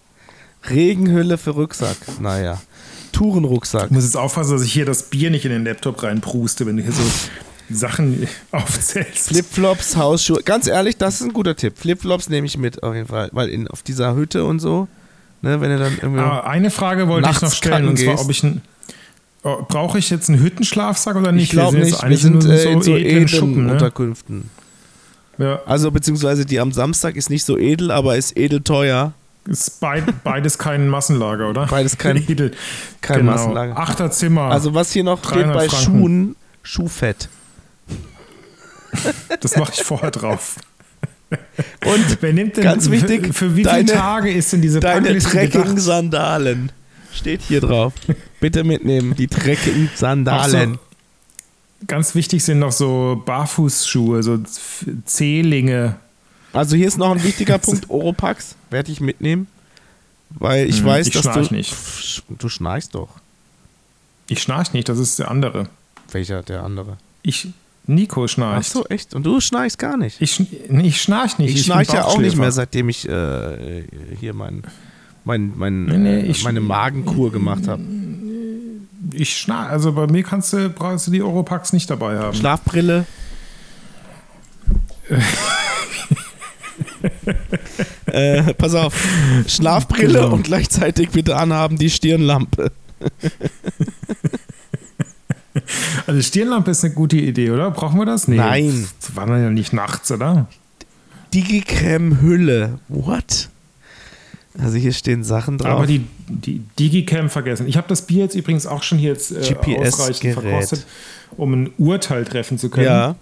[SPEAKER 2] Regenhülle für Rucksack, naja. Tourenrucksack.
[SPEAKER 1] Ich muss jetzt aufpassen, dass ich hier das Bier nicht in den Laptop reinpruste, wenn du hier so Sachen aufzählst.
[SPEAKER 2] Flipflops, Hausschuhe. Ganz ehrlich, das ist ein guter Tipp. Flipflops nehme ich mit auf jeden Fall, weil in, auf dieser Hütte und so, ne, wenn ihr dann irgendwie.
[SPEAKER 1] Ah, eine Frage wollte ich
[SPEAKER 2] Nachts
[SPEAKER 1] noch stellen,
[SPEAKER 2] kacken
[SPEAKER 1] und zwar,
[SPEAKER 2] gehst.
[SPEAKER 1] ob ich ein, oh, brauche ich jetzt einen Hüttenschlafsack oder nicht?
[SPEAKER 2] ich glaube
[SPEAKER 1] jetzt
[SPEAKER 2] nicht, wir
[SPEAKER 1] eigentlich
[SPEAKER 2] sind
[SPEAKER 1] nur
[SPEAKER 2] äh, in so edlen,
[SPEAKER 1] Schuppen, ne?
[SPEAKER 2] Unterkünften.
[SPEAKER 1] ja,
[SPEAKER 2] Also beziehungsweise die am Samstag ist nicht so edel, aber ist edel teuer.
[SPEAKER 1] ist beid, beides kein Massenlager, oder?
[SPEAKER 2] Beides kein-
[SPEAKER 1] Edel. Genau.
[SPEAKER 2] kein Massenlager.
[SPEAKER 1] Achter Zimmer.
[SPEAKER 2] Also was hier noch steht
[SPEAKER 1] 300
[SPEAKER 2] bei
[SPEAKER 1] Ah, Franken.
[SPEAKER 2] Schuhen, Schuhfett.
[SPEAKER 1] das mache ich vorher drauf.
[SPEAKER 2] Und
[SPEAKER 1] Wer nimmt denn
[SPEAKER 2] Ganz wichtig,
[SPEAKER 1] für, für wie viele
[SPEAKER 2] deine-
[SPEAKER 1] Tage ist denn diese
[SPEAKER 2] deine
[SPEAKER 1] Packliste gedacht?
[SPEAKER 2] Trekking-Sandalen. Steht hier drauf. Bitte mitnehmen, die Trekking-Sandalen.
[SPEAKER 1] Ach Ganz wichtig sind noch so Barfußschuhe, so F- Zehlinge.
[SPEAKER 2] Also hier ist noch ein wichtiger Punkt, Oropax werde ich mitnehmen, weil ich
[SPEAKER 1] Hm,
[SPEAKER 2] weiß,
[SPEAKER 1] ich
[SPEAKER 2] dass
[SPEAKER 1] schnarch
[SPEAKER 2] du
[SPEAKER 1] nicht.
[SPEAKER 2] Pff, Du schnarchst doch.
[SPEAKER 1] Ich schnarch nicht, das ist der andere.
[SPEAKER 2] Welcher der andere?
[SPEAKER 1] Ich, Nico
[SPEAKER 2] Ach
[SPEAKER 1] schnarcht.
[SPEAKER 2] so, echt? Und du schnarchst gar nicht.
[SPEAKER 1] Ich, schn- nee, ich schnarch nicht.
[SPEAKER 2] Ich,
[SPEAKER 1] bin
[SPEAKER 2] schnarche ja auch nicht
[SPEAKER 1] Bauchschläfer.
[SPEAKER 2] mehr, seitdem ich äh, hier mein, mein, mein,
[SPEAKER 1] Nee, nee,
[SPEAKER 2] äh,
[SPEAKER 1] ich-
[SPEAKER 2] meine Magenkur gemacht habe.
[SPEAKER 1] Ich schnarch. Also bei mir kannst du, brauchst du die Europax nicht dabei haben.
[SPEAKER 2] Schlafbrille. äh, pass auf. Schlafbrille
[SPEAKER 1] Genau.
[SPEAKER 2] und gleichzeitig bitte anhaben die Stirnlampe.
[SPEAKER 1] Also Stirnlampe ist eine gute Idee, oder? Brauchen wir das? Nee.
[SPEAKER 2] Nein.
[SPEAKER 1] Das war man ja nicht nachts, oder?
[SPEAKER 2] Digicreme-Hülle. What? Also hier stehen Sachen drauf.
[SPEAKER 1] Aber die, die Digicam vergessen. Ich habe das Bier jetzt übrigens auch schon hier jetzt äh,
[SPEAKER 2] GPS
[SPEAKER 1] ausreichend
[SPEAKER 2] Gerät.
[SPEAKER 1] verkostet, um ein Urteil treffen zu können.
[SPEAKER 2] ja.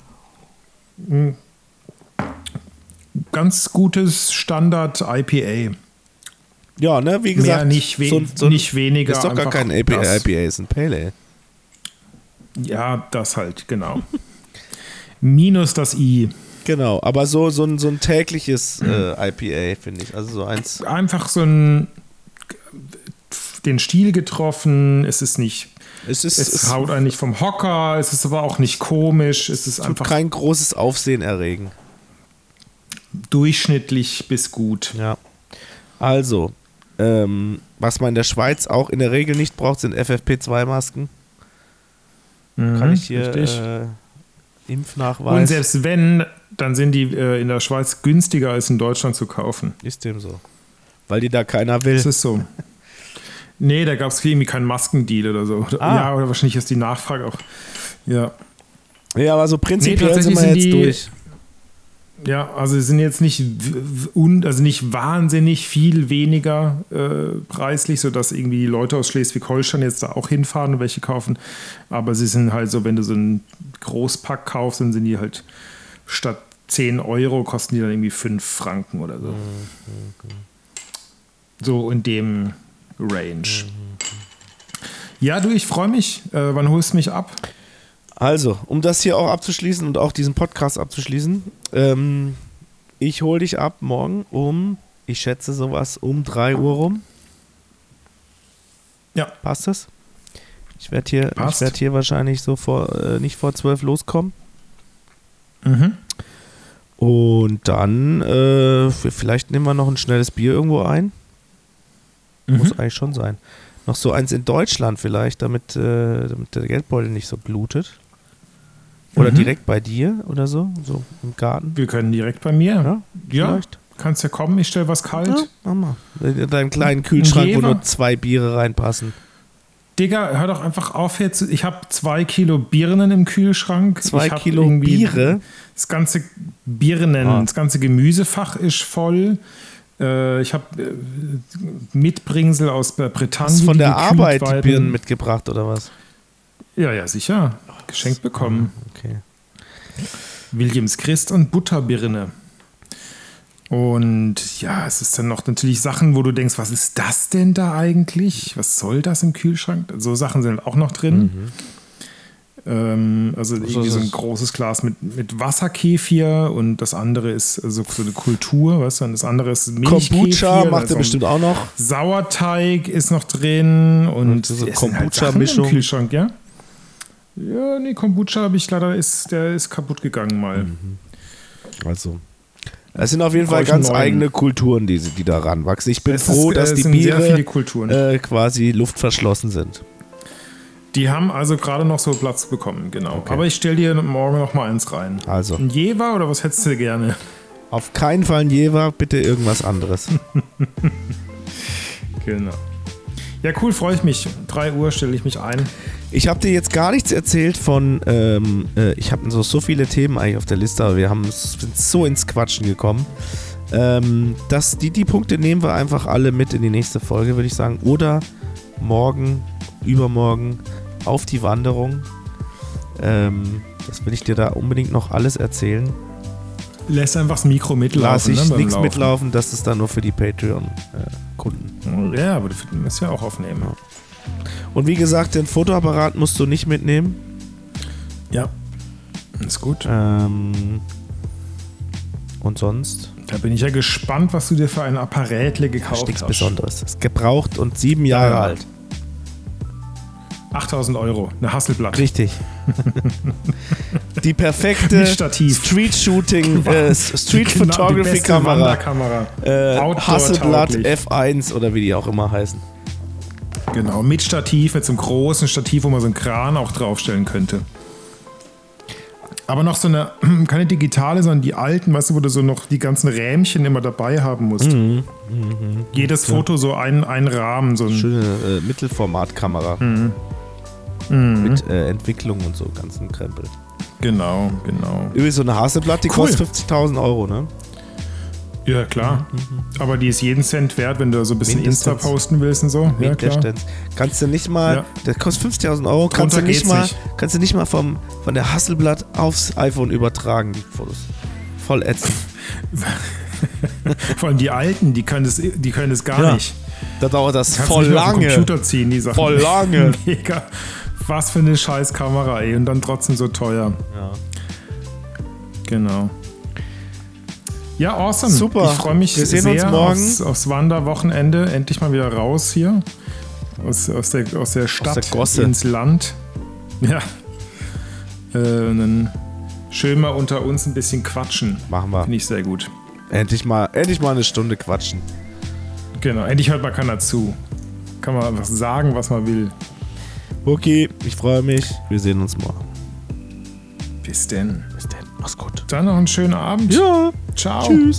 [SPEAKER 1] Ganz gutes Standard IPA.
[SPEAKER 2] ja, ne, wie
[SPEAKER 1] Mehr
[SPEAKER 2] gesagt.
[SPEAKER 1] nicht, we
[SPEAKER 2] so ein- so ein-
[SPEAKER 1] nicht weniger.
[SPEAKER 2] Ist doch gar
[SPEAKER 1] einfach
[SPEAKER 2] kein IPA,
[SPEAKER 1] das.
[SPEAKER 2] IPA ist ein Pale Ale.
[SPEAKER 1] Ja, das halt, genau. Minus das I.
[SPEAKER 2] Genau, aber so, so, ein, so ein tägliches
[SPEAKER 1] Mhm.
[SPEAKER 2] äh, IPA, finde ich. Also so eins.
[SPEAKER 1] einfach so ein den Stil getroffen, es ist nicht,
[SPEAKER 2] Es ist,
[SPEAKER 1] es,
[SPEAKER 2] es es
[SPEAKER 1] haut einen nicht vom Hocker, es ist aber auch nicht komisch, es ist
[SPEAKER 2] tut
[SPEAKER 1] einfach
[SPEAKER 2] kein großes Aufsehen erregen.
[SPEAKER 1] durchschnittlich bis gut.
[SPEAKER 2] Ja. Also, ähm, was man in der Schweiz auch in der Regel nicht braucht, sind FFP2-Masken. Kann ich hier
[SPEAKER 1] Mhm, richtig.
[SPEAKER 2] äh,
[SPEAKER 1] Und
[SPEAKER 2] Impfnachweis.
[SPEAKER 1] selbst wenn, dann sind die äh, in der Schweiz günstiger als in Deutschland zu kaufen.
[SPEAKER 2] ist dem so. Weil die da keiner will.
[SPEAKER 1] Das ist so. Nee, da gab es irgendwie keinen Maskendeal oder so. Oder-
[SPEAKER 2] Ah.
[SPEAKER 1] Ja, oder wahrscheinlich ist die Nachfrage auch. Ja.
[SPEAKER 2] Ja, aber so
[SPEAKER 1] Nee,
[SPEAKER 2] prinzipiell sind
[SPEAKER 1] tatsächlich
[SPEAKER 2] wir
[SPEAKER 1] sind
[SPEAKER 2] jetzt
[SPEAKER 1] die,
[SPEAKER 2] durch.
[SPEAKER 1] Ja, also sind jetzt nicht und also nicht wahnsinnig viel weniger äh, preislich, sodass irgendwie die Leute aus Schleswig-Holstein jetzt da auch hinfahren und welche kaufen. Aber sie sind halt so, wenn du so einen Großpack kaufst, dann sind die halt statt 10 Euro kosten die dann irgendwie 5 Franken oder
[SPEAKER 2] Mhm.
[SPEAKER 1] so. So in dem Range. Ja, du, ich freue mich. Äh, wann holst du mich ab?
[SPEAKER 2] Also, um das hier auch abzuschließen und auch diesen Podcast abzuschließen, ähm, ich hole dich ab morgen um, ich schätze sowas, um 3 Uhr rum.
[SPEAKER 1] Ja.
[SPEAKER 2] Passt das? Ich werde hier, ich
[SPEAKER 1] Passt.
[SPEAKER 2] werd hier wahrscheinlich so vor, äh, nicht vor 12 loskommen.
[SPEAKER 1] Mhm.
[SPEAKER 2] Und dann, äh, f- vielleicht nehmen wir noch ein schnelles Bier irgendwo ein.
[SPEAKER 1] Mhm.
[SPEAKER 2] Muss eigentlich schon sein. Noch so eins in Deutschland vielleicht, damit, äh, damit der Geldbeutel nicht so blutet. Oder
[SPEAKER 1] Mhm.
[SPEAKER 2] direkt bei dir oder so, so im Garten.
[SPEAKER 1] Wir können direkt bei mir.
[SPEAKER 2] Ja,
[SPEAKER 1] Ja,
[SPEAKER 2] vielleicht.
[SPEAKER 1] kannst ja kommen, ich stelle was kalt.
[SPEAKER 2] Ja, mach mal. In deinem kleinen Kühlschrank, wo
[SPEAKER 1] Jever.
[SPEAKER 2] nur zwei Biere reinpassen.
[SPEAKER 1] Digga, hör doch einfach auf jetzt. Ich habe zwei Kilo Birnen im Kühlschrank.
[SPEAKER 2] Zwei
[SPEAKER 1] ich hab
[SPEAKER 2] Kilo
[SPEAKER 1] irgendwie
[SPEAKER 2] Biere?
[SPEAKER 1] Das ganze Birnen,
[SPEAKER 2] Ah.
[SPEAKER 1] das ganze Gemüsefach ist voll. Äh, Ich habe äh, Mitbringsel aus Bre- Britannien.
[SPEAKER 2] Hast du von
[SPEAKER 1] die
[SPEAKER 2] der
[SPEAKER 1] gekühlt
[SPEAKER 2] Arbeit die
[SPEAKER 1] werden.
[SPEAKER 2] Birnen Oh, mitgebracht oder was?
[SPEAKER 1] Ja, ja, sicher. Geschenkt bekommen.
[SPEAKER 2] Okay.
[SPEAKER 1] Williams Christ und Butterbirne. Und ja, es ist dann noch natürlich Sachen, wo du denkst, was ist das denn da eigentlich? Was soll das im Kühlschrank? So Sachen sind auch noch drin. Ähm, also irgendwie
[SPEAKER 2] Mhm. ist
[SPEAKER 1] so ein
[SPEAKER 2] es.
[SPEAKER 1] großes Glas mit, mit Wasserkefir und das andere ist so, so eine Kultur, weißt du? Und das andere ist Milchkefir.
[SPEAKER 2] Kombucha
[SPEAKER 1] da
[SPEAKER 2] macht
[SPEAKER 1] ist
[SPEAKER 2] er
[SPEAKER 1] auch ein-
[SPEAKER 2] bestimmt auch noch.
[SPEAKER 1] Sauerteig ist noch drin und
[SPEAKER 2] Und so
[SPEAKER 1] es sind halt
[SPEAKER 2] Kombucha-Mischung.
[SPEAKER 1] Sachen im Kühlschrank, ja? Ja, nee, Kombucha habe ich leider, ist, der ist kaputt gegangen mal.
[SPEAKER 2] Mhm. Also. Es sind auf jeden Fall
[SPEAKER 1] Brauch ich
[SPEAKER 2] ganz
[SPEAKER 1] einen neuen.
[SPEAKER 2] eigene Kulturen, die, die da ranwachsen. Ich bin
[SPEAKER 1] Es
[SPEAKER 2] froh,
[SPEAKER 1] ist, äh,
[SPEAKER 2] dass
[SPEAKER 1] es
[SPEAKER 2] die
[SPEAKER 1] sind sehr viele
[SPEAKER 2] Biere
[SPEAKER 1] Kulturen.
[SPEAKER 2] äh, quasi luftverschlossen sind.
[SPEAKER 1] Die haben also gerade noch so Platz bekommen, genau. Aber ich stelle dir morgen noch mal eins rein.
[SPEAKER 2] Also.
[SPEAKER 1] Ein Jever oder was hättest du gerne?
[SPEAKER 2] Auf keinen Fall ein Jever, bitte irgendwas anderes.
[SPEAKER 1] Genau. Ja, cool, freue ich mich. 3 Uhr stelle ich mich ein.
[SPEAKER 2] Ich habe dir jetzt gar nichts erzählt von, ähm, äh, ich habe so, so viele Themen eigentlich auf der Liste, aber wir haben s- sind so ins Quatschen gekommen. Ähm, das, die, die Punkte nehmen wir einfach alle mit in die nächste Folge, würde ich sagen. Oder morgen, übermorgen auf die Wanderung. Ähm, das will ich dir da unbedingt noch alles erzählen.
[SPEAKER 1] Lässt einfach das Mikro
[SPEAKER 2] Lass
[SPEAKER 1] mitlaufen.
[SPEAKER 2] ich
[SPEAKER 1] ne, beim
[SPEAKER 2] nichts
[SPEAKER 1] Laufen.
[SPEAKER 2] mitlaufen, das ist dann nur für die äh, Patreon-Kunden.
[SPEAKER 1] Ja, aber du musst ja auch aufnehmen.
[SPEAKER 2] Und wie gesagt, den Fotoapparat musst du nicht mitnehmen.
[SPEAKER 1] Ja. Ist gut.
[SPEAKER 2] Ähm, und sonst
[SPEAKER 1] Da bin ich ja gespannt, was du dir für ein Apparätle
[SPEAKER 2] ist
[SPEAKER 1] gekauft
[SPEAKER 2] nichts
[SPEAKER 1] hast.
[SPEAKER 2] Besonderes. Ist gebraucht und sieben Jahre
[SPEAKER 1] Ja.
[SPEAKER 2] alt.
[SPEAKER 1] 8000 Euro. Eine Hasselblatt.
[SPEAKER 2] Richtig. die perfekte
[SPEAKER 1] Mit Stativ.
[SPEAKER 2] Street Shooting, äh, Street
[SPEAKER 1] Genau, die
[SPEAKER 2] Photography
[SPEAKER 1] beste
[SPEAKER 2] Kamera.
[SPEAKER 1] Wanderkamera.
[SPEAKER 2] Äh,
[SPEAKER 1] Outdoor-tauglich.
[SPEAKER 2] Hasselblatt F1 oder wie die auch immer heißen.
[SPEAKER 1] Genau, mit Stativ, mit so einem großen Stativ, wo man so einen Kran auch draufstellen könnte. Aber noch so eine, keine digitale, sondern die alten, weißt du, wo du so noch die ganzen Rähmchen immer dabei haben musst.
[SPEAKER 2] Mhm.
[SPEAKER 1] Jedes Foto so einen, einen Rahmen, so ein,
[SPEAKER 2] Schöne äh, Mittelformatkamera.
[SPEAKER 1] Mhm.
[SPEAKER 2] Mit äh, Entwicklung und so ganzen Krempel.
[SPEAKER 1] genau, genau.
[SPEAKER 2] Übrigens, so eine Hasselblatt, die
[SPEAKER 1] Cool.
[SPEAKER 2] kostet 50.000 Euro, ne?
[SPEAKER 1] Ja, klar. Aber die ist jeden Cent wert, wenn du so ein bisschen
[SPEAKER 2] Mhm. Mindestens.
[SPEAKER 1] Insta posten willst und so. Ja,
[SPEAKER 2] Mit der
[SPEAKER 1] klar.
[SPEAKER 2] Stenz. Kannst du nicht mal,
[SPEAKER 1] Ja.
[SPEAKER 2] das kostet 50.000 Euro, kannst du
[SPEAKER 1] Drunter
[SPEAKER 2] nicht
[SPEAKER 1] geht's
[SPEAKER 2] mal,
[SPEAKER 1] nicht.
[SPEAKER 2] kannst du nicht mal vom, von der Hasselblatt aufs iPhone übertragen, die Fotos. Voll ätzend.
[SPEAKER 1] Vor allem die alten, die können das, die können das gar
[SPEAKER 2] Ja.
[SPEAKER 1] nicht.
[SPEAKER 2] Da dauert das
[SPEAKER 1] Kannst
[SPEAKER 2] voll
[SPEAKER 1] nicht mal auf den
[SPEAKER 2] lange.
[SPEAKER 1] Computer ziehen, die Sachen.
[SPEAKER 2] Voll lange.
[SPEAKER 1] Mega. Was für eine scheiß Kamera, ey. Und dann trotzdem so teuer.
[SPEAKER 2] Ja.
[SPEAKER 1] Genau. Ja, awesome.
[SPEAKER 2] Super.
[SPEAKER 1] Ich freue mich
[SPEAKER 2] Wir sehen
[SPEAKER 1] sehr
[SPEAKER 2] uns morgen.
[SPEAKER 1] Aufs, aufs Wanderwochenende. Endlich mal wieder raus hier. Aus, aus, der, aus der Stadt
[SPEAKER 2] der Gosse.
[SPEAKER 1] ins Land. Ja. Äh, und dann schön mal unter uns ein bisschen quatschen.
[SPEAKER 2] Machen wir.
[SPEAKER 1] Finde ich sehr gut.
[SPEAKER 2] Endlich mal, endlich mal eine Stunde quatschen.
[SPEAKER 1] Genau. Endlich hört mal keiner zu. Kann man einfach sagen, was man will.
[SPEAKER 2] Okay, ich freue mich. Wir sehen uns morgen.
[SPEAKER 1] Bis denn.
[SPEAKER 2] Bis dann. Mach's gut.
[SPEAKER 1] Dann noch einen schönen Abend.
[SPEAKER 2] Ja.
[SPEAKER 1] Ciao.
[SPEAKER 2] Tschüss.